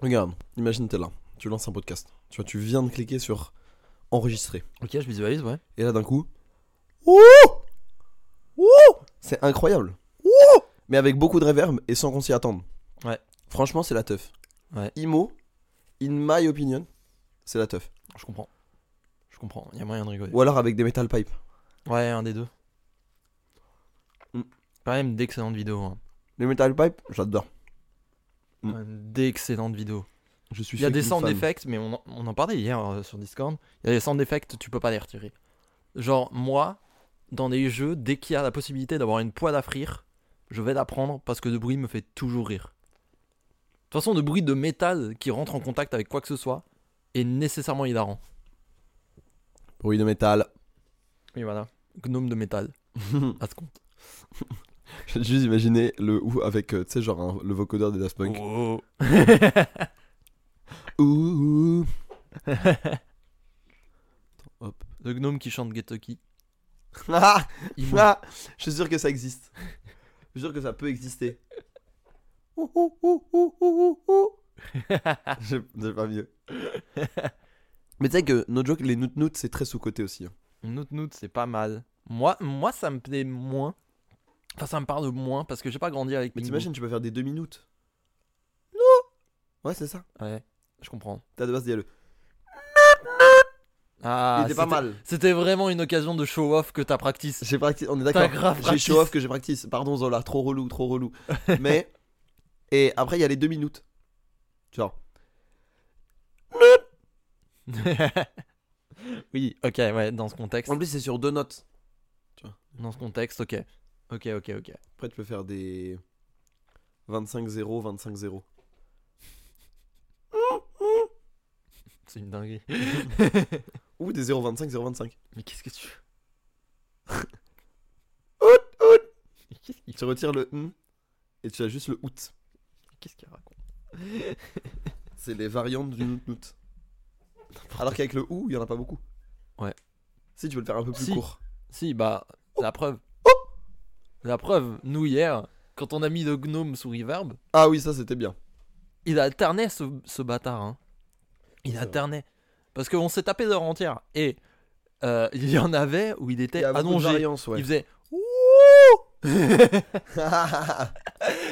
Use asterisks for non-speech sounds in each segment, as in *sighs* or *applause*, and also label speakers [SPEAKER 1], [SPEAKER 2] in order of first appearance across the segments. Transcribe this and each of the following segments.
[SPEAKER 1] Regarde, imagine t'es là, tu lances un podcast. Tu vois, tu viens de cliquer sur enregistrer.
[SPEAKER 2] Ok, je visualise, ouais.
[SPEAKER 1] Et là d'un coup, Ouh Ouh c'est incroyable. Ouh Mais avec beaucoup de réverb et sans qu'on s'y attende.
[SPEAKER 2] Ouais.
[SPEAKER 1] Franchement, c'est la teuf.
[SPEAKER 2] Ouais.
[SPEAKER 1] Imo, in my opinion, c'est la teuf.
[SPEAKER 2] Je comprends. Je comprends. Il y a moyen de rigoler.
[SPEAKER 1] Ou alors avec des metal pipes.
[SPEAKER 2] Ouais, un des deux.
[SPEAKER 1] Mm.
[SPEAKER 2] Quand même d'excellentes vidéos. hein.
[SPEAKER 1] Les metal pipes, j'adore. Mm.
[SPEAKER 2] Quand même D'excellentes vidéos.
[SPEAKER 1] Je suis
[SPEAKER 2] Il y a
[SPEAKER 1] fake
[SPEAKER 2] des
[SPEAKER 1] une
[SPEAKER 2] sound
[SPEAKER 1] fan.
[SPEAKER 2] effects, mais on en, on en parlait hier euh, sur Discord. Il y a des sound effects, tu peux pas les retirer. Genre, moi, dans les jeux, dès qu'il y a la possibilité d'avoir une poêle à frire, je vais la prendre parce que le bruit me fait toujours rire. De toute façon, le bruit de métal qui rentre en contact avec quoi que ce soit est nécessairement hilarant.
[SPEAKER 1] Bruit de métal. *laughs*
[SPEAKER 2] Oui, voilà. Gnome de métal. À ce compte.
[SPEAKER 1] J'ai juste imaginé le ou avec, euh, tu sais, genre un- le vocodeur des Daft Punk.
[SPEAKER 2] Wow.
[SPEAKER 1] Ouh,
[SPEAKER 2] *laughs*
[SPEAKER 1] ouh.
[SPEAKER 2] le gnome qui chante Getoki.
[SPEAKER 1] *laughs* Ah, ah, je suis sûr que ça existe. Je suis sûr que ça peut exister. Ouh, ouh, ouh, ouh, ouh, ouh, ouh. *laughs* Je- C'est pas mieux. Mais tu sais que, no joke, les noot-noot, c'est très sous-côté aussi. hein.
[SPEAKER 2] Noot Noot, c'est pas mal. Moi, moi, ça me plaît moins. Enfin, ça me parle moins parce que j'ai pas grandi avec
[SPEAKER 1] Mais
[SPEAKER 2] Pingu.
[SPEAKER 1] t'imagines, tu peux faire des deux minutes. Non Ouais, c'est ça.
[SPEAKER 2] Ouais, je comprends.
[SPEAKER 1] T'as de base, il y a le.
[SPEAKER 2] Ah,
[SPEAKER 1] il était pas mal.
[SPEAKER 2] C'était vraiment une occasion de show off que t'as
[SPEAKER 1] *laughs*
[SPEAKER 2] practice.
[SPEAKER 1] J'ai practi- on est
[SPEAKER 2] T'as
[SPEAKER 1] d'accord.
[SPEAKER 2] grave
[SPEAKER 1] J'ai
[SPEAKER 2] practice.
[SPEAKER 1] show off que j'ai practice. Pardon Zola, trop relou, trop *laughs* relou. Mais et après il y a les deux minutes. Genre.
[SPEAKER 2] oui, ok, ouais, dans ce contexte.
[SPEAKER 1] En plus c'est sur deux notes.
[SPEAKER 2] Dans ce contexte, ok. Ok, ok, ok.
[SPEAKER 1] Après tu peux faire des 25 0 25 0.
[SPEAKER 2] C'est une dinguerie.
[SPEAKER 1] Ou des 0 25 0 25.
[SPEAKER 2] Mais qu'est-ce que tu.
[SPEAKER 1] Out out.
[SPEAKER 2] Mais Qu'est-ce qu'il
[SPEAKER 1] Tu retires le hum et tu as juste le out.
[SPEAKER 2] qu'est-ce qu'il raconte
[SPEAKER 1] C'est les variantes du nout nout. Alors qu'avec le ou, il y en a pas beaucoup.
[SPEAKER 2] Ouais.
[SPEAKER 1] Si tu veux le faire un peu plus
[SPEAKER 2] Si.
[SPEAKER 1] court.
[SPEAKER 2] Si, bah, la preuve. La preuve, nous hier, quand on a mis le gnome sous reverb,
[SPEAKER 1] Ah oui, ça c'était bien.
[SPEAKER 2] il alternait ce, ce bâtard. hein. Il
[SPEAKER 1] C'est
[SPEAKER 2] alternait. Parce qu'on s'est tapé l'heure entière. Et euh, il y en avait où il
[SPEAKER 1] Il
[SPEAKER 2] était
[SPEAKER 1] y a beaucoup de
[SPEAKER 2] allongé.
[SPEAKER 1] variances, ouais.
[SPEAKER 2] Il faisait Ouh *laughs*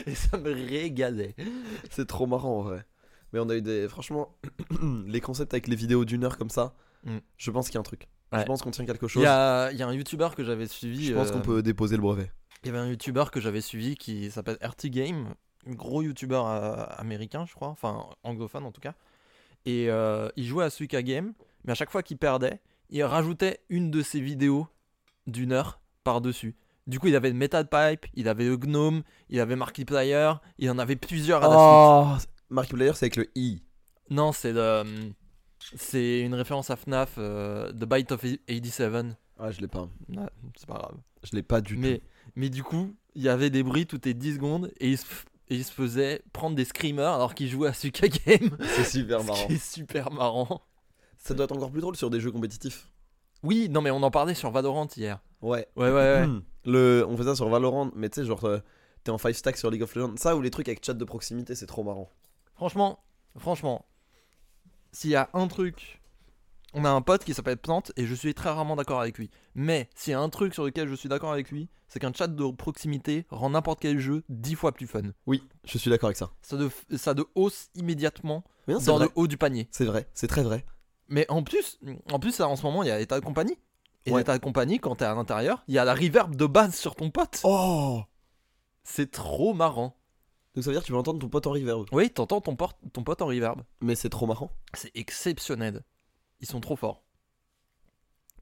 [SPEAKER 2] Et ça me régalait.
[SPEAKER 1] *laughs* C'est trop marrant en vrai. Mais on a eu des. Franchement, *clears throat* les concepts avec les vidéos d'une heure comme ça,
[SPEAKER 2] Mm.
[SPEAKER 1] je pense qu'il y a un truc.
[SPEAKER 2] Ouais.
[SPEAKER 1] Je pense qu'on tient quelque
[SPEAKER 2] Il
[SPEAKER 1] chose.
[SPEAKER 2] y a, il y a un youtubeur que j'avais suivi.
[SPEAKER 1] Je pense
[SPEAKER 2] euh,
[SPEAKER 1] qu'on peut déposer le brevet.
[SPEAKER 2] Il y avait un youtubeur que j'avais suivi qui s'appelle RT Game, un gros youtubeur euh, américain, je crois, enfin anglophone en tout cas. Et euh, il jouait à Suika Game, mais à chaque fois qu'il perdait, il rajoutait une de ses vidéos d'une heure par-dessus. Du coup, il avait le Metal Pipe, il avait le Gnome, il avait Markiplier, il en avait plusieurs à la
[SPEAKER 1] Oh.
[SPEAKER 2] Oh.
[SPEAKER 1] Markiplier, c'est avec le i.
[SPEAKER 2] suite. Non, c'est le- c'est une référence à FNAF, euh, The Bite of 87.
[SPEAKER 1] Ah, je l'ai pas.
[SPEAKER 2] Ah, C'est pas grave.
[SPEAKER 1] Je l'ai pas du
[SPEAKER 2] mais, mais du coup, il y avait des bruits toutes les 10 secondes et il se, f- et il se faisait prendre des screamers alors qu'il jouait à Suka Game.
[SPEAKER 1] tout. C'est super
[SPEAKER 2] *laughs* Ce
[SPEAKER 1] marrant.
[SPEAKER 2] qui est super marrant.
[SPEAKER 1] Ça doit être encore plus drôle sur des jeux compétitifs.
[SPEAKER 2] Oui, non mais on en parlait sur Valorant hier.
[SPEAKER 1] Ouais.
[SPEAKER 2] Ouais,
[SPEAKER 1] *laughs*
[SPEAKER 2] ouais, ouais.
[SPEAKER 1] Hmm. Le... On fait ça sur Valorant, mais tu sais, genre, euh, t'es en 5 stack sur League of Legends. Ça ou les trucs avec chat de proximité, c'est trop marrant.
[SPEAKER 2] franchement, franchement, s'il y a un truc. On a un pote qui s'appelle Plante et je suis très rarement d'accord avec lui. Mais s'il y a un truc sur lequel je suis d'accord avec lui, c'est qu'un chat de proximité rend n'importe quel jeu 10 fois plus fun.
[SPEAKER 1] Oui, je suis d'accord avec ça.
[SPEAKER 2] Ça de, ça de hausse immédiatement
[SPEAKER 1] Mais non, c'est
[SPEAKER 2] dans
[SPEAKER 1] vrai.
[SPEAKER 2] le haut du panier.
[SPEAKER 1] C'est vrai, c'est très vrai.
[SPEAKER 2] Mais en plus, en plus là, en ce moment, il y a l'état de compagnie. Et
[SPEAKER 1] Ouais.
[SPEAKER 2] l'état de compagnie, quand t'es à l'intérieur, il y a la reverb de base sur ton pote.
[SPEAKER 1] Oh
[SPEAKER 2] C'est trop marrant.
[SPEAKER 1] Donc ça veut dire que tu vas entendre ton pote en reverb.
[SPEAKER 2] Oui, t'entends ton, por- ton pote en reverb.
[SPEAKER 1] Mais c'est trop marrant.
[SPEAKER 2] C'est exceptionnel. Ils sont trop forts.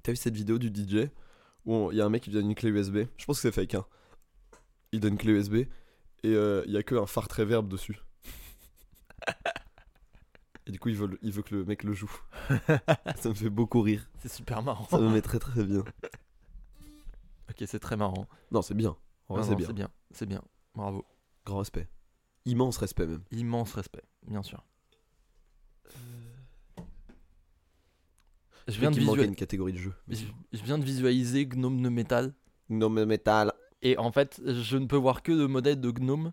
[SPEAKER 1] T'as vu cette vidéo du DJ où il y a un mec qui lui donne une clé USB Je pense que c'est fake, hein. Il donne une clé USB et euh, il y a que un phare reverb *laughs* dessus. et du coup, il veut, le- il veut que le mec le joue. *laughs* ça me fait beaucoup rire.
[SPEAKER 2] C'est super marrant.
[SPEAKER 1] Ça me met très très bien.
[SPEAKER 2] ok, c'est très marrant.
[SPEAKER 1] Non, c'est bien. En vrai, c'est
[SPEAKER 2] Non, non,
[SPEAKER 1] bien.
[SPEAKER 2] C'est bien. C'est bien. Bravo.
[SPEAKER 1] Grand respect. Immense respect même.
[SPEAKER 2] Immense respect, bien sûr.
[SPEAKER 1] Euh,
[SPEAKER 2] Je viens, de
[SPEAKER 1] Il manquait
[SPEAKER 2] visualiser,
[SPEAKER 1] une catégorie de jeu.
[SPEAKER 2] je, je viens de visualiser Gnome de métal.
[SPEAKER 1] Non, mais métal.
[SPEAKER 2] Et en fait, je ne peux voir que le modèle de Gnome,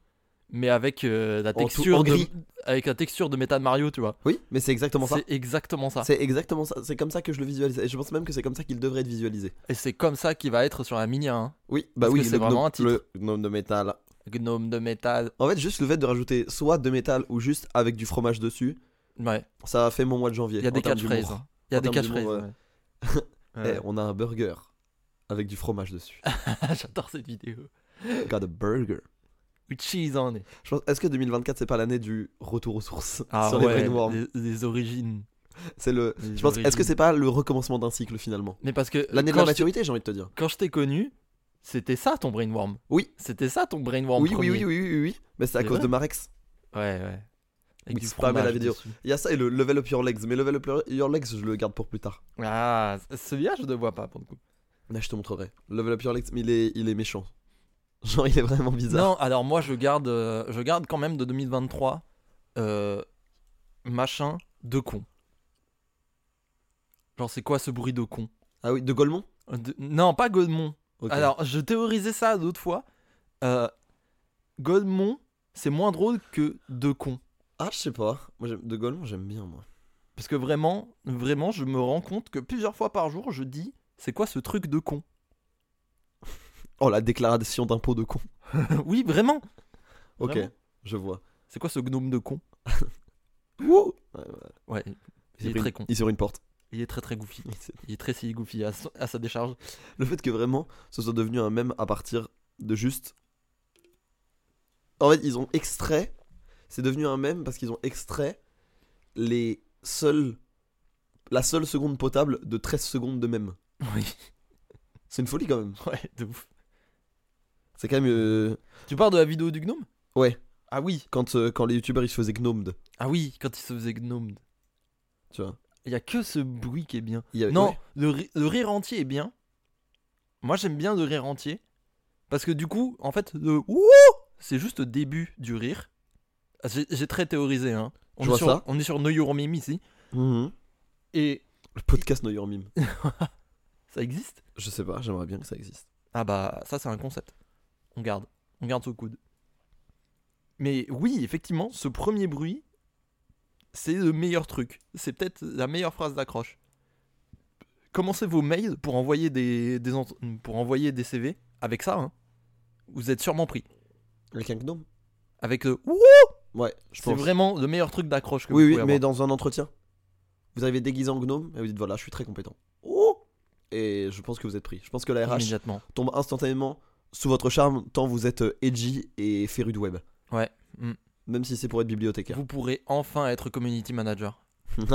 [SPEAKER 2] mais avec euh, la
[SPEAKER 1] tout-
[SPEAKER 2] texture
[SPEAKER 1] en
[SPEAKER 2] de-
[SPEAKER 1] gris.
[SPEAKER 2] avec la texture de Metal Mario, tu vois.
[SPEAKER 1] Oui, mais c'est exactement ça.
[SPEAKER 2] C'est exactement ça.
[SPEAKER 1] C'est exactement ça. C'est comme ça que je le visualise. Et je pense même que c'est comme ça qu'il devrait être visualisé.
[SPEAKER 2] Et c'est comme ça qu'il va être sur la hein. mini 1.
[SPEAKER 1] Oui, bah
[SPEAKER 2] Parce
[SPEAKER 1] oui,
[SPEAKER 2] que c'est
[SPEAKER 1] le,
[SPEAKER 2] vraiment
[SPEAKER 1] gnome,
[SPEAKER 2] un titre.
[SPEAKER 1] le gnome de métal.
[SPEAKER 2] Gnome de métal.
[SPEAKER 1] En fait, juste le fait de rajouter soit de métal ou juste avec du fromage dessus,
[SPEAKER 2] Ouais,
[SPEAKER 1] ça a fait mon mois de janvier.
[SPEAKER 2] il y a
[SPEAKER 1] en
[SPEAKER 2] des
[SPEAKER 1] termes d'humour.
[SPEAKER 2] catchphrases. hein. Il y a
[SPEAKER 1] En
[SPEAKER 2] des
[SPEAKER 1] termes
[SPEAKER 2] catchphrases.
[SPEAKER 1] d'humour,
[SPEAKER 2] ouais.
[SPEAKER 1] Eh,
[SPEAKER 2] *laughs* Ouais.
[SPEAKER 1] on a un burger avec du fromage
[SPEAKER 2] *laughs*
[SPEAKER 1] dessus.
[SPEAKER 2] Ah, J'adore cette vidéo.
[SPEAKER 1] Got a burger.
[SPEAKER 2] With cheese on it.
[SPEAKER 1] Je pense- Est-ce que 2024 c'est pas l'année du retour aux sources *laughs* sur Ah, les
[SPEAKER 2] Ah ouais,
[SPEAKER 1] brainworms
[SPEAKER 2] des- des origines.
[SPEAKER 1] C'est le.
[SPEAKER 2] des
[SPEAKER 1] Je pense. Est-ce que
[SPEAKER 2] origines.
[SPEAKER 1] c'est pas le recommencement d'un cycle finalement
[SPEAKER 2] Mais parce que
[SPEAKER 1] L'année de
[SPEAKER 2] Euh, quand
[SPEAKER 1] la
[SPEAKER 2] je t'ai-
[SPEAKER 1] maturité, j'ai envie de te dire.
[SPEAKER 2] quand je t'ai connu, c'était ça ton brainworm.
[SPEAKER 1] Oui.
[SPEAKER 2] C'était ça ton brainworm.
[SPEAKER 1] Oui, oui,
[SPEAKER 2] premier.
[SPEAKER 1] oui, oui, oui, oui. Mais c'est à
[SPEAKER 2] C'est
[SPEAKER 1] cause
[SPEAKER 2] vrai.
[SPEAKER 1] de Marex.
[SPEAKER 2] Ouais, ouais.
[SPEAKER 1] Mais tu spammais la
[SPEAKER 2] fromage
[SPEAKER 1] vidéo.
[SPEAKER 2] dessus.
[SPEAKER 1] Il y a ça et le level up your legs. Mais level up your legs, je le garde pour plus tard.
[SPEAKER 2] Ah, celui-là, je ne vois pas pour le coup.
[SPEAKER 1] Là, je te montrerai. Level up your legs, mais il est, il est méchant. *laughs* Genre, il est vraiment bizarre.
[SPEAKER 2] Non, alors moi, je garde, euh, je garde quand même de 2023 euh, machin de con. Genre, c'est quoi ce bruit de con Euh,
[SPEAKER 1] Ah oui, de Golemont
[SPEAKER 2] De- Non, pas Godemont.
[SPEAKER 1] Ok.
[SPEAKER 2] Alors, je théorisais ça d'autres fois. Euh, Godemont, c'est moins drôle que de con.
[SPEAKER 1] Ah, je sais pas. Moi, j'aime- de Golemont, j'aime bien, moi.
[SPEAKER 2] Parce que vraiment, vraiment, je me rends compte que plusieurs fois par jour, je dis, c'est quoi ce truc de con *laughs*
[SPEAKER 1] Oh, la déclaration d'impôt de con.
[SPEAKER 2] Oui, vraiment.
[SPEAKER 1] Ok,
[SPEAKER 2] Vraiment.
[SPEAKER 1] je vois.
[SPEAKER 2] C'est quoi ce gnome de con
[SPEAKER 1] Wouh Ouais, ouais.
[SPEAKER 2] Ouais,
[SPEAKER 1] s'est
[SPEAKER 2] il est
[SPEAKER 1] pris
[SPEAKER 2] très
[SPEAKER 1] une-
[SPEAKER 2] con.
[SPEAKER 1] Il est sur une porte. *laughs*
[SPEAKER 2] Il est très très goofy.
[SPEAKER 1] Il s'est-
[SPEAKER 2] Il est très si goofy à, son- à sa décharge.
[SPEAKER 1] Le fait que vraiment, ce soit devenu un mème à partir de juste. En fait, ils ont extrait. C'est devenu un mème parce qu'ils ont extrait les seuls. La seule seconde potable de 13 secondes de mème.
[SPEAKER 2] Oui,
[SPEAKER 1] C'est une folie quand même.
[SPEAKER 2] *laughs* ouais, de ouf.
[SPEAKER 1] C'est quand même. euh,
[SPEAKER 2] Tu parles de la vidéo du gnome
[SPEAKER 1] Ouais.
[SPEAKER 2] Ah oui,
[SPEAKER 1] Quand, euh, quand les youtubeurs ils se faisaient gnomed,
[SPEAKER 2] ah oui, quand il se faisait gnome.
[SPEAKER 1] tu vois.
[SPEAKER 2] Il y a que ce bruit qui est bien.
[SPEAKER 1] Il y avait-
[SPEAKER 2] Non,
[SPEAKER 1] ouais.
[SPEAKER 2] le, ri- le rire entier est bien. Moi, j'aime bien le rire entier. Parce que du coup, en fait, le Wouh c'est juste le début du rire. Ah, J'ai j'ai très théorisé, hein. On,
[SPEAKER 1] Je
[SPEAKER 2] est,
[SPEAKER 1] vois
[SPEAKER 2] sur,
[SPEAKER 1] ça.
[SPEAKER 2] on est sur No Your Meme ici.
[SPEAKER 1] Mhm.
[SPEAKER 2] Et
[SPEAKER 1] Le podcast No Your Meme.
[SPEAKER 2] ça existe
[SPEAKER 1] Je sais pas, j'aimerais bien que ça existe.
[SPEAKER 2] Ah bah, ça, c'est un concept. On garde. On garde sous le coude. Mais oui, effectivement, ce premier bruit, c'est le meilleur truc. C'est peut-être la meilleure phrase d'accroche. Commencez vos mails pour envoyer des, des ent- pour envoyer des CV avec ça. hein. Vous êtes sûrement pris.
[SPEAKER 1] Avec un gnome
[SPEAKER 2] Avec le Ouh
[SPEAKER 1] Ouais, je
[SPEAKER 2] c'est
[SPEAKER 1] pense.
[SPEAKER 2] vraiment le meilleur truc d'accroche que
[SPEAKER 1] Oui,
[SPEAKER 2] vous
[SPEAKER 1] oui,
[SPEAKER 2] pouvez
[SPEAKER 1] mais
[SPEAKER 2] avoir.
[SPEAKER 1] dans un entretien. Vous arrivez déguisé en gnome et vous dites voilà, je suis très compétent. Oh Et je pense que vous êtes pris. Je pense que la RH
[SPEAKER 2] immédiatement.
[SPEAKER 1] tombe instantanément sous votre charme tant vous êtes euh, edgy et féru de web.
[SPEAKER 2] Ouais, mm.
[SPEAKER 1] Même si c'est pour être bibliothécaire.
[SPEAKER 2] Vous pourrez enfin être community manager,
[SPEAKER 1] *laughs*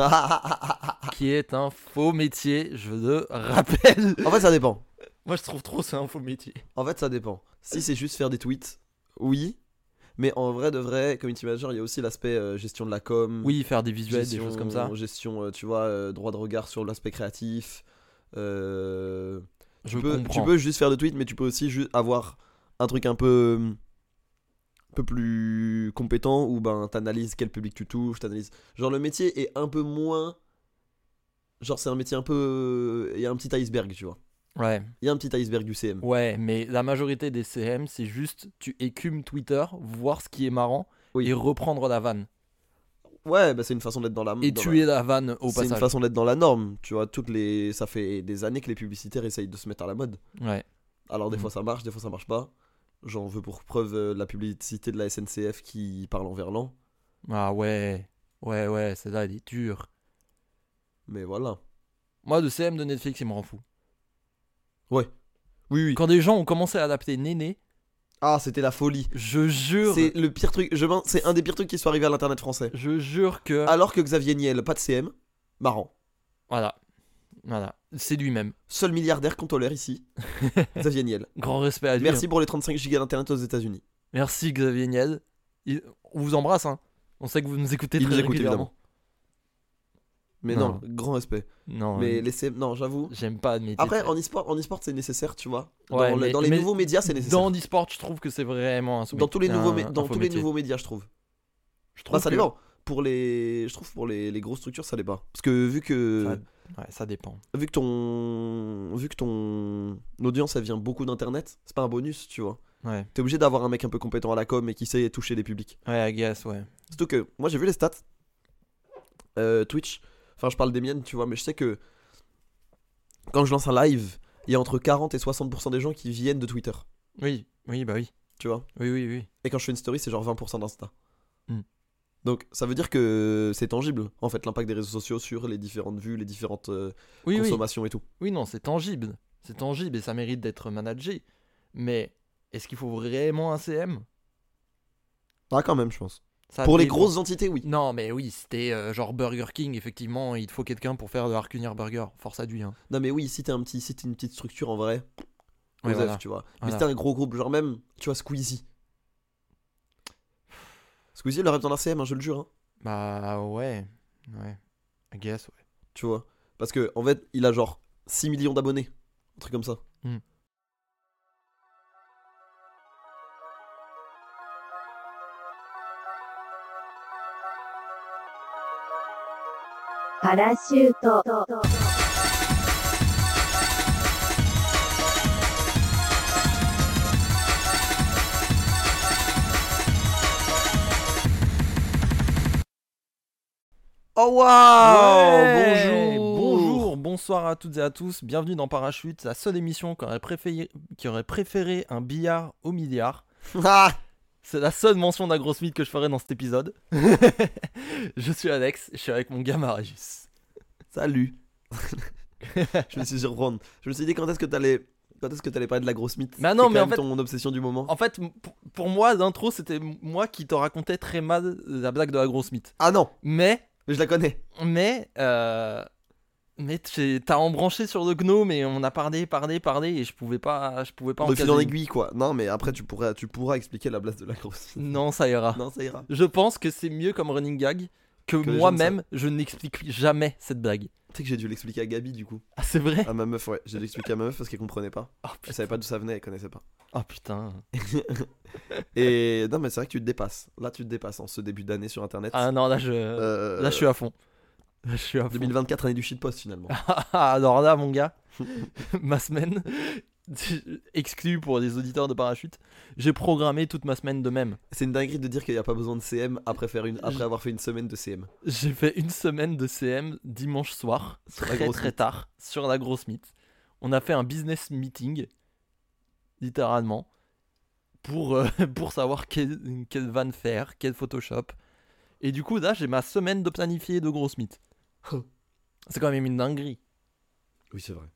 [SPEAKER 2] qui est un faux métier, je le rappelle.
[SPEAKER 1] en fait, ça dépend.
[SPEAKER 2] Moi, je trouve trop c'est un faux métier.
[SPEAKER 1] En fait, ça dépend. Si c'est juste faire des tweets, oui. Mais en vrai de vrai, community manager, il y a aussi l'aspect euh, gestion de la com.
[SPEAKER 2] Oui, faire des visuels,
[SPEAKER 1] gestion-
[SPEAKER 2] des choses comme ça.
[SPEAKER 1] Gestion, euh, tu vois, euh, droit de regard sur l'aspect créatif. Euh,
[SPEAKER 2] Je
[SPEAKER 1] tu, peux,
[SPEAKER 2] comprends.
[SPEAKER 1] tu peux juste faire des tweets, mais tu peux aussi juste avoir un truc un peu, hum, un peu plus compétent où ben, t'analyses quel public tu touches, t'analyses. Genre le métier est un peu moins. Genre c'est un métier un peu. Il y a un petit iceberg, tu vois.
[SPEAKER 2] Ouais.
[SPEAKER 1] Il y a un petit iceberg du CM.
[SPEAKER 2] ouais, mais la majorité des CM, c'est juste tu écumes Twitter, voir ce qui est marrant
[SPEAKER 1] Oui.
[SPEAKER 2] et reprendre la vanne.
[SPEAKER 1] Ouais, bah, c'est une façon d'être dans la.
[SPEAKER 2] Et
[SPEAKER 1] dans
[SPEAKER 2] tuer la vanne
[SPEAKER 1] la-
[SPEAKER 2] au
[SPEAKER 1] C'est une
[SPEAKER 2] passage.
[SPEAKER 1] façon d'être dans la norme, tu vois. Toutes les, ça fait des années que les publicitaires essayent de se mettre à la mode.
[SPEAKER 2] Ouais.
[SPEAKER 1] Alors des
[SPEAKER 2] Mm.
[SPEAKER 1] fois ça marche, des fois ça marche pas. J'en veux pour preuve euh, la publicité de la SNCF qui parle en verlan.
[SPEAKER 2] Ah ouais. Ouais, ouais, celle-là, elle est dure.
[SPEAKER 1] Mais voilà.
[SPEAKER 2] Moi, le CM de Netflix, il me rend fou.
[SPEAKER 1] Oui, oui.
[SPEAKER 2] Quand des gens ont commencé à adapter Néné,
[SPEAKER 1] Ah, c'était la folie.
[SPEAKER 2] je jure,
[SPEAKER 1] C'est le pire truc. Je m'en- c'est un des pires trucs qui soit arrivé à l'internet français.
[SPEAKER 2] je jure que.
[SPEAKER 1] Alors que Xavier Niel, pas de CM, marrant.
[SPEAKER 2] Voilà. Voilà. C'est lui-même.
[SPEAKER 1] Seul milliardaire qu'on tolère ici,
[SPEAKER 2] *laughs*
[SPEAKER 1] Xavier Niel.
[SPEAKER 2] Grand respect à lui. hein.
[SPEAKER 1] Merci pour les 35 gigas d'internet aux États-Unis.
[SPEAKER 2] Merci Xavier Niel. Il- On vous embrasse, hein. On sait que vous nous écoutez
[SPEAKER 1] Il
[SPEAKER 2] très
[SPEAKER 1] nous écoute
[SPEAKER 2] régulièrement.
[SPEAKER 1] évidemment. Mais non, grand respect.
[SPEAKER 2] Non,
[SPEAKER 1] Mais
[SPEAKER 2] euh,
[SPEAKER 1] les CM, non, j'avoue.
[SPEAKER 2] j'aime pas admettre.
[SPEAKER 1] Après, en e-sport, en e-sport, c'est nécessaire, tu vois. Dans,
[SPEAKER 2] Ouais,
[SPEAKER 1] le-
[SPEAKER 2] mais-
[SPEAKER 1] dans les
[SPEAKER 2] mais
[SPEAKER 1] nouveaux médias, c'est nécessaire.
[SPEAKER 2] dans e-sport, je trouve que c'est vraiment un sous-
[SPEAKER 1] Dans tous les
[SPEAKER 2] un-
[SPEAKER 1] nouveaux, mé-
[SPEAKER 2] un
[SPEAKER 1] dans
[SPEAKER 2] faux
[SPEAKER 1] tous les
[SPEAKER 2] Ah, métier.
[SPEAKER 1] nouveaux médias, je trouve.
[SPEAKER 2] Je trouve
[SPEAKER 1] Bah, ça
[SPEAKER 2] que-
[SPEAKER 1] dépend. Pour les, je trouve pour les, les grosses structures, ça dépend. Parce que vu que
[SPEAKER 2] Ouais, ça dépend.
[SPEAKER 1] vu que ton vu que ton audience, elle vient beaucoup d'internet, c'est pas un bonus, tu vois.
[SPEAKER 2] Ouais,
[SPEAKER 1] T'es obligé d'avoir un mec un peu compétent à la com et qui sait toucher des publics.
[SPEAKER 2] ouais, I guess, ouais.
[SPEAKER 1] Surtout que moi j'ai vu les stats euh, Twitch. Enfin, je parle des miennes, tu vois, mais je sais que quand je lance un live, il y a entre 40 et 60% des gens qui viennent de Twitter,
[SPEAKER 2] Oui, oui, bah oui.
[SPEAKER 1] tu vois.
[SPEAKER 2] Oui, oui, oui.
[SPEAKER 1] Et quand je fais une story, c'est genre 20% d'Insta.
[SPEAKER 2] Hmm.
[SPEAKER 1] Donc ça veut dire que c'est tangible, en fait, l'impact des réseaux sociaux sur les différentes vues, les différentes euh,
[SPEAKER 2] Oui, oui.
[SPEAKER 1] consommations et tout.
[SPEAKER 2] Oui, non, c'est tangible. C'est tangible et ça mérite d'être managé. Mais est-ce qu'il faut vraiment un CM
[SPEAKER 1] Ah, quand même, je pense. Ah,
[SPEAKER 2] Ça
[SPEAKER 1] Pour les
[SPEAKER 2] dépend.
[SPEAKER 1] grosses entités, oui.
[SPEAKER 2] Non, mais oui, c'était euh, genre Burger King, effectivement, il te faut quelqu'un pour faire de Harkunir Burger. Force à lui, hein.
[SPEAKER 1] Non, mais oui, si t'es un petit, si t'es une petite structure en vrai,
[SPEAKER 2] Ouais,
[SPEAKER 1] Osef,
[SPEAKER 2] voilà.
[SPEAKER 1] tu vois. Mais
[SPEAKER 2] Voilà.
[SPEAKER 1] si t'es un gros groupe, genre même, tu vois, Squeezie. Squeezie, il aurait besoin d'un CM, hein, je le jure. hein,
[SPEAKER 2] Bah ouais. Ouais. I guess, ouais.
[SPEAKER 1] tu vois. Parce que, en fait, il a genre 6 millions d'abonnés. Un truc comme ça.
[SPEAKER 2] Hmm.
[SPEAKER 3] Parachute.
[SPEAKER 1] Oh waouh
[SPEAKER 2] Ouais,
[SPEAKER 1] Oh, Bonjour
[SPEAKER 2] Bonjour, bonsoir à toutes et à tous. Bienvenue dans Parachute, la seule émission qui aurait préféré, qui aurait préféré un billard au milliard.
[SPEAKER 1] *laughs* Ah
[SPEAKER 2] C'est la seule mention d'un gros mythe que je ferai dans cet épisode. *laughs* je suis Alex, je suis avec mon gars Marius.
[SPEAKER 1] Salut
[SPEAKER 2] *laughs*
[SPEAKER 1] Je me suis surprendre. Je me suis dit quand est-ce que t'allais. Quand est-ce que t'allais parler de la grosse mythe
[SPEAKER 2] Bah
[SPEAKER 1] C'est
[SPEAKER 2] non,
[SPEAKER 1] quand
[SPEAKER 2] mais en
[SPEAKER 1] même
[SPEAKER 2] fait-
[SPEAKER 1] ton obsession du moment.
[SPEAKER 2] En fait, m- pour- pour moi, l'intro, c'était moi qui te racontais très mal la blague de la grosse mythe.
[SPEAKER 1] Ah non
[SPEAKER 2] Mais
[SPEAKER 1] Mais je la connais
[SPEAKER 2] Mais, euh, mais t'es- t'as embranché sur le gnome et on a parlé, parlé, parlé et je pouvais pas, je pouvais pas
[SPEAKER 1] De fil en
[SPEAKER 2] caser une.
[SPEAKER 1] aiguille, quoi. Non, mais après, tu pourras, tu pourras expliquer la place de la grosse mythe.
[SPEAKER 2] Non, ça ira.
[SPEAKER 1] *laughs* Non, ça ira.
[SPEAKER 2] Je pense que c'est mieux comme running gag que,
[SPEAKER 1] Que les
[SPEAKER 2] moi-même, je n'explique jamais cette blague.
[SPEAKER 1] Tu sais que j'ai dû l'expliquer à Gabi, du coup.
[SPEAKER 2] Ah, c'est vrai
[SPEAKER 1] À ma meuf, ouais. J'ai dû l'expliquer à ma meuf parce qu'elle comprenait pas.
[SPEAKER 2] oh,
[SPEAKER 1] Elle
[SPEAKER 2] putain.
[SPEAKER 1] savait pas d'où ça venait, elle connaissait pas. *laughs*
[SPEAKER 2] Oh, putain.
[SPEAKER 1] Et non, mais c'est vrai que tu te dépasses. Là, tu te dépasses en ce début d'année sur internet.
[SPEAKER 2] Ah non, là je,
[SPEAKER 1] Euh,
[SPEAKER 2] là, je suis à fond. Là, je suis à fond.
[SPEAKER 1] 2024, année du shitpost finalement.
[SPEAKER 2] *laughs* Ah, alors là, mon gars, ma semaine, *laughs* exclue pour les auditeurs de parachute, j'ai programmé toute ma semaine de même.
[SPEAKER 1] C'est une dinguerie de dire qu'il n'y a pas besoin de CM après, faire une... après avoir fait une semaine de CM.
[SPEAKER 2] J'ai fait une semaine de CM dimanche soir,
[SPEAKER 1] Sur la
[SPEAKER 2] très
[SPEAKER 1] grosse
[SPEAKER 2] très
[SPEAKER 1] mythe.
[SPEAKER 2] tard, sur la grosse mythe. On a fait un business meeting, littéralement, pour, euh, *laughs* pour savoir quel, quel van faire, quel Photoshop. Et du coup, là, j'ai ma semaine de planifier de grosse mythe. Oh. C'est quand même une dinguerie.
[SPEAKER 1] Oui, c'est vrai.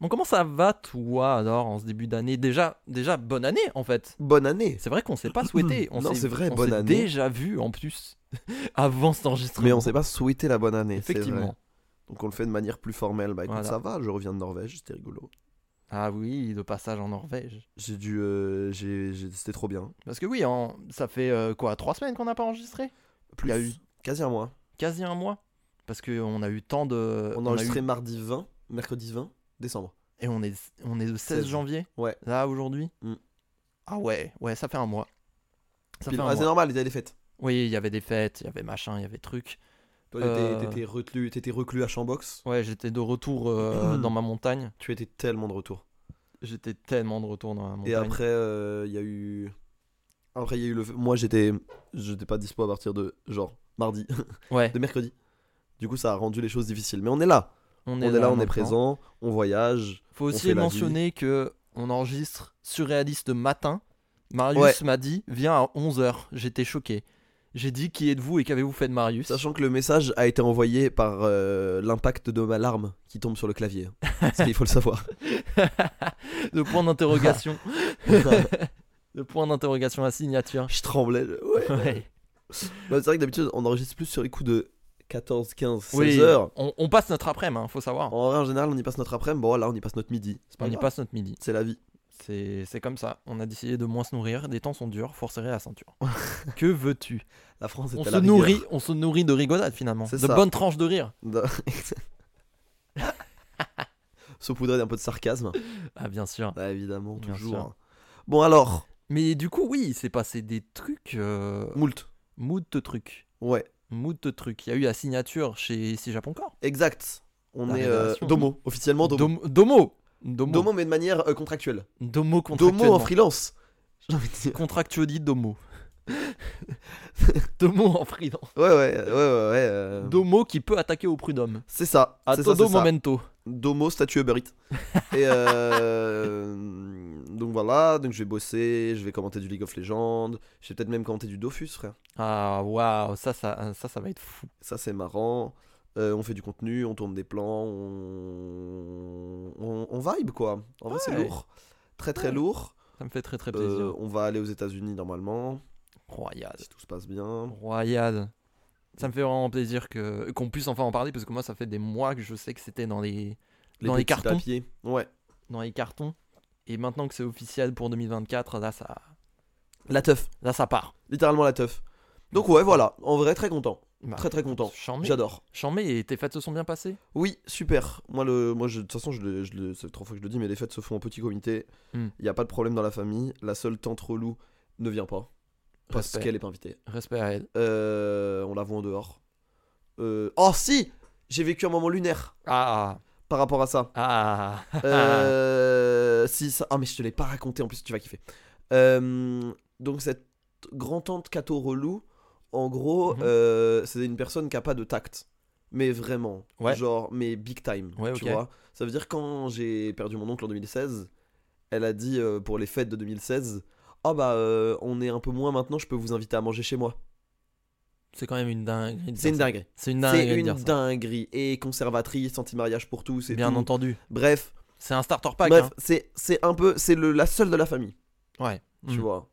[SPEAKER 2] Bon, comment ça va, toi, alors, en ce début d'année déjà, déjà, bonne année, en fait.
[SPEAKER 1] Bonne année
[SPEAKER 2] C'est vrai qu'on s'est
[SPEAKER 1] *clears throat*
[SPEAKER 2] pas souhaité. On
[SPEAKER 1] Non,
[SPEAKER 2] s'est-
[SPEAKER 1] c'est vrai,
[SPEAKER 2] on
[SPEAKER 1] bonne
[SPEAKER 2] s'est
[SPEAKER 1] année.
[SPEAKER 2] déjà vu, en plus, *laughs* avant cet enregistrement.
[SPEAKER 1] Mais on s'est pas souhaité la bonne année. c'est vrai.
[SPEAKER 2] Effectivement.
[SPEAKER 1] Donc on le fait de manière plus formelle. Bah écoute,
[SPEAKER 2] Voilà.
[SPEAKER 1] ça va, je reviens de Norvège, c'était rigolo.
[SPEAKER 2] Ah oui, de passage en Norvège.
[SPEAKER 1] J'ai dû. euh, j'ai- j'ai- C'était trop bien.
[SPEAKER 2] Parce que oui, en- ça fait euh, quoi, trois semaines qu'on n'a pas enregistré
[SPEAKER 1] Plus.
[SPEAKER 2] Il y a eu-
[SPEAKER 1] Quasi un mois.
[SPEAKER 2] Quasi un mois. Parce qu'on a eu tant de.
[SPEAKER 1] on
[SPEAKER 2] Euh, on
[SPEAKER 1] a
[SPEAKER 2] a
[SPEAKER 1] enregistré
[SPEAKER 2] eu-
[SPEAKER 1] mardi 20, mercredi 20 décembre.
[SPEAKER 2] Et on est, on est le 16,
[SPEAKER 1] 16.
[SPEAKER 2] janvier
[SPEAKER 1] Ouais.
[SPEAKER 2] Là, aujourd'hui
[SPEAKER 1] Mm.
[SPEAKER 2] Ah ouais, ouais, ça fait un mois. Ça
[SPEAKER 1] Puis-
[SPEAKER 2] fait un
[SPEAKER 1] ah, c'est
[SPEAKER 2] mois.
[SPEAKER 1] normal, il y a les fêtes.
[SPEAKER 2] Oui, il y avait des fêtes, il y avait machin, il y avait truc.
[SPEAKER 1] Toi, t'étais-
[SPEAKER 2] Euh.
[SPEAKER 1] t'étais reclus, t'étais reclus à Chambox.
[SPEAKER 2] Ouais, j'étais de
[SPEAKER 1] *clears throat*
[SPEAKER 2] retour euh, dans ma montagne.
[SPEAKER 1] Tu étais tellement de retour.
[SPEAKER 2] J'étais tellement de retour dans ma montagne.
[SPEAKER 1] Et après, euh, il y a eu. Après, il y a eu le. Moi, j'étais. J'étais pas dispo à partir de. Genre, mardi. *laughs*
[SPEAKER 2] Ouais,
[SPEAKER 1] de mercredi. Du coup, ça a rendu les choses difficiles. Mais on est là.
[SPEAKER 2] on
[SPEAKER 1] On
[SPEAKER 2] est,
[SPEAKER 1] est, là, on est
[SPEAKER 2] maintenant.
[SPEAKER 1] présent. On voyage.
[SPEAKER 2] Faut
[SPEAKER 1] fait
[SPEAKER 2] aussi
[SPEAKER 1] la vie.
[SPEAKER 2] mentionner que on enregistre surréaliste matin. Marius
[SPEAKER 1] Ouais.
[SPEAKER 2] m'a dit viens à 11h. J'étais choqué. J'ai dit qui êtes-vous et qu'avez-vous fait de Marius
[SPEAKER 1] Sachant que le message a été envoyé par euh, l'impact de ma larme qui tombe sur le clavier. Parce qu'il faut le
[SPEAKER 2] *laughs*
[SPEAKER 1] savoir.
[SPEAKER 2] Le point
[SPEAKER 1] *laughs*
[SPEAKER 2] d'interrogation. Le point d'interrogation à signature.
[SPEAKER 1] je tremblais. je- Ouais.
[SPEAKER 2] Ouais.
[SPEAKER 1] Non, Bah, C'est vrai que d'habitude, on enregistre plus sur les coups de 14, 15, 16
[SPEAKER 2] Oui,
[SPEAKER 1] heures.
[SPEAKER 2] On, on passe notre après-midi, hein, faut savoir.
[SPEAKER 1] En vrai, en général, on y passe notre après-midi. Bon, là, on y passe notre midi. C'est pas
[SPEAKER 2] On y
[SPEAKER 1] grave.
[SPEAKER 2] passe notre midi.
[SPEAKER 1] C'est la vie.
[SPEAKER 2] C'est c'est comme ça. On a décidé de moins se nourrir. Les temps sont durs, faut serrer
[SPEAKER 1] *laughs*
[SPEAKER 2] la ceinture. que veux-tu
[SPEAKER 1] La France est
[SPEAKER 2] On
[SPEAKER 1] à
[SPEAKER 2] se
[SPEAKER 1] la rigueur.
[SPEAKER 2] nourrit,
[SPEAKER 1] *laughs*
[SPEAKER 2] on se nourrit de rigolade finalement,
[SPEAKER 1] C'est
[SPEAKER 2] de
[SPEAKER 1] ça.
[SPEAKER 2] bonnes tranches de rire.
[SPEAKER 1] Non. *laughs* Saupoudré d'un peu de sarcasme.
[SPEAKER 2] Ah bien sûr.
[SPEAKER 1] Bah, évidemment,
[SPEAKER 2] Bien
[SPEAKER 1] toujours.
[SPEAKER 2] sûr.
[SPEAKER 1] hein. Bon, alors,
[SPEAKER 2] Mais du coup, oui, il s'est passé des trucs. Euh...
[SPEAKER 1] Moult.
[SPEAKER 2] Moult trucs.
[SPEAKER 1] Ouais,
[SPEAKER 2] Moult trucs. Il y a eu la signature chez Si Japon Corps.
[SPEAKER 1] exact. On
[SPEAKER 2] La
[SPEAKER 1] est euh,
[SPEAKER 2] révélation.
[SPEAKER 1] Domo, officiellement Domo.
[SPEAKER 2] Dom- Domo. Domo.
[SPEAKER 1] Domo, mais de manière euh, contractuelle. Domo
[SPEAKER 2] Domo contractuellement.
[SPEAKER 1] en freelance. J'ai envie de dire. *laughs*
[SPEAKER 2] Contractuoli Domo. Domo en freelance.
[SPEAKER 1] Ouais, ouais, ouais, ouais. ouais euh,
[SPEAKER 2] Domo qui peut attaquer au prud'homme.
[SPEAKER 1] C'est ça.
[SPEAKER 2] À
[SPEAKER 1] c'est Ah, ça,
[SPEAKER 2] todo
[SPEAKER 1] c'est ça.
[SPEAKER 2] momento.
[SPEAKER 1] Domo, statue Uber Eats.
[SPEAKER 2] *laughs*
[SPEAKER 1] Et euh, donc voilà, donc je vais bosser, je vais commenter du League of Legends, je vais peut-être même commenter du Dofus, frère.
[SPEAKER 2] Ah, waouh, ça ça, ça, ça va être fou.
[SPEAKER 1] Ça, c'est marrant. Euh, on fait du contenu, on tourne des plans, on, on, on vibe quoi. En vrai, c'est
[SPEAKER 2] Ouais.
[SPEAKER 1] lourd. Très très
[SPEAKER 2] Ouais.
[SPEAKER 1] lourd.
[SPEAKER 2] Ça me fait très très plaisir.
[SPEAKER 1] Euh, on va aller aux États-Unis normalement,
[SPEAKER 2] Royal.
[SPEAKER 1] si tout se passe bien.
[SPEAKER 2] Royal. Ça me fait vraiment plaisir que qu'on puisse enfin en parler parce que moi ça fait des mois que je sais que c'était dans les Dans les
[SPEAKER 1] petits
[SPEAKER 2] cartons.
[SPEAKER 1] papiers. Ouais.
[SPEAKER 2] dans les cartons et maintenant que c'est officiel pour 2024 là ça
[SPEAKER 1] La teuf.
[SPEAKER 2] là ça part.
[SPEAKER 1] Littéralement la teuf. Donc ouais, voilà. En vrai, très content.
[SPEAKER 2] Bah,
[SPEAKER 1] Très très content.
[SPEAKER 2] Chambé.
[SPEAKER 1] J'adore.
[SPEAKER 2] Chambé et tes fêtes se sont bien passées
[SPEAKER 1] Oui, super. Moi, le, moi je- de toute façon, je le, je le- c'est trois fois que je le dis, mais les fêtes se font en petit comité. Il
[SPEAKER 2] Hmm.
[SPEAKER 1] n'y a pas de problème dans la famille. La seule tante relou ne vient pas parce
[SPEAKER 2] Respect.
[SPEAKER 1] qu'elle est pas invitée.
[SPEAKER 2] Respect à elle.
[SPEAKER 1] Euh, on la voit en dehors. Euh, Oh si J'ai vécu un moment lunaire
[SPEAKER 2] Ah
[SPEAKER 1] par rapport à ça.
[SPEAKER 2] ah
[SPEAKER 1] Euh, si ça... Ah mais je te l'ai pas raconté en plus, tu vas kiffer. Euh, donc cette grand-tante Cato relou, en gros,
[SPEAKER 2] Mhm.
[SPEAKER 1] euh, c'est une personne qui a pas de tact. Mais vraiment,
[SPEAKER 2] Ouais.
[SPEAKER 1] genre, mais big time,
[SPEAKER 2] Ouais,
[SPEAKER 1] tu
[SPEAKER 2] ok.
[SPEAKER 1] vois. Ça veut dire quand j'ai perdu mon oncle en 2016, elle a dit euh, pour les fêtes de 2016, ah bah euh, on est un peu moins maintenant, je peux vous inviter à manger chez moi.
[SPEAKER 2] C'est quand même une dinguerie. de
[SPEAKER 1] C'est une
[SPEAKER 2] dire ça.
[SPEAKER 1] dinguerie.
[SPEAKER 2] C'est une
[SPEAKER 1] C'est
[SPEAKER 2] dinguerie. de
[SPEAKER 1] une
[SPEAKER 2] dire ça.
[SPEAKER 1] dinguerie et conservatrice, anti-mariage pour tous et
[SPEAKER 2] Bien
[SPEAKER 1] tout.
[SPEAKER 2] entendu.
[SPEAKER 1] Bref,
[SPEAKER 2] C'est un starter pack.
[SPEAKER 1] bref,
[SPEAKER 2] hein.
[SPEAKER 1] c'est c'est un peu c'est le la seule de la famille,
[SPEAKER 2] Ouais.
[SPEAKER 1] tu
[SPEAKER 2] Mm.
[SPEAKER 1] vois.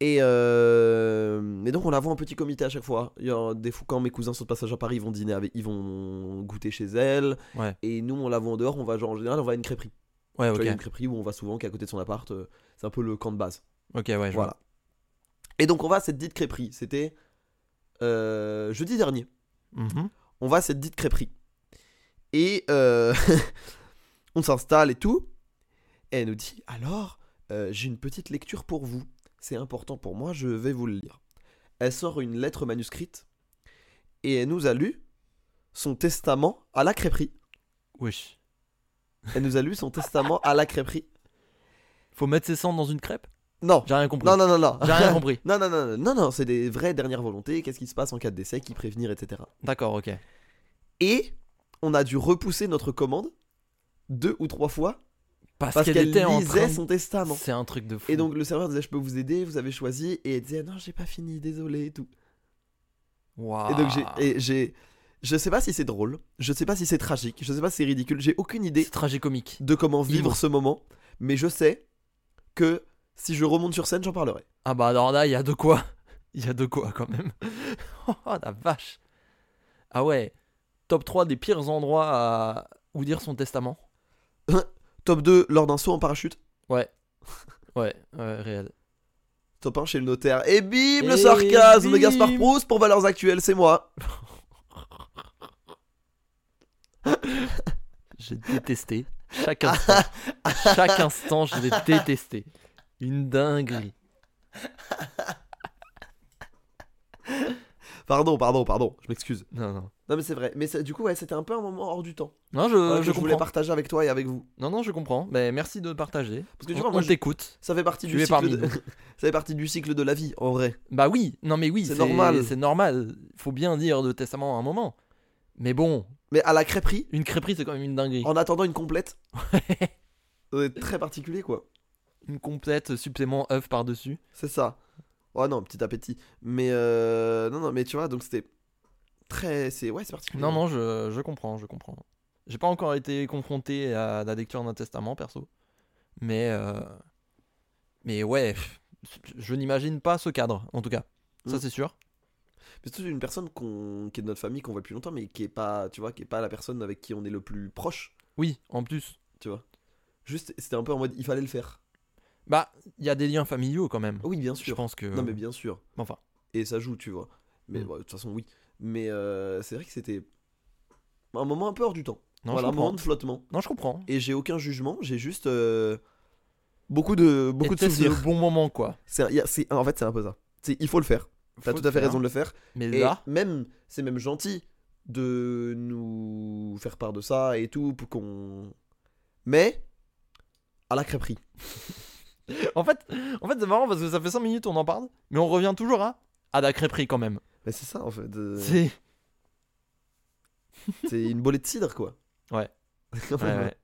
[SPEAKER 1] Et euh, mais donc on la voit en petit comité à chaque fois. Il y a des fous quand mes cousins sont de passage à Paris, ils vont dîner avec, ils vont goûter chez elle.
[SPEAKER 2] Ouais.
[SPEAKER 1] Et nous on la voit en dehors, on va genre en général on va à une crêperie.
[SPEAKER 2] Ouais.
[SPEAKER 1] Tu vois, il y a une
[SPEAKER 2] Ok.
[SPEAKER 1] crêperie où on va souvent qui est à côté de son appart. euh, C'est un peu le camp de base.
[SPEAKER 2] Ok. Ouais. Je
[SPEAKER 1] voilà. Et donc on va à cette dite crêperie. C'était euh, jeudi dernier.
[SPEAKER 2] vois. Mhm.
[SPEAKER 1] on va à cette dite crêperie. Et euh, *laughs* on s'installe et tout. Et elle nous dit Alors, euh, j'ai une petite lecture pour vous. C'est important pour moi, je vais vous le lire. Elle sort une lettre manuscrite et elle nous a lu son testament à la crêperie.
[SPEAKER 2] Wesh.
[SPEAKER 1] Elle nous a lu son testament à la crêperie.
[SPEAKER 2] Faut mettre ses cendres dans une crêpe
[SPEAKER 1] Non,
[SPEAKER 2] J'ai rien compris.
[SPEAKER 1] non, non, non, non. *laughs*
[SPEAKER 2] J'ai rien compris.
[SPEAKER 1] Non, non, non, non, non, non, c'est des vraies dernières volontés. Qu'est-ce qui se passe en cas de décès, qui prévenir, etc.
[SPEAKER 2] D'accord. Ok.
[SPEAKER 1] Et on a dû repousser notre commande deux ou trois fois
[SPEAKER 2] Parce,
[SPEAKER 1] parce
[SPEAKER 2] qu'elle
[SPEAKER 1] qu'elle
[SPEAKER 2] était en
[SPEAKER 1] lisait
[SPEAKER 2] train. de-
[SPEAKER 1] son testament.
[SPEAKER 2] C'est un truc de fou.
[SPEAKER 1] Et donc le serveur disait je peux vous aider, vous avez choisi et elle disait non j'ai pas fini, désolé et tout.
[SPEAKER 2] Waouh.
[SPEAKER 1] Et donc j'ai, et j'ai, je sais pas si c'est drôle, je sais pas si c'est tragique, je sais pas si c'est ridicule, j'ai aucune idée
[SPEAKER 2] C'est tragicomique.
[SPEAKER 1] de comment vivre
[SPEAKER 2] Ivre.
[SPEAKER 1] ce moment, mais je sais que si je remonte sur scène j'en parlerai.
[SPEAKER 2] Ah bah alors là, il y a de quoi. *laughs* Il y a de quoi quand même. *laughs* oh la vache. Ah ouais. Top 3 des pires endroits à... où dire son testament.
[SPEAKER 1] Top 2 lors d'un saut en parachute,
[SPEAKER 2] Ouais, ouais, réel.
[SPEAKER 1] top 1 chez le notaire et bim le
[SPEAKER 2] Et
[SPEAKER 1] sarcasme de
[SPEAKER 2] bim.
[SPEAKER 1] Gaspard Proust pour Valeurs Actuelles c'est moi.
[SPEAKER 2] J'ai *laughs* détesté. Chaque instant. Chaque instant, je l'ai détesté. Une dinguerie.
[SPEAKER 1] Pardon pardon pardon, je m'excuse.
[SPEAKER 2] Non, non.
[SPEAKER 1] Non mais c'est vrai, mais ça- du coup ouais, c'était un peu un moment hors du temps
[SPEAKER 2] Non, je,
[SPEAKER 1] euh, que
[SPEAKER 2] je
[SPEAKER 1] je voulais
[SPEAKER 2] comprends.
[SPEAKER 1] partager avec toi et avec vous.
[SPEAKER 2] Non, non, je comprends. Mais merci de partager.
[SPEAKER 1] Parce que tu
[SPEAKER 2] On-
[SPEAKER 1] vois, moi,
[SPEAKER 2] on
[SPEAKER 1] je-
[SPEAKER 2] t'écoute.
[SPEAKER 1] Ça fait partie
[SPEAKER 2] Tu
[SPEAKER 1] du
[SPEAKER 2] es
[SPEAKER 1] cycle
[SPEAKER 2] parmi
[SPEAKER 1] de- *laughs*
[SPEAKER 2] nous.
[SPEAKER 1] ça fait partie du cycle de la vie en vrai.
[SPEAKER 2] Bah oui, non mais oui,
[SPEAKER 1] C'est normal.
[SPEAKER 2] C'est normal. Faut bien dire de testament à un moment. Mais bon,
[SPEAKER 1] Mais à la crêperie,
[SPEAKER 2] une crêperie, c'est quand même une dinguerie.
[SPEAKER 1] en attendant une complète,
[SPEAKER 2] *laughs*
[SPEAKER 1] c'est très particulier quoi.
[SPEAKER 2] Une complète supplément œuf par-dessus.
[SPEAKER 1] C'est ça. Oh non, petit appétit. Mais euh, non, non, mais tu vois, donc c'était très, c'est ouais, c'est particulier.
[SPEAKER 2] Non, non, je, je comprends, je comprends. J'ai pas encore été confronté à la lecture d'un testament, perso. Mais, euh, mais ouais, pff, je n'imagine pas ce cadre, en tout cas. Ça,
[SPEAKER 1] Mm.
[SPEAKER 2] c'est sûr.
[SPEAKER 1] Mais c'est une personne qu'on, qui est de notre famille, qu'on voit depuis longtemps, mais qui est pas, tu vois, qui est pas la personne avec qui on est le plus proche.
[SPEAKER 2] Oui, en plus.
[SPEAKER 1] Juste, c'était un peu en mode, il fallait le faire.
[SPEAKER 2] Bah, il y a des liens familiaux quand même.
[SPEAKER 1] Oui, Oh, bien
[SPEAKER 2] Je
[SPEAKER 1] sûr.
[SPEAKER 2] pense que.
[SPEAKER 1] Non, mais bien sûr.
[SPEAKER 2] Enfin.
[SPEAKER 1] Et ça joue, tu vois. Mais
[SPEAKER 2] Mm.
[SPEAKER 1] bah, de toute façon, oui. Mais euh, c'est vrai que c'était un moment un peu hors du temps.
[SPEAKER 2] Non,
[SPEAKER 1] voilà,
[SPEAKER 2] je
[SPEAKER 1] un moment
[SPEAKER 2] comprends.
[SPEAKER 1] de flottement.
[SPEAKER 2] Non, je comprends.
[SPEAKER 1] et j'ai aucun jugement, j'ai juste euh, beaucoup de beaucoup
[SPEAKER 2] Était-ce
[SPEAKER 1] de souvenirs.
[SPEAKER 2] le bon moment, quoi.
[SPEAKER 1] C'est, y a- c'est- en fait, c'est un peu ça. C'est, il faut le faire. T'as
[SPEAKER 2] Faut
[SPEAKER 1] tout à fait
[SPEAKER 2] faire.
[SPEAKER 1] raison de le faire.
[SPEAKER 2] Mais
[SPEAKER 1] Et
[SPEAKER 2] là,
[SPEAKER 1] même, c'est même gentil de nous faire part de ça et tout pour qu'on. Mais à la crêperie.
[SPEAKER 2] En fait, en fait c'est marrant parce que ça fait 5 minutes on en parle, mais on revient toujours à à la crêperie quand même.
[SPEAKER 1] Mais c'est ça en fait. euh,
[SPEAKER 2] C'est
[SPEAKER 1] *laughs* C'est une bolée de cidre quoi. *laughs*
[SPEAKER 2] Ouais.
[SPEAKER 1] C'est quand
[SPEAKER 2] Ouais,
[SPEAKER 1] même-
[SPEAKER 2] ouais.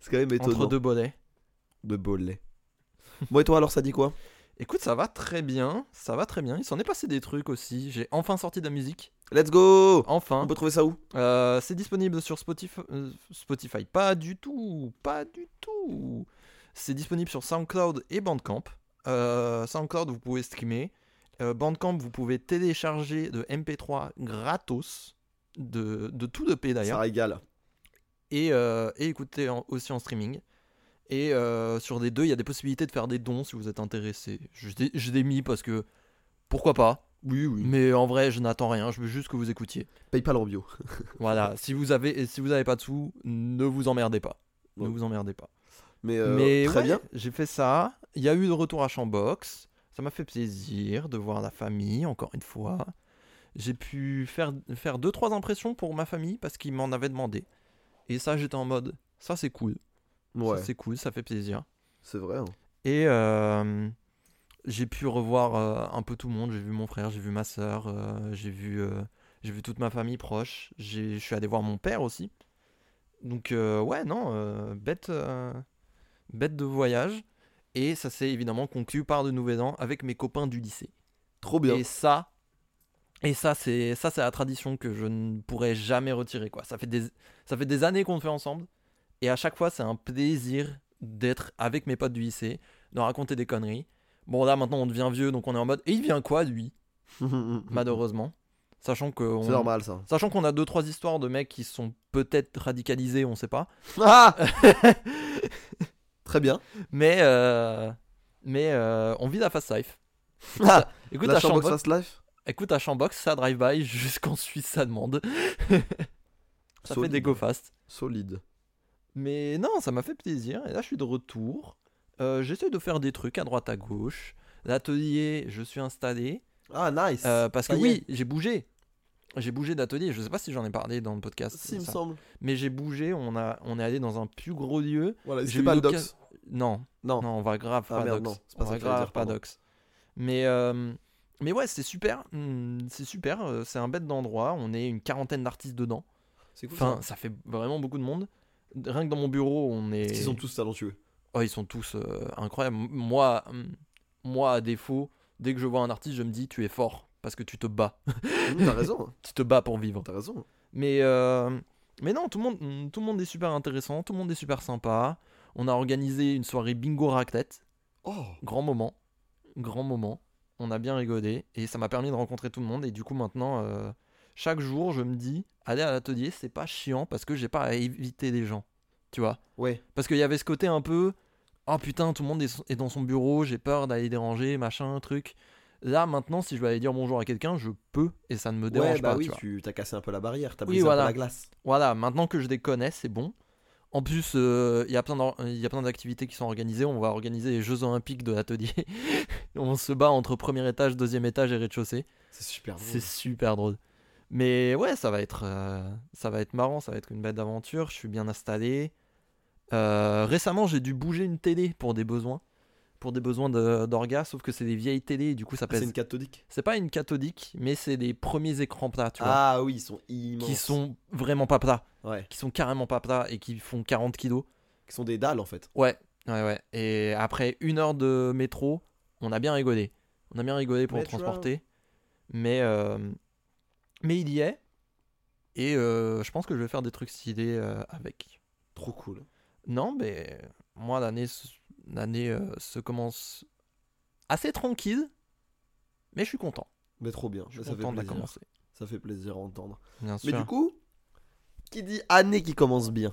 [SPEAKER 1] c'est quand même étonnant.
[SPEAKER 2] *laughs* entre deux bolets.
[SPEAKER 1] De bolée. Bon et toi alors ça dit quoi
[SPEAKER 2] Écoute, ça va très bien, ça va très bien. Il s'en est passé des trucs aussi. J'ai enfin sorti de la musique.
[SPEAKER 1] Let's go
[SPEAKER 2] Enfin,
[SPEAKER 1] On peut trouver ça où
[SPEAKER 2] Euh, c'est disponible sur Spotif- euh, Spotify. Pas du tout, pas du tout. C'est disponible sur SoundCloud et Bandcamp. Euh, SoundCloud, vous pouvez streamer. Euh, Bandcamp, vous pouvez télécharger de MP3 gratos, de, de tout de P
[SPEAKER 1] Ça
[SPEAKER 2] d'ailleurs,
[SPEAKER 1] régale.
[SPEAKER 2] et, euh, et écouter en- aussi en streaming. Et euh, sur des deux, il y a des possibilités de faire des dons si vous êtes intéressé. Je l'ai- je l'ai mis parce que pourquoi pas,
[SPEAKER 1] Oui oui.
[SPEAKER 2] mais en vrai, je n'attends rien, je veux juste que vous écoutiez.
[SPEAKER 1] Paypal en bio. *laughs*
[SPEAKER 2] Voilà, si vous avez et si vous avez pas de sous, ne vous emmerdez pas. Ne
[SPEAKER 1] Ouais.
[SPEAKER 2] vous emmerdez pas.
[SPEAKER 1] Mais, euh,
[SPEAKER 2] Mais
[SPEAKER 1] très
[SPEAKER 2] ouais,
[SPEAKER 1] bien.
[SPEAKER 2] j'ai fait ça. Il y a eu de retour à Chambox. Ça m'a fait plaisir de voir la famille encore une fois. J'ai pu faire faire deux trois impressions pour ma famille parce qu'ils m'en avaient demandé. Et ça, j'étais en mode, ça c'est cool.
[SPEAKER 1] Ouais.
[SPEAKER 2] Ça c'est cool, ça fait plaisir.
[SPEAKER 1] C'est vrai. hein.
[SPEAKER 2] Et euh, j'ai pu revoir euh, un peu tout le monde. J'ai vu mon frère, j'ai vu ma soeur, j'ai vu, euh, j'ai vu toute ma famille proche. J'ai- Je suis allé voir mon père aussi. Donc, euh, ouais, non, euh, bête, euh, bête de voyage. Et ça s'est évidemment conclu par de nouvel an avec mes copains du lycée.
[SPEAKER 1] Trop bien.
[SPEAKER 2] Et
[SPEAKER 1] *laughs*
[SPEAKER 2] ça, et ça c'est ça c'est la tradition que je ne pourrais jamais retirer quoi. Ça fait des ça fait des années qu'on le fait ensemble et à chaque fois c'est un plaisir d'être avec mes potes du lycée, de raconter des conneries. Bon là maintenant on devient vieux donc on est en mode et il vient quoi lui malheureusement, sachant que on-
[SPEAKER 1] Mhm. C'est normal ça.
[SPEAKER 2] Sachant qu'on a deux trois histoires de mecs qui sont peut-être radicalisés, on sait pas.
[SPEAKER 1] Ah *laughs* Très bien.
[SPEAKER 2] Mais euh, mais euh, on vit la fast
[SPEAKER 1] *laughs*
[SPEAKER 2] life. Écoute,
[SPEAKER 1] Ah,
[SPEAKER 2] à- écoute
[SPEAKER 1] La
[SPEAKER 2] à
[SPEAKER 1] Shambox
[SPEAKER 2] Chambox-
[SPEAKER 1] Fast Life
[SPEAKER 2] Écoute, à Chambox, ça drive by *laughs* jusqu'en Suisse, ça demande. *laughs* ça fait
[SPEAKER 1] Solide.
[SPEAKER 2] des go fast.
[SPEAKER 1] Solide.
[SPEAKER 2] Mais non, ça m'a fait plaisir. Et là, je suis de retour. Euh, J'essaie de faire des trucs à droite à gauche. L'atelier, je suis installé.
[SPEAKER 1] Ah nice.
[SPEAKER 2] Euh, parce que
[SPEAKER 1] Ça y
[SPEAKER 2] oui, j'ai bougé. J'ai bougé d'atelier. Je sais pas si j'en ai parlé dans le podcast.
[SPEAKER 1] Si, il me
[SPEAKER 2] ça.
[SPEAKER 1] semble.
[SPEAKER 2] Mais j'ai bougé. On, a, on est allé dans un plus gros lieu.
[SPEAKER 1] Voilà,
[SPEAKER 2] J'ai
[SPEAKER 1] c'est
[SPEAKER 2] eu
[SPEAKER 1] pas le docs.
[SPEAKER 2] l'occasion- Non,
[SPEAKER 1] Non.
[SPEAKER 2] non, on va grave
[SPEAKER 1] Ah,
[SPEAKER 2] pas
[SPEAKER 1] merde,
[SPEAKER 2] dox.
[SPEAKER 1] non, c'est pas
[SPEAKER 2] on
[SPEAKER 1] ça
[SPEAKER 2] va
[SPEAKER 1] que j'allais
[SPEAKER 2] grave
[SPEAKER 1] dire,
[SPEAKER 2] pas
[SPEAKER 1] pardon.
[SPEAKER 2] dox. Mais, euh, mais ouais, c'est super. hmm, C'est super. euh, C'est un bête d'endroit. On est une quarantaine d'artistes dedans.
[SPEAKER 1] C'est cool.
[SPEAKER 2] Enfin,
[SPEAKER 1] ça.
[SPEAKER 2] ça fait vraiment beaucoup de monde. Rien que dans mon bureau, on est.
[SPEAKER 1] Ils sont tous talentueux.
[SPEAKER 2] Oh, ils sont tous euh, incroyables. M- Moi, hum, moi, à défaut, dès que je vois un artiste, je me dis tu es fort parce que tu te bats. *laughs*
[SPEAKER 1] Mmh, T'as raison. hein.
[SPEAKER 2] tu te bats pour vivre.
[SPEAKER 1] T'as raison.
[SPEAKER 2] Mais, euh, mais non, tout le, monde, hum, tout le monde est super intéressant, tout le monde est super sympa. On a organisé une soirée bingo raclette.
[SPEAKER 1] Oh.
[SPEAKER 2] Grand moment. Grand moment. On a bien rigolé et ça m'a permis de rencontrer tout le monde. Et du coup, maintenant, euh, chaque jour, je me dis aller à l'atelier, c'est pas chiant parce que j'ai pas à éviter les gens. Tu vois
[SPEAKER 1] Ouais.
[SPEAKER 2] Parce qu'il y avait ce côté un peu Oh putain, tout le monde est est dans son bureau, j'ai peur d'aller déranger, machin, truc. Là, maintenant, si je veux aller dire bonjour à quelqu'un, je peux et ça ne me dérange
[SPEAKER 1] Ouais, bah
[SPEAKER 2] pas. tu
[SPEAKER 1] oui,
[SPEAKER 2] vois.
[SPEAKER 1] tu t'as cassé un peu la barrière, t'as
[SPEAKER 2] Oui,
[SPEAKER 1] brisé un
[SPEAKER 2] voilà.
[SPEAKER 1] peu la glace.
[SPEAKER 2] Voilà, maintenant que je les connais, c'est bon. En plus, euh, il y a plein d'or- il y a plein d'activités qui sont organisées. On va organiser les Jeux Olympiques de l'atelier. *laughs* on se bat entre premier étage, deuxième étage et rez-de-chaussée.
[SPEAKER 1] C'est super drôle.
[SPEAKER 2] C'est super drôle. Mais ouais, ça va être, euh, ça va être marrant, ça va être une belle aventure. Je suis bien installé. Euh, récemment, j'ai dû bouger une télé pour des besoins, pour des besoins de- d'orga. Sauf que c'est des vieilles télés, et du coup, ça
[SPEAKER 1] Ah, c'est
[SPEAKER 2] pèse.
[SPEAKER 1] une cathodique.
[SPEAKER 2] C'est pas une cathodique, mais c'est des premiers écrans plats, tu vois,
[SPEAKER 1] Ah oui, ils sont immenses.
[SPEAKER 2] qui sont vraiment pas plats
[SPEAKER 1] Ouais.
[SPEAKER 2] qui sont carrément pas plats et qui font 40 kilos.
[SPEAKER 1] Qui sont des dalles en fait.
[SPEAKER 2] Ouais, ouais, ouais. Et après une heure de métro, on a bien rigolé. On a bien rigolé pour
[SPEAKER 1] Métro.
[SPEAKER 2] le transporter. Mais, euh, mais il y est. Et euh, je pense que je vais faire des trucs stylés euh, avec.
[SPEAKER 1] Trop cool.
[SPEAKER 2] Non, mais moi, l'année s- l'année euh, se commence assez tranquille. Mais je suis content.
[SPEAKER 1] Mais trop bien.
[SPEAKER 2] Je suis
[SPEAKER 1] ça fait
[SPEAKER 2] content de la
[SPEAKER 1] plaisir.
[SPEAKER 2] commencer.
[SPEAKER 1] Ça fait plaisir à entendre.
[SPEAKER 2] Bien
[SPEAKER 1] Mais
[SPEAKER 2] sûr.
[SPEAKER 1] du coup, qui dit année qui commence bien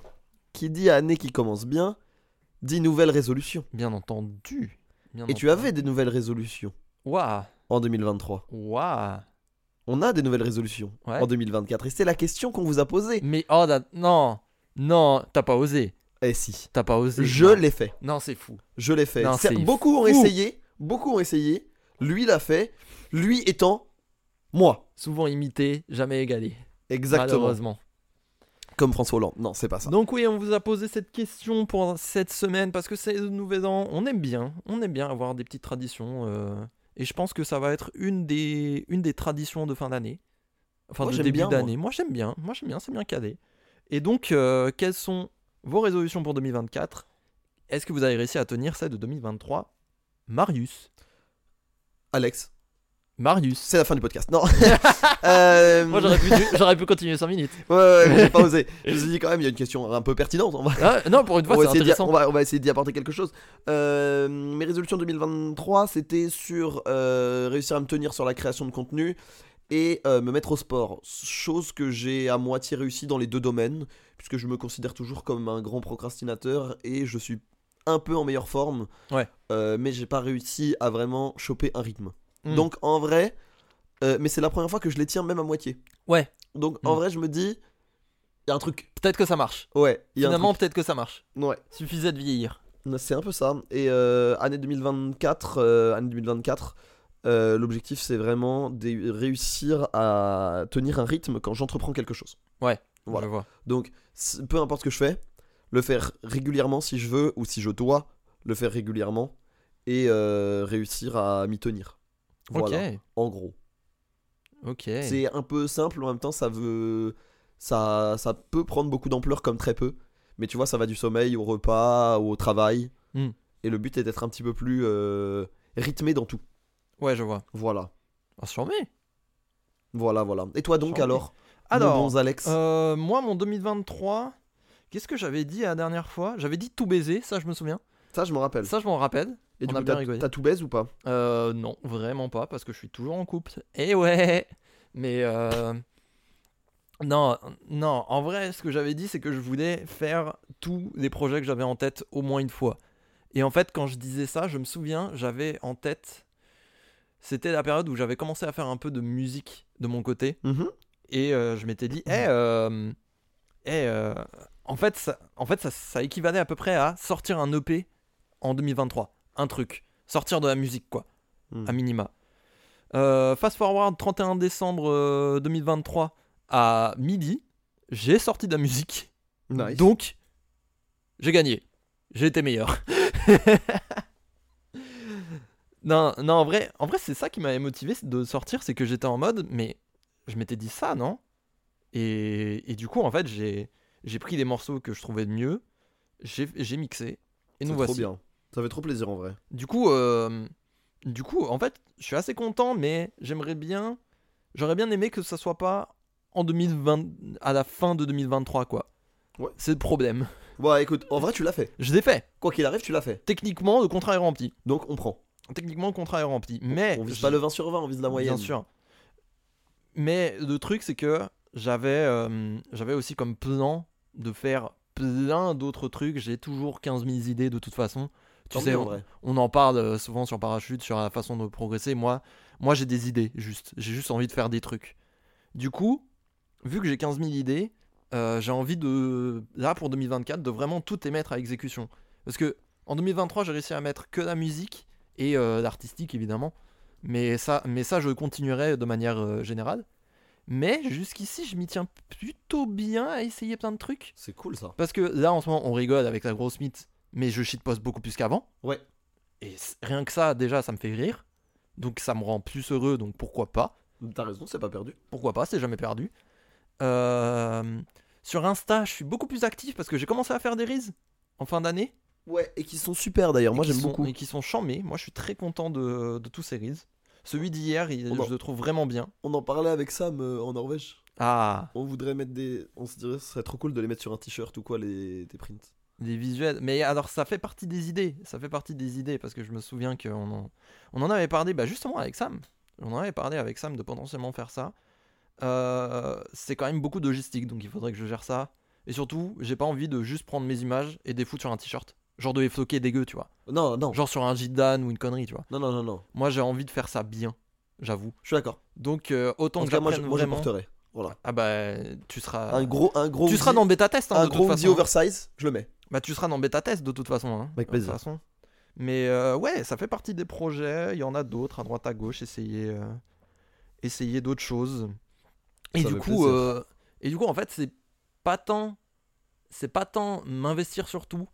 [SPEAKER 1] Qui dit année qui commence bien dit nouvelle résolution.
[SPEAKER 2] Bien entendu. Bien
[SPEAKER 1] Et tu
[SPEAKER 2] entendu.
[SPEAKER 1] avais des nouvelles résolutions
[SPEAKER 2] Waouh.
[SPEAKER 1] en 2023.
[SPEAKER 2] Waouh.
[SPEAKER 1] On a des nouvelles résolutions
[SPEAKER 2] Ouais.
[SPEAKER 1] en 2024. Et c'est la question qu'on vous a posée.
[SPEAKER 2] Mais oh là- non, non, t'as pas osé,
[SPEAKER 1] Eh si.
[SPEAKER 2] t'as pas osé.
[SPEAKER 1] Je
[SPEAKER 2] Non.
[SPEAKER 1] l'ai fait.
[SPEAKER 2] Non, c'est fou.
[SPEAKER 1] Je l'ai fait.
[SPEAKER 2] Non,
[SPEAKER 1] C'est-
[SPEAKER 2] c'est
[SPEAKER 1] Beaucoup ont
[SPEAKER 2] fou.
[SPEAKER 1] essayé. Beaucoup ont essayé. Lui l'a fait. Lui étant moi.
[SPEAKER 2] Souvent imité, jamais égalé.
[SPEAKER 1] Exactement.
[SPEAKER 2] Malheureusement.
[SPEAKER 1] Comme François Hollande. Non, c'est pas ça.
[SPEAKER 2] Donc oui, on vous a posé cette question pour cette semaine parce que c'est le nouvel an. On aime bien, on aime bien avoir des petites traditions. euh, et je pense que ça va être une des, une des traditions de fin d'année. Enfin,
[SPEAKER 1] Moi,
[SPEAKER 2] de
[SPEAKER 1] j'aime
[SPEAKER 2] début
[SPEAKER 1] bien, moi.
[SPEAKER 2] d'année. Moi, j'aime bien. Moi, j'aime bien. C'est bien cadé. Et donc, euh, quelles sont vos résolutions pour 2024 Est-ce que vous avez réussi à tenir celle de 2023 Marius.
[SPEAKER 1] Alex,
[SPEAKER 2] Marius.
[SPEAKER 1] c'est la fin du podcast.
[SPEAKER 2] *laughs*
[SPEAKER 1] Non. Euh,
[SPEAKER 2] Moi, j'aurais pu, j'aurais pu continuer 5 minutes.
[SPEAKER 1] Ouais, ouais, mais j'ai pas osé. Je me suis dit quand même, il y a une question un peu pertinente. On va,
[SPEAKER 2] Ah, non, pour une fois,
[SPEAKER 1] on va
[SPEAKER 2] c'est
[SPEAKER 1] essayer d'y-
[SPEAKER 2] intéressant.
[SPEAKER 1] on va- on va essayer d'y apporter quelque chose. Euh, mes résolutions 2023, c'était sur euh, réussir à me tenir sur la création de contenu et euh, me mettre au sport. Chose que j'ai à moitié réussi dans les deux domaines, puisque je me considère toujours comme un grand procrastinateur et je suis un peu en meilleure forme.
[SPEAKER 2] Ouais.
[SPEAKER 1] Euh, mais j'ai pas réussi à vraiment choper un rythme.
[SPEAKER 2] Hmm.
[SPEAKER 1] Donc en vrai, euh, mais c'est la première fois que je les tiens même à moitié.
[SPEAKER 2] Ouais.
[SPEAKER 1] Donc en
[SPEAKER 2] Hmm.
[SPEAKER 1] vrai, je me dis, il y a un truc.
[SPEAKER 2] Peut-être que ça marche.
[SPEAKER 1] Ouais, il y a un
[SPEAKER 2] Finalement, peut-être que ça marche.
[SPEAKER 1] truc. Ouais,
[SPEAKER 2] Suffisait de vieillir.
[SPEAKER 1] c'est un peu ça. Et euh, année 2024, euh, année 2024 euh, l'objectif c'est vraiment de réussir à tenir un rythme quand j'entreprends quelque chose. Voilà.
[SPEAKER 2] Je vois.
[SPEAKER 1] Donc c- peu importe ce que je fais, le faire régulièrement si je veux ou si je dois le faire régulièrement et euh, réussir à m'y tenir. Voilà, en gros.
[SPEAKER 2] Ok, ok.
[SPEAKER 1] C'est un peu simple, en même temps, ça veut. Ça, ça peut prendre beaucoup d'ampleur comme très peu. Mais tu vois, ça va du sommeil au repas, au travail.
[SPEAKER 2] Hmm.
[SPEAKER 1] Et le but est d'être un petit peu plus euh, rythmé dans tout.
[SPEAKER 2] Ouais, je vois.
[SPEAKER 1] Voilà.
[SPEAKER 2] On se remet.
[SPEAKER 1] Voilà, voilà. Et toi donc
[SPEAKER 2] Chambé.
[SPEAKER 1] alors mon
[SPEAKER 2] Alors,
[SPEAKER 1] bon Alex.
[SPEAKER 2] euh, moi, mon 2023, qu'est-ce que j'avais dit la dernière fois J'avais dit tout baiser, ça je me souviens.
[SPEAKER 1] Ça, je m'en rappelle.
[SPEAKER 2] Ça je m'en rappelle.
[SPEAKER 1] Et du
[SPEAKER 2] on a
[SPEAKER 1] coup,
[SPEAKER 2] bien
[SPEAKER 1] t'as
[SPEAKER 2] rigolé.
[SPEAKER 1] t'as tout baise ou pas
[SPEAKER 2] Euh, non, vraiment pas, parce que je suis toujours en couple. Eh ouais Mais... euh, Non, non, en vrai, ce que j'avais dit, c'est que je voulais faire tous les projets que j'avais en tête au moins une fois. Et en fait, quand je disais ça, je me souviens, j'avais en tête... C'était la période où j'avais commencé à faire un peu de musique de mon côté.
[SPEAKER 1] Mhm.
[SPEAKER 2] et euh, je m'étais dit, Eh, euh, eh, euh, en fait, ça, en fait ça, ça équivalait à peu près à sortir un EP en 2023, un truc, sortir de la musique quoi,
[SPEAKER 1] Hmm.
[SPEAKER 2] à minima. Euh, fast forward 31 décembre euh, 2023 à midi, j'ai sorti de la musique,
[SPEAKER 1] Nice.
[SPEAKER 2] donc j'ai gagné, j'ai été meilleur. *laughs* Non, non, en vrai, en vrai c'est ça qui m'avait motivé de sortir, c'est que j'étais en mode, mais je m'étais dit ça, non et, et du coup, en fait, j'ai j'ai pris les morceaux que je trouvais de mieux, j'ai j'ai mixé, et
[SPEAKER 1] C'est
[SPEAKER 2] nous
[SPEAKER 1] trop
[SPEAKER 2] voici.
[SPEAKER 1] bien. Ça fait trop plaisir en vrai.
[SPEAKER 2] Du coup, euh, du coup, en fait, je suis assez content, mais j'aimerais bien, j'aurais bien aimé que ça soit pas en 2020, à la fin de 2023, quoi.
[SPEAKER 1] Ouais.
[SPEAKER 2] C'est le problème.
[SPEAKER 1] Ouais, écoute, en vrai, tu l'as fait.
[SPEAKER 2] Je l'ai fait.
[SPEAKER 1] Quoi qu'il arrive, tu l'as fait.
[SPEAKER 2] Techniquement, le contrat est rempli.
[SPEAKER 1] Donc on prend.
[SPEAKER 2] Techniquement, le contrat est rempli. Mais
[SPEAKER 1] On vise pas le 20 sur 20, on vise la moyenne.
[SPEAKER 2] Bien sûr. Mais le truc, c'est que j'avais euh, j'avais aussi comme plan de faire plein d'autres trucs. J'ai toujours 15 000 idées de toute façon. Tu
[SPEAKER 1] Tant
[SPEAKER 2] sais,
[SPEAKER 1] mieux, en
[SPEAKER 2] on,
[SPEAKER 1] vrai.
[SPEAKER 2] on en parle euh, souvent sur Parachute, sur la façon de progresser. Moi, moi j'ai des idées, juste. J'ai juste envie de faire des trucs. Du coup, vu que j'ai 15 000 idées, euh, j'ai envie de, là pour 2024, de vraiment tout émettre à exécution. Parce que en 2023, j'ai réussi à mettre que la musique et euh, l'artistique, évidemment. Mais ça, mais ça, je continuerai de manière euh, générale. Mais jusqu'ici, je m'y tiens plutôt bien à essayer plein de trucs.
[SPEAKER 1] C'est cool ça.
[SPEAKER 2] Parce que là, en ce moment, on rigole avec la grosse mythe, mais je shitpost beaucoup plus qu'avant.
[SPEAKER 1] Ouais.
[SPEAKER 2] Et c- rien que ça, déjà, ça me fait rire. Donc ça me rend plus heureux, donc pourquoi pas
[SPEAKER 1] T'as raison, c'est pas perdu.
[SPEAKER 2] Pourquoi pas, c'est jamais perdu. Euh, Sur Insta, je suis beaucoup plus actif parce que j'ai commencé à faire des reels en fin d'année.
[SPEAKER 1] Ouais, et qui sont super d'ailleurs. Moi
[SPEAKER 2] Et qui
[SPEAKER 1] j'aime
[SPEAKER 2] sont-
[SPEAKER 1] beaucoup.
[SPEAKER 2] Et qui sont chambés. Moi, je suis très content de, de tous ces reels. Celui d'hier, il-
[SPEAKER 1] On en-
[SPEAKER 2] je le trouve vraiment bien.
[SPEAKER 1] On en parlait avec Sam euh, en Norvège.
[SPEAKER 2] Ah,
[SPEAKER 1] On voudrait mettre des. On se dirait ce serait trop cool de les mettre sur un t-shirt ou quoi, les... tes prints.
[SPEAKER 2] Des visuels. Mais alors, ça fait partie des idées. Ça fait partie des idées parce que je me souviens qu'on en, on en avait parlé bah, justement avec Sam. On en avait parlé avec Sam de potentiellement faire ça. Euh, c'est quand même beaucoup de logistique, donc il faudrait que je gère ça. Et surtout, j'ai pas envie de juste prendre mes images et des foutre sur un t-shirt. Genre de les floquer dégueu, tu vois.
[SPEAKER 1] Non, non,
[SPEAKER 2] Genre sur un gitan ou une connerie, tu vois.
[SPEAKER 1] non, non, non, non.
[SPEAKER 2] Moi, j'ai envie de faire ça bien, j'avoue.
[SPEAKER 1] Je suis d'accord.
[SPEAKER 2] Donc, euh, autant
[SPEAKER 1] En
[SPEAKER 2] que
[SPEAKER 1] tout cas, moi je,
[SPEAKER 2] j'apprenne
[SPEAKER 1] moi, je
[SPEAKER 2] vraiment.
[SPEAKER 1] porterai. Voilà.
[SPEAKER 2] Ah bah, tu seras.
[SPEAKER 1] Un gros. Un gros
[SPEAKER 2] Tu seras
[SPEAKER 1] hoodie-
[SPEAKER 2] dans le bêta test, hein,
[SPEAKER 1] Un
[SPEAKER 2] de
[SPEAKER 1] gros
[SPEAKER 2] toute
[SPEAKER 1] hoodie
[SPEAKER 2] façon.
[SPEAKER 1] oversize, je le mets.
[SPEAKER 2] Bah tu seras dans bêta test de toute façon. Hein,
[SPEAKER 1] Avec
[SPEAKER 2] de
[SPEAKER 1] plaisir.
[SPEAKER 2] toute façon. Mais euh, ouais, ça fait partie des projets. Il y en a d'autres à droite à gauche. Essayer, euh, essayer d'autres choses. Et
[SPEAKER 1] Ça
[SPEAKER 2] du
[SPEAKER 1] fait
[SPEAKER 2] coup,
[SPEAKER 1] plaisir.
[SPEAKER 2] euh, et du coup en fait c'est pas tant, c'est pas tant m'investir sur tout,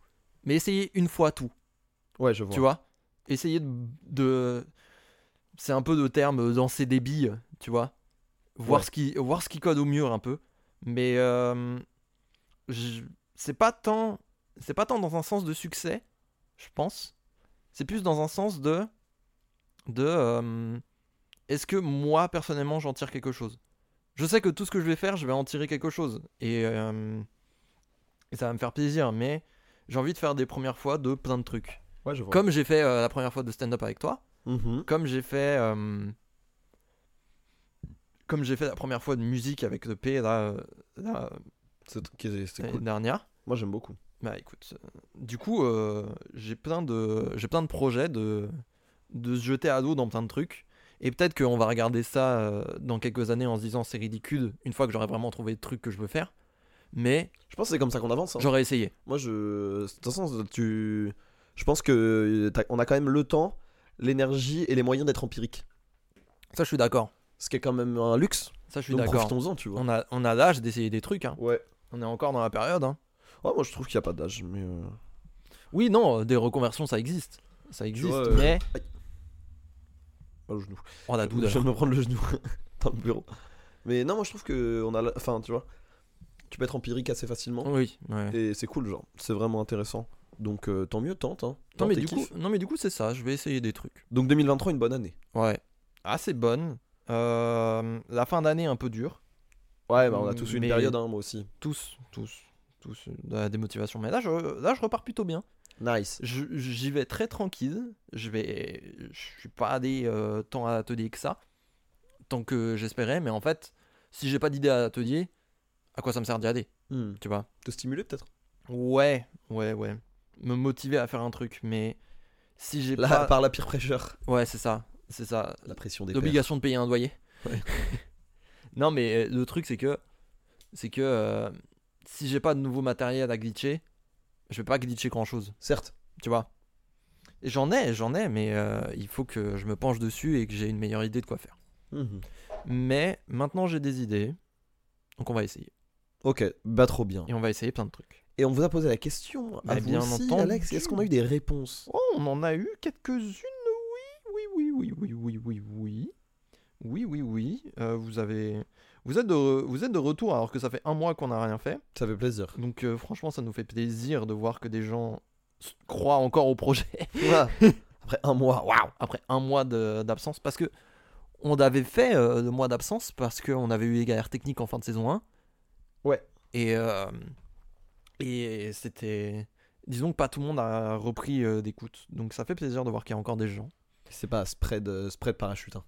[SPEAKER 2] mais essayer une fois tout.
[SPEAKER 1] Ouais, je vois.
[SPEAKER 2] Tu vois Essayer de. de- c'est un peu de terme danser des billes, tu vois voir,
[SPEAKER 1] Ouais.
[SPEAKER 2] ce qui, voir ce qui code au mur un peu. Mais euh, je- c'est pas tant. C'est pas tant dans un sens de succès, je pense. C'est plus dans un sens de. De. euh, Est-ce que moi, personnellement, j'en tire quelque chose Je sais que tout ce que je vais faire, je vais en tirer quelque chose. Et, euh, et ça va me faire plaisir, mais j'ai envie de faire des premières fois de plein de trucs.
[SPEAKER 1] Ouais, je vois.
[SPEAKER 2] Comme j'ai fait euh, la première fois de stand-up avec toi,
[SPEAKER 1] Mhm.
[SPEAKER 2] comme j'ai fait. euh, comme j'ai fait la première fois de musique avec le P là, euh, là, euh,
[SPEAKER 1] C'est c'est- c'est
[SPEAKER 2] l'année
[SPEAKER 1] cool.
[SPEAKER 2] dernière.
[SPEAKER 1] Moi, j'aime beaucoup.
[SPEAKER 2] Bah écoute, euh, du coup, euh, j'ai plein de j'ai plein de projets de de se jeter à dos dans plein de trucs. Et peut-être qu'on va regarder ça euh, dans quelques années en se disant c'est ridicule. Une fois que j'aurai vraiment trouvé le truc que je veux faire, mais
[SPEAKER 1] Je pense que c'est comme ça qu'on avance. hein.
[SPEAKER 2] j'aurais essayé.
[SPEAKER 1] Moi, je. De toute façon, tu. Je pense que euh, t'as- on a quand même le temps, l'énergie et les moyens d'être empirique.
[SPEAKER 2] Ça, je suis d'accord.
[SPEAKER 1] Ce qui est quand même un luxe.
[SPEAKER 2] Ça, je suis
[SPEAKER 1] Donc
[SPEAKER 2] d'accord.
[SPEAKER 1] profitons-en, tu vois.
[SPEAKER 2] On a on a l'âge d'essayer des trucs. hein.
[SPEAKER 1] Ouais.
[SPEAKER 2] On est encore dans la période. hein.
[SPEAKER 1] Ouais, moi, je trouve qu'il n'y a pas d'âge, mais. euh,
[SPEAKER 2] Oui, non, euh, des reconversions, ça existe. Ça existe,
[SPEAKER 1] vois, euh,
[SPEAKER 2] mais
[SPEAKER 1] pas le genou.
[SPEAKER 2] on a
[SPEAKER 1] Je
[SPEAKER 2] tout
[SPEAKER 1] je viens de me prendre le genou *laughs* dans le bureau. Mais non, moi, je trouve que on a. la- Enfin, tu vois. Tu peux être empirique assez facilement.
[SPEAKER 2] Oui, ouais.
[SPEAKER 1] Et c'est cool, genre. C'est vraiment intéressant. Donc, euh, tant mieux, tente. Hein.
[SPEAKER 2] Non
[SPEAKER 1] Tente
[SPEAKER 2] mais,
[SPEAKER 1] et
[SPEAKER 2] du coup,
[SPEAKER 1] kiffe.
[SPEAKER 2] non, mais du coup, c'est ça. Je vais essayer des trucs.
[SPEAKER 1] Donc, 2023, une bonne année.
[SPEAKER 2] Ouais. Assez bonne. Euh, la fin d'année, un peu dure.
[SPEAKER 1] Ouais, bah, on a tous eu une
[SPEAKER 2] Mais-
[SPEAKER 1] période, hein, moi aussi.
[SPEAKER 2] Tous, tous, tous, euh, de la démotivation. Mais là, je, là, je repars plutôt bien.
[SPEAKER 1] Nice.
[SPEAKER 2] Je- J'y vais très tranquille. Je vais, je suis pas allé euh, tant à l'atelier que ça, tant que j'espérais. Mais en fait, si j'ai pas d'idée à l'atelier, à quoi ça me sert d'y aller,
[SPEAKER 1] Hmm.
[SPEAKER 2] tu vois
[SPEAKER 1] Te stimuler, peut-être
[SPEAKER 2] Ouais, ouais, ouais. Me motiver à faire un truc, mais si j'ai
[SPEAKER 1] Là,
[SPEAKER 2] pas...
[SPEAKER 1] par la pire pressure.
[SPEAKER 2] Ouais, c'est ça, c'est ça.
[SPEAKER 1] La pression des pères.
[SPEAKER 2] L'obligation de payer un loyer.
[SPEAKER 1] Ouais.
[SPEAKER 2] *laughs* non, mais euh, le truc, c'est que... C'est que euh, si j'ai pas de nouveau matériel à glitcher, je vais pas glitcher grand-chose,
[SPEAKER 1] Certes.
[SPEAKER 2] tu vois Et J'en ai, j'en ai, mais euh, il faut que je me penche dessus et que j'ai une meilleure idée de quoi faire.
[SPEAKER 1] Hmm.
[SPEAKER 2] Mais maintenant, j'ai des idées, donc on va essayer.
[SPEAKER 1] Ok, bah trop bien.
[SPEAKER 2] Et on va essayer plein de trucs.
[SPEAKER 1] Et on vous a posé la question à
[SPEAKER 2] Eh
[SPEAKER 1] vous
[SPEAKER 2] bien
[SPEAKER 1] aussi,
[SPEAKER 2] entendu.
[SPEAKER 1] Alex. Est-ce qu'on a eu des réponses
[SPEAKER 2] Oh, on en a eu quelques-unes, oui, oui, oui, oui, oui, oui, oui, oui. Oui, oui, oui. Euh, vous avez. Vous êtes, de re- vous êtes de retour alors que ça fait un mois qu'on n'a rien fait.
[SPEAKER 1] Ça fait plaisir.
[SPEAKER 2] Donc euh, franchement, ça nous fait plaisir de voir que des gens s- croient encore au projet *laughs*
[SPEAKER 1] Voilà. *laughs* Après un mois, waouh
[SPEAKER 2] après un mois de- d'absence. Parce que on avait fait euh, le mois d'absence parce qu'on avait eu les galères techniques en fin de saison 1.
[SPEAKER 1] Ouais.
[SPEAKER 2] Et, euh, et c'était. Disons que pas tout le monde a repris euh, d'écoute. Donc ça fait plaisir de voir qu'il y a encore des gens.
[SPEAKER 1] C'est pas spread, euh, spread parachute.
[SPEAKER 2] *laughs*
[SPEAKER 1] hein.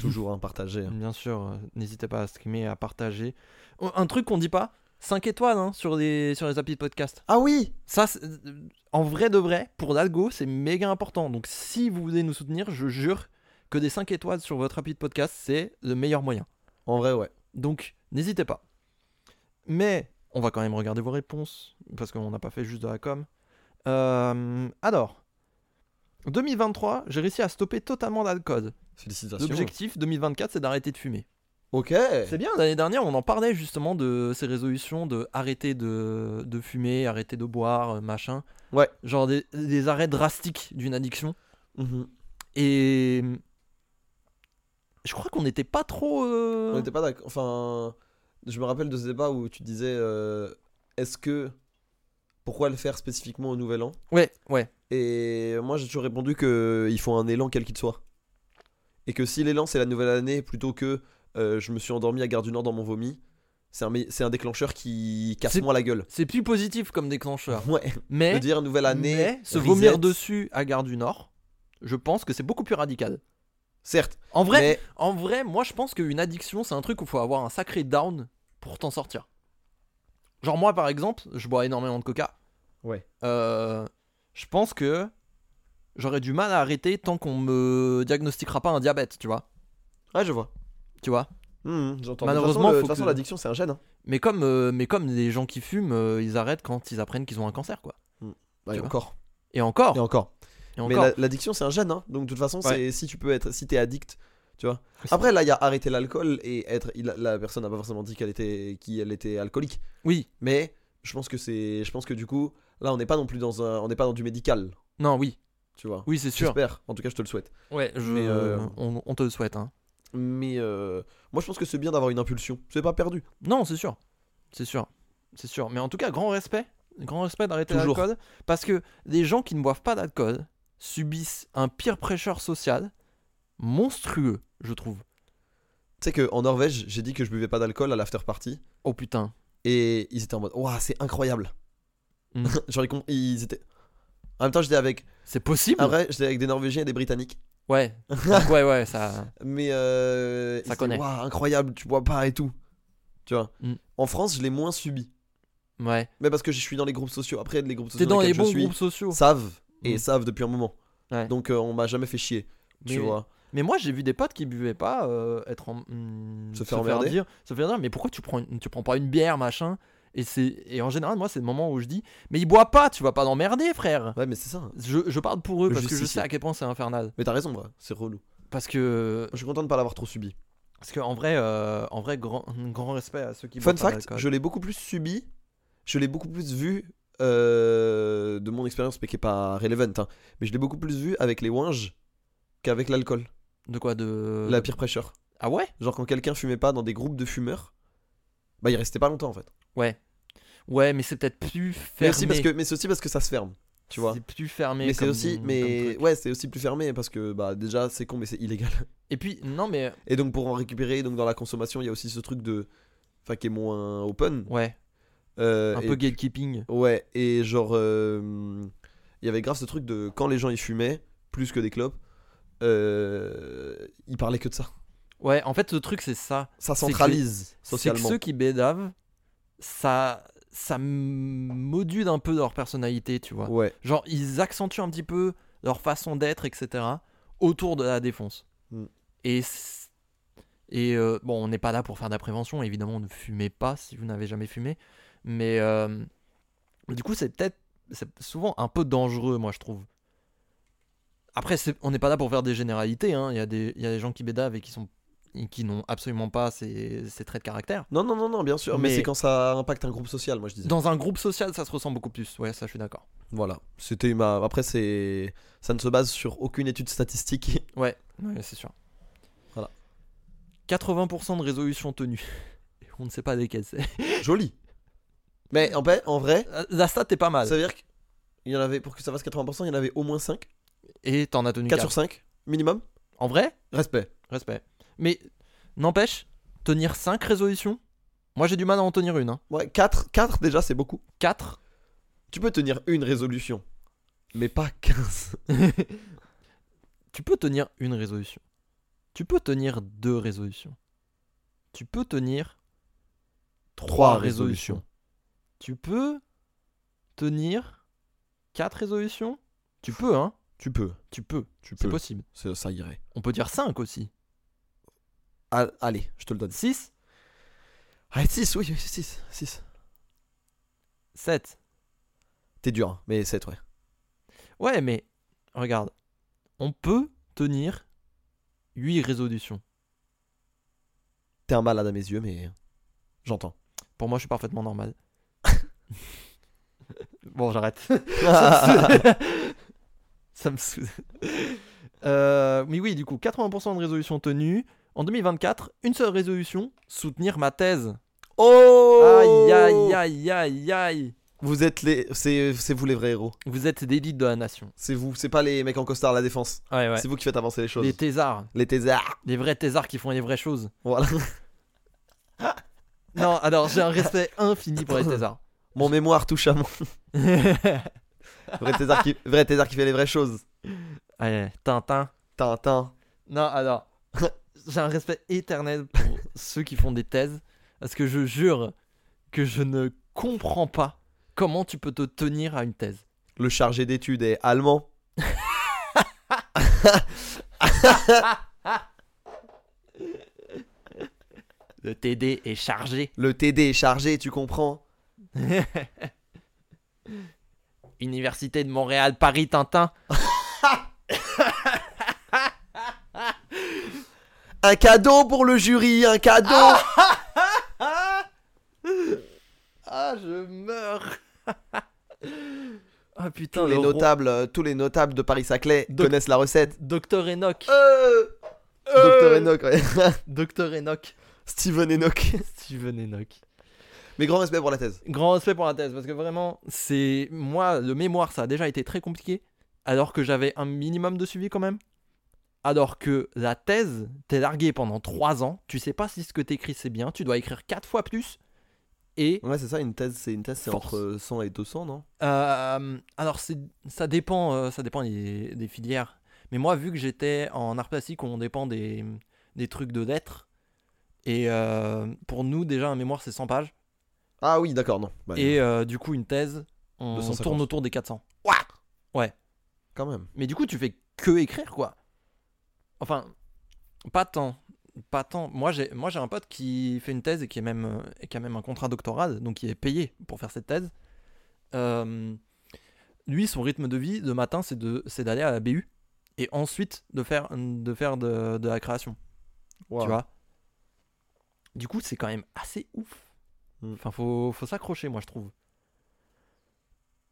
[SPEAKER 1] Toujours un partagé. hein.
[SPEAKER 2] Bien sûr, euh, n'hésitez pas à streamer, à partager. Oh, Un truc qu'on dit pas, 5 étoiles hein, sur, les, sur les applis de podcast.
[SPEAKER 1] Ah oui
[SPEAKER 2] Ça, c'est- euh, en vrai de vrai, pour l'algo, c'est méga important. Donc si vous voulez nous soutenir, je jure que des 5 étoiles sur votre appli de podcast, c'est le meilleur moyen.
[SPEAKER 1] En vrai, ouais.
[SPEAKER 2] Donc n'hésitez pas. Mais on va quand même regarder vos réponses, parce qu'on n'a pas fait juste de la com. Euh, alors, 2023, j'ai réussi à stopper totalement l'alcool.
[SPEAKER 1] Félicitations.
[SPEAKER 2] L'objectif 2024, c'est d'arrêter de fumer.
[SPEAKER 1] Ok.
[SPEAKER 2] C'est bien, l'année dernière, on en parlait justement de ces résolutions de arrêter de, de fumer, arrêter de boire, euh, machin.
[SPEAKER 1] Ouais.
[SPEAKER 2] Genre des, des arrêts drastiques d'une addiction.
[SPEAKER 1] Mhm.
[SPEAKER 2] Et. Je crois qu'on n'était pas trop. euh,
[SPEAKER 1] On n'était pas d'accord. Enfin, je me rappelle de ce débat où tu disais euh, est-ce que. Pourquoi le faire spécifiquement au nouvel an
[SPEAKER 2] Ouais, ouais.
[SPEAKER 1] Et moi, j'ai toujours répondu que euh, il faut un élan quel qu'il soit. Et que si l'élan, c'est la nouvelle année, plutôt que euh, je me suis endormi à Gare du Nord dans mon vomi, c'est un, mé- c'est un déclencheur qui casse
[SPEAKER 2] C'est-
[SPEAKER 1] moins la gueule.
[SPEAKER 2] C'est plus positif
[SPEAKER 1] *laughs*
[SPEAKER 2] comme déclencheur.
[SPEAKER 1] Ouais, de
[SPEAKER 2] Mais.
[SPEAKER 1] dire nouvelle année,
[SPEAKER 2] mais se
[SPEAKER 1] reset,
[SPEAKER 2] vomir dessus à Gare du Nord, je pense que c'est beaucoup plus radical.
[SPEAKER 1] Certes,
[SPEAKER 2] En vrai,
[SPEAKER 1] mais
[SPEAKER 2] en vrai moi je pense qu'une addiction, c'est un truc où il faut avoir un sacré down pour t'en sortir. Genre moi par exemple, je bois énormément de coca.
[SPEAKER 1] ouais.
[SPEAKER 2] Euh, je pense que j'aurais du mal à arrêter tant qu'on me diagnostiquera pas un diabète, tu vois.
[SPEAKER 1] Ah, je vois.
[SPEAKER 2] Tu vois.
[SPEAKER 1] Hum, j'entends.
[SPEAKER 2] Malheureusement,
[SPEAKER 1] Malheureusement, de
[SPEAKER 2] faut
[SPEAKER 1] toute façon,
[SPEAKER 2] que-
[SPEAKER 1] l'addiction, c'est un gène. hein.
[SPEAKER 2] Mais comme, euh, mais comme les gens qui fument, euh, ils arrêtent quand ils apprennent qu'ils ont un cancer, quoi.
[SPEAKER 1] Bah, et
[SPEAKER 2] Tu vois.
[SPEAKER 1] encore.
[SPEAKER 2] Et encore.
[SPEAKER 1] Et encore.
[SPEAKER 2] Et
[SPEAKER 1] Mais
[SPEAKER 2] encore.
[SPEAKER 1] la- l'addiction, c'est un gène. hein. Donc, de toute façon,
[SPEAKER 2] Ouais.
[SPEAKER 1] c'est si tu peux être, si t'es addict, Tu vois Après, là, il y a arrêter l'alcool et être. il- la personne n'a pas forcément dit qu'elle était, qu'elle était alcoolique.
[SPEAKER 2] Oui,
[SPEAKER 1] Mais je pense que c'est. Je pense que du coup, là, on n'est pas non plus dans un. On n'est pas dans du médical,
[SPEAKER 2] non, oui,
[SPEAKER 1] tu vois.
[SPEAKER 2] oui, c'est sûr.
[SPEAKER 1] J'espère. En tout cas, je te le souhaite.
[SPEAKER 2] Ouais, je-
[SPEAKER 1] Mais, euh,
[SPEAKER 2] on, on te le souhaite. hein.
[SPEAKER 1] Mais euh, moi, je pense que c'est bien d'avoir une impulsion. C'est pas perdu.
[SPEAKER 2] Non, c'est sûr, c'est sûr, c'est sûr. Mais en tout cas, grand respect, grand respect d'arrêter
[SPEAKER 1] Toujours.
[SPEAKER 2] l'alcool, parce que des gens qui ne boivent pas d'alcool subissent un pire prêcheur social monstrueux, je trouve.
[SPEAKER 1] Tu sais qu'en Norvège, j'ai dit que je buvais pas d'alcool à l'after party.
[SPEAKER 2] Oh putain.
[SPEAKER 1] Et ils étaient en mode, waouh, c'est incroyable.
[SPEAKER 2] Mm.
[SPEAKER 1] *laughs* Genre, ils, com- ils étaient. En même temps, j'étais avec.
[SPEAKER 2] C'est possible
[SPEAKER 1] En vrai, j'étais avec des Norvégiens et des Britanniques. *laughs*
[SPEAKER 2] Ouais. Donc, ouais, ouais, ça.
[SPEAKER 1] Mais. Euh, ils étaient,
[SPEAKER 2] connaît.
[SPEAKER 1] Waouh, incroyable, tu bois pas et tout. Tu vois.
[SPEAKER 2] Mm.
[SPEAKER 1] En France, je l'ai moins subi.
[SPEAKER 2] Ouais.
[SPEAKER 1] Mais parce que je suis dans les groupes sociaux. Après, les groupes sociaux
[SPEAKER 2] T'es dans les
[SPEAKER 1] lesquels
[SPEAKER 2] bons
[SPEAKER 1] je suis
[SPEAKER 2] groupes sociaux.
[SPEAKER 1] savent. Et
[SPEAKER 2] Mm.
[SPEAKER 1] savent depuis un moment.
[SPEAKER 2] Ouais.
[SPEAKER 1] Donc, euh, on m'a jamais fait chier. Tu
[SPEAKER 2] Mais-
[SPEAKER 1] vois.
[SPEAKER 2] Mais moi, j'ai vu des potes qui buvaient pas, euh, être en. hmm,
[SPEAKER 1] Se faire emmerder.
[SPEAKER 2] dire, se faire dire, mais pourquoi tu prends, une- tu prends pas une bière, machin et, c'est- et en général, moi, c'est le moment où je dis, mais il boit pas, tu vas pas l'emmerder, frère.
[SPEAKER 1] Ouais, mais c'est ça.
[SPEAKER 2] Je, je parle pour eux
[SPEAKER 1] Le
[SPEAKER 2] parce que je
[SPEAKER 1] justicier.
[SPEAKER 2] sais à quel point c'est infernal.
[SPEAKER 1] Mais t'as raison, ouais, c'est relou.
[SPEAKER 2] Parce que,
[SPEAKER 1] Je suis content de pas l'avoir trop subi.
[SPEAKER 2] parce que en vrai, euh, en vrai, grand, grand respect à ceux qui.
[SPEAKER 1] Fun
[SPEAKER 2] boivent pas
[SPEAKER 1] fact,
[SPEAKER 2] d'alcool.
[SPEAKER 1] je l'ai beaucoup plus subi, je l'ai beaucoup plus vu euh, de mon expérience, mais qui est pas relevant, hein. mais je l'ai beaucoup plus vu avec les winges qu'avec
[SPEAKER 2] Euh,
[SPEAKER 1] l'alcool,
[SPEAKER 2] De quoi de.
[SPEAKER 1] la pire pressure.
[SPEAKER 2] Ah ouais.
[SPEAKER 1] Genre quand quelqu'un fumait pas dans des groupes de fumeurs, bah il restait pas longtemps en fait.
[SPEAKER 2] Ouais. Ouais, mais c'est peut-être plus
[SPEAKER 1] Mais
[SPEAKER 2] fermé.
[SPEAKER 1] aussi parce que, mais c'est aussi parce que ça se ferme, tu vois.
[SPEAKER 2] C'est plus fermé.
[SPEAKER 1] Mais c'est
[SPEAKER 2] comme-
[SPEAKER 1] aussi,
[SPEAKER 2] comme
[SPEAKER 1] mais
[SPEAKER 2] truc.
[SPEAKER 1] ouais, c'est aussi plus fermé parce que bah déjà c'est con mais c'est illégal.
[SPEAKER 2] Et puis non mais
[SPEAKER 1] Et donc pour en récupérer, donc dans la consommation, il y a aussi ce truc de, enfin qui est moins open.
[SPEAKER 2] ouais,
[SPEAKER 1] euh,
[SPEAKER 2] un
[SPEAKER 1] et
[SPEAKER 2] peu gatekeeping.
[SPEAKER 1] Ouais, et genre, euh, il y avait grave ce truc de quand les gens ils fumaient, plus que des clopes, euh, ils parlaient que de ça.
[SPEAKER 2] Ouais, en fait le truc c'est ça.
[SPEAKER 1] Ça
[SPEAKER 2] C'est que-
[SPEAKER 1] centralise
[SPEAKER 2] C'est que
[SPEAKER 1] socialement.
[SPEAKER 2] ceux qui bédavent, ça ça m- module un peu leur personnalité, tu vois.
[SPEAKER 1] Ouais,
[SPEAKER 2] Genre ils accentuent un petit peu leur façon d'être, etc. autour de la défense.
[SPEAKER 1] Mm.
[SPEAKER 2] Et c- et euh, bon, on n'est pas là pour faire de la prévention, évidemment, ne fumez pas si vous n'avez jamais fumé. Mais euh, du coup, c'est peut-être c'est souvent un peu dangereux, moi je trouve. Après, c'est- on n'est pas là pour faire des généralités. hein. Il y, a des- il y a des gens qui bédavent et qui sont et qui n'ont absolument pas ces, ces traits de caractère.
[SPEAKER 1] non, non, non, non, bien sûr, mais,
[SPEAKER 2] Mais-
[SPEAKER 1] c'est quand ça impacte un groupe social, moi je disais.
[SPEAKER 2] Dans un groupe social, ça se ressent beaucoup plus. Ouais, ça, je suis d'accord.
[SPEAKER 1] Voilà, c'était ma. Après, c'est. Ça ne se base sur aucune étude statistique. *laughs*
[SPEAKER 2] Ouais, ouais, c'est sûr.
[SPEAKER 1] Voilà.
[SPEAKER 2] 80% de résolution tenue. Et on ne sait pas lesquelles c'est.
[SPEAKER 1] Joli. Mais en, fait, en vrai,
[SPEAKER 2] La- La stat est pas mal.
[SPEAKER 1] ça veut dire qu'il y en avait, pour que ça fasse 80%, il y en avait au moins 5.
[SPEAKER 2] Et t'en as tenu
[SPEAKER 1] 4
[SPEAKER 2] 4.
[SPEAKER 1] sur 5, minimum.
[SPEAKER 2] En vrai,
[SPEAKER 1] Respect.
[SPEAKER 2] respect. Mais n'empêche, tenir 5 résolutions, moi j'ai du mal à en tenir une. Hein.
[SPEAKER 1] Ouais, 4, 4 déjà, c'est beaucoup.
[SPEAKER 2] 4.
[SPEAKER 1] Tu peux tenir une résolution, mais pas *laughs* 15.
[SPEAKER 2] tu peux tenir une résolution. Tu peux tenir deux résolutions. Tu peux tenir trois résolutions. Tu peux tenir quatre résolutions. Tu peux, hein
[SPEAKER 1] Tu peux,
[SPEAKER 2] Tu peux.
[SPEAKER 1] tu
[SPEAKER 2] C'est
[SPEAKER 1] peux.
[SPEAKER 2] possible.
[SPEAKER 1] Ça, ça irait.
[SPEAKER 2] On peut dire 5 aussi.
[SPEAKER 1] Ah, allez, je te le donne.
[SPEAKER 2] 6,
[SPEAKER 1] Ah, 6, oui, 6, 6.
[SPEAKER 2] 7.
[SPEAKER 1] T'es dur, hein, mais 7, ouais.
[SPEAKER 2] Ouais, mais regarde. On peut tenir 8 résolutions.
[SPEAKER 1] T'es un malade à mes yeux, mais j'entends.
[SPEAKER 2] Pour moi, je suis parfaitement normal. *laughs* bon, *laughs* j'arrête. Ça
[SPEAKER 1] Ah,
[SPEAKER 2] me saoule. Ça me saoule. Euh, mais oui, du coup, 80% de résolution tenue. En 2024, une seule résolution, soutenir ma thèse.
[SPEAKER 1] oh
[SPEAKER 2] Aïe, aïe, aïe, aïe, aïe.
[SPEAKER 1] Vous êtes les. C'est c'est vous les vrais héros.
[SPEAKER 2] Vous êtes l'élite de la nation.
[SPEAKER 1] C'est vous, c'est pas les mecs en costard à la défense.
[SPEAKER 2] Ouais, ouais.
[SPEAKER 1] C'est vous qui faites avancer les choses.
[SPEAKER 2] Les
[SPEAKER 1] Les,
[SPEAKER 2] thésards.
[SPEAKER 1] thésards.
[SPEAKER 2] Les vrais thésards qui font les vraies choses.
[SPEAKER 1] Voilà.
[SPEAKER 2] Non, alors j'ai un *laughs* respect infini pour les *laughs* thésards.
[SPEAKER 1] Mon mémoire touche à mon. Vrai thésard qui, vrai thésard qui fait les vraies choses.
[SPEAKER 2] Allez, Tintin.
[SPEAKER 1] Tintin.
[SPEAKER 2] Non, alors, *laughs* j'ai un respect éternel pour *laughs* ceux qui font des thèses, parce que je jure que je ne comprends pas comment tu peux te tenir à une thèse.
[SPEAKER 1] Le chargé d'études est allemand.
[SPEAKER 2] Le TD est chargé.
[SPEAKER 1] Le TD est chargé, tu comprends
[SPEAKER 2] Université de Montréal, Paris, Tintin.
[SPEAKER 1] Un cadeau pour le jury, un cadeau
[SPEAKER 2] Ah, je meurs. *laughs* ah putain,
[SPEAKER 1] tous les,
[SPEAKER 2] le roi-
[SPEAKER 1] notables, euh, tous les notables de Paris-Saclay
[SPEAKER 2] Doc-
[SPEAKER 1] connaissent la recette.
[SPEAKER 2] Docteur Enoch.
[SPEAKER 1] Euh, Docteur Enoch, ouais. *laughs*
[SPEAKER 2] Docteur Enoch.
[SPEAKER 1] Steven Enoch. *laughs*
[SPEAKER 2] Steven Enoch.
[SPEAKER 1] Mais grand respect pour la thèse.
[SPEAKER 2] Grand respect pour la thèse, parce que vraiment, c'est. Moi, le mémoire, ça a déjà été très compliqué, alors que j'avais un minimum de suivi quand même. Alors que la thèse, t'es largué pendant 3 ans, tu sais pas si ce que t'écris c'est bien, tu dois écrire 4 fois plus. Et.
[SPEAKER 1] Ouais, c'est ça, une thèse, c'est une thèse, c'est
[SPEAKER 2] Force.
[SPEAKER 1] entre 100 et 200, non
[SPEAKER 2] euh, alors, c'est- ça dépend, euh, ça dépend des, des filières. Mais moi, vu que j'étais en art plastique, on dépend des, des trucs de lettres. Et euh, pour nous, déjà, un mémoire, c'est 100 pages.
[SPEAKER 1] Ah oui, d'accord, non. Bah,
[SPEAKER 2] Et euh, du coup, une thèse, on
[SPEAKER 1] 250.
[SPEAKER 2] tourne autour des 400.
[SPEAKER 1] Quand même.
[SPEAKER 2] Mais du coup, tu fais que écrire, quoi. Enfin, pas tant. Pas tant. Moi, j'ai, moi, j'ai un pote qui fait une thèse et qui, est même, euh, et qui a même un contrat doctoral, donc qui est payé pour faire cette thèse. Euh, lui, son rythme de vie, de matin, c'est, de, c'est d'aller à la BU et ensuite de faire, de, faire de, de la création,
[SPEAKER 1] Waouh.
[SPEAKER 2] tu vois. Du coup, c'est quand même assez ouf.
[SPEAKER 1] Mm.
[SPEAKER 2] Enfin, faut, faut s'accrocher, moi, je trouve.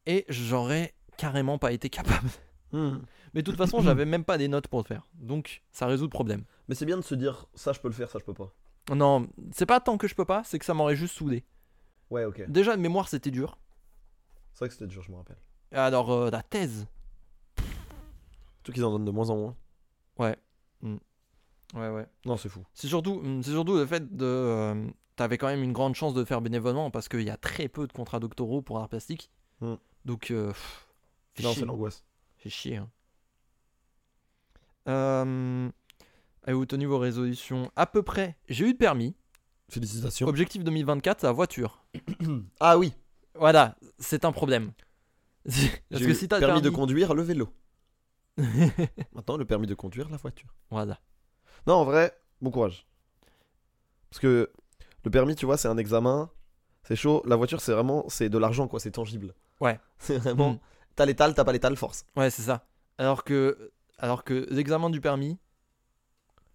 [SPEAKER 2] Et j'aurais carrément pas été capable.
[SPEAKER 1] Hmm.
[SPEAKER 2] Mais de toute *clears throat* façon, j'avais même pas des notes pour le faire. Donc, ça résout le problème.
[SPEAKER 1] Mais c'est bien de se dire, ça je peux le faire, ça je peux pas.
[SPEAKER 2] Non, c'est pas tant que je peux pas, c'est que ça m'aurait juste soudé.
[SPEAKER 1] Ouais, ok.
[SPEAKER 2] Déjà, le mémoire, c'était dur.
[SPEAKER 1] C'est vrai que c'était dur, je me rappelle.
[SPEAKER 2] Alors, euh, la thèse.
[SPEAKER 1] Tout qu'ils en donnent de moins en moins.
[SPEAKER 2] Ouais, ouais.
[SPEAKER 1] Non, c'est fou.
[SPEAKER 2] C'est surtout, hum, c'est surtout le fait de. euh, T'avais quand même une grande chance de faire bénévolement parce qu'il y a très peu de contrats doctoraux pour art plastique.
[SPEAKER 1] Hmm.
[SPEAKER 2] Donc, euh, pff, fais
[SPEAKER 1] Non,
[SPEAKER 2] chier.
[SPEAKER 1] c'est l'angoisse.
[SPEAKER 2] Fais chier. hein. Euh, Avez-vous tenu vos résolutions À peu près. J'ai eu de permis.
[SPEAKER 1] Félicitations.
[SPEAKER 2] Objectif 2024, la voiture.
[SPEAKER 1] *coughs* Ah oui,
[SPEAKER 2] Voilà, c'est un problème. *laughs* Parce
[SPEAKER 1] j'ai
[SPEAKER 2] que
[SPEAKER 1] eu
[SPEAKER 2] si t'as le
[SPEAKER 1] permis de
[SPEAKER 2] permis-
[SPEAKER 1] conduire le vélo. Maintenant, le permis de conduire la voiture.
[SPEAKER 2] *laughs* voilà.
[SPEAKER 1] Non, en vrai, bon courage. Parce que le permis, tu vois, c'est un examen, c'est chaud. La voiture, c'est vraiment, c'est de l'argent, quoi, c'est tangible.
[SPEAKER 2] Ouais.
[SPEAKER 1] *laughs* C'est vraiment,
[SPEAKER 2] Mm.
[SPEAKER 1] t'as l'étal, t'as pas l'étal, force.
[SPEAKER 2] Ouais, c'est ça. Alors que, alors que l'examen du permis,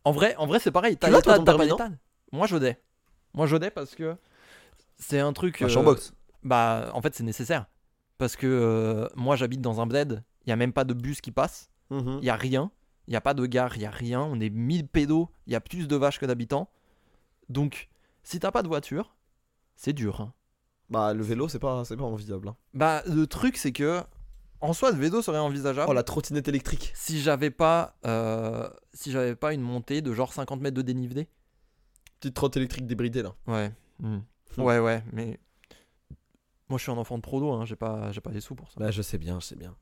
[SPEAKER 2] en vrai, en vrai, c'est pareil. T'as
[SPEAKER 1] Tu l'as, toi, ton
[SPEAKER 2] l'étale, t'as pas
[SPEAKER 1] permis, non
[SPEAKER 2] l'étale. Moi, j'odais. Moi, j'odais parce que c'est un truc.
[SPEAKER 1] Un
[SPEAKER 2] euh,
[SPEAKER 1] chambox.
[SPEAKER 2] bah, en fait, c'est nécessaire parce que euh, moi, j'habite dans un bled. Il y a même pas de bus qui passe.
[SPEAKER 1] Mhm.
[SPEAKER 2] Il y a rien. Il y a pas de gare. Il y a rien. On est 1000 pédos. Il y a plus de vaches que d'habitants. Donc, si t'as pas de voiture, c'est dur. hein.
[SPEAKER 1] Bah, le vélo, c'est pas, c'est pas enviable. hein.
[SPEAKER 2] Bah, le truc, c'est que en soi, le vélo serait envisageable
[SPEAKER 1] Oh, la trottinette électrique.
[SPEAKER 2] si j'avais pas, euh, si j'avais pas une montée de genre 50 mètres de dénivelé.
[SPEAKER 1] Petite trotte électrique débridée, là.
[SPEAKER 2] Ouais. Ouais, ouais, mais moi, je suis un enfant de prodo, hein, j'ai pas, j'ai pas des sous pour ça.
[SPEAKER 1] Bah, je sais bien, je sais bien.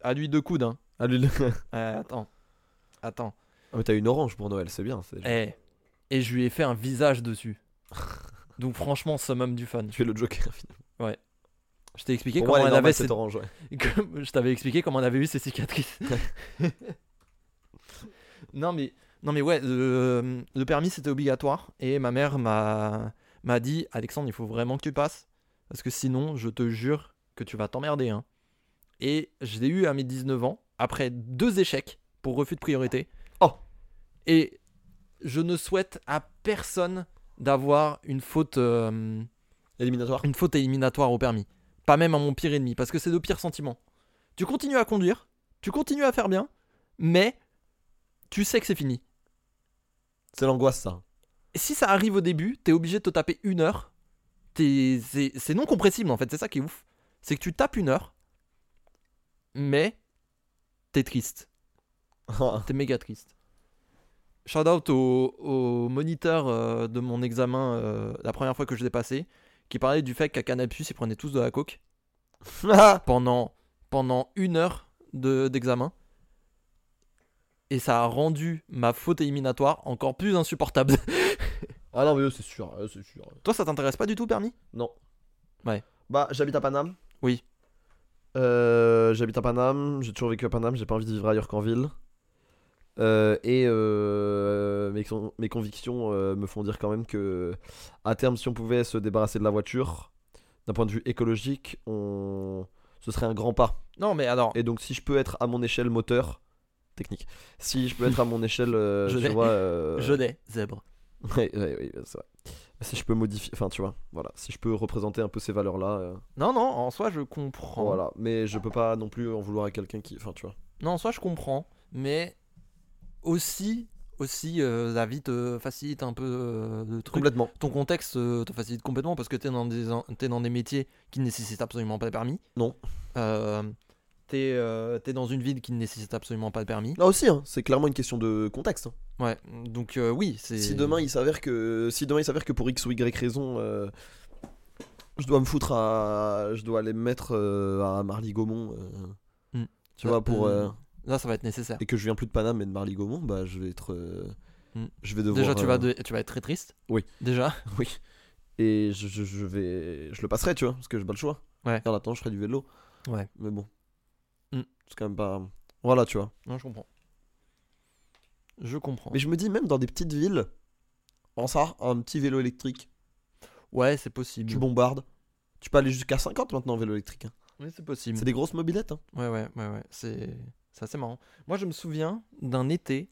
[SPEAKER 2] À lui deux coudes, hein.
[SPEAKER 1] Ah, lui, le- *laughs*
[SPEAKER 2] Euh, attends, attends.
[SPEAKER 1] Ah, mais t'as une orange pour Noël, c'est bien. c'est-
[SPEAKER 2] Eh. Et je lui ai fait un visage dessus. Donc franchement, summum du fun.
[SPEAKER 1] Tu es le Joker, *laughs* finalement.
[SPEAKER 2] Je t'ai expliqué
[SPEAKER 1] Pour
[SPEAKER 2] comment
[SPEAKER 1] moi, elle est
[SPEAKER 2] elle avait
[SPEAKER 1] normale, cette
[SPEAKER 2] ses-
[SPEAKER 1] orange, ouais.
[SPEAKER 2] *laughs* Comme- je t'avais expliqué comment on avait eu ces cicatrices. *laughs* non mais non mais ouais, le, le permis c'était obligatoire et ma mère m'a m'a dit Alexandre, il faut vraiment que tu passes parce que sinon, je te jure que tu vas t'emmerder hein. Et je l'ai eu à mes 19 ans après deux échecs pour refus de priorité.
[SPEAKER 1] Oh.
[SPEAKER 2] Et je ne souhaite à personne d'avoir une faute euh,
[SPEAKER 1] Éliminatoire.
[SPEAKER 2] une faute éliminatoire au permis. Pas même à mon pire ennemi, parce que c'est le pire sentiment. Tu continues à conduire, tu continues à faire bien, mais tu sais que c'est fini.
[SPEAKER 1] C'est l'angoisse, ça. *laughs*
[SPEAKER 2] Et si ça arrive au début, t'es obligé de te taper une heure. T'es- c'est c'est non compressible en fait, c'est ça qui est ouf. C'est que tu tapes une heure, mais t'es triste.
[SPEAKER 1] Ah,
[SPEAKER 2] T'es méga triste. Shout out au, au moniteur euh, de mon examen euh, la première fois que je l'ai passé, qui parlait du fait qu'à Canapus, ils prenaient tous de la coke.
[SPEAKER 1] Ah.
[SPEAKER 2] pendant, pendant une heure de- d'examen. et ça a rendu ma faute éliminatoire encore plus insupportable. *laughs*
[SPEAKER 1] Ah non, mais eux, c'est sûr, eux, c'est sûr.
[SPEAKER 2] Toi, ça t'intéresse pas du tout, permis
[SPEAKER 1] Non.
[SPEAKER 2] Ouais.
[SPEAKER 1] Bah, j'habite à Paname.
[SPEAKER 2] Oui.
[SPEAKER 1] Euh, j'habite à Paname, j'ai toujours vécu à Paname, j'ai pas envie de vivre ailleurs qu'en ville. Euh, et euh, mes, con- mes convictions euh, me font dire quand même que, à terme, si on pouvait se débarrasser de la voiture, d'un point de vue écologique, on... ce serait un grand pas.
[SPEAKER 2] Non, mais alors,
[SPEAKER 1] Et donc, si je peux être à mon échelle moteur, technique. Si je peux être à
[SPEAKER 2] *laughs*
[SPEAKER 1] mon échelle, euh,
[SPEAKER 2] Je
[SPEAKER 1] tu
[SPEAKER 2] l'ai.
[SPEAKER 1] vois. euh,
[SPEAKER 2] Jeunet, zèbre.
[SPEAKER 1] *laughs* Ouais, ouais, ouais, c'est vrai. Si je peux modifier, enfin, tu vois, voilà. Si je peux représenter un peu ces valeurs-là, euh,
[SPEAKER 2] Non, non, en soi, je comprends.
[SPEAKER 1] voilà. Mais je peux pas non plus en vouloir à quelqu'un qui, enfin, tu vois.
[SPEAKER 2] Non, en soi, je comprends. Mais aussi, aussi euh, la vie te facilite un peu euh, le truc.
[SPEAKER 1] Complètement.
[SPEAKER 2] Ton contexte euh, te facilite complètement parce que t'es dans, des en- t'es dans des métiers qui ne nécessitent absolument pas de permis.
[SPEAKER 1] Non.
[SPEAKER 2] Euh, t'es euh, t'es dans une ville qui ne nécessite absolument pas de permis.
[SPEAKER 1] Là aussi, hein, c'est clairement une question de contexte. hein.
[SPEAKER 2] Ouais, donc euh, oui, c'est.
[SPEAKER 1] Si demain il s'avère que, si demain il s'avère que pour x ou y raison, euh, je dois me foutre à, je dois aller me mettre euh, à Marly-Gaumont, euh,
[SPEAKER 2] Mm.
[SPEAKER 1] tu vois, pour
[SPEAKER 2] Euh,
[SPEAKER 1] euh,
[SPEAKER 2] Là, ça va être nécessaire.
[SPEAKER 1] et que je viens plus de Paname et de Marly-Gaumont, bah je vais être, euh,
[SPEAKER 2] Mm.
[SPEAKER 1] je vais devoir.
[SPEAKER 2] Déjà, tu
[SPEAKER 1] euh,
[SPEAKER 2] vas, de- tu vas être très triste.
[SPEAKER 1] Oui.
[SPEAKER 2] Déjà. *laughs*
[SPEAKER 1] Oui. Et je, je- je vais. Je le passerai, tu vois, parce que j'ai pas le choix.
[SPEAKER 2] Ouais.
[SPEAKER 1] Et en attendant, je ferai du vélo.
[SPEAKER 2] Ouais.
[SPEAKER 1] Mais bon.
[SPEAKER 2] Mm.
[SPEAKER 1] C'est quand même pas. Voilà, tu vois.
[SPEAKER 2] Non, je comprends. Je comprends.
[SPEAKER 1] Mais je me dis, même dans des petites villes, en ça, un petit vélo électrique,
[SPEAKER 2] Ouais, c'est possible.
[SPEAKER 1] tu bombardes. Tu peux aller jusqu'à 50 maintenant en vélo électrique. hein.
[SPEAKER 2] Oui, c'est possible.
[SPEAKER 1] C'est des grosses mobilettes. hein.
[SPEAKER 2] Ouais, ouais, ouais, ouais. C'est c'est assez marrant. Moi, je me souviens d'un été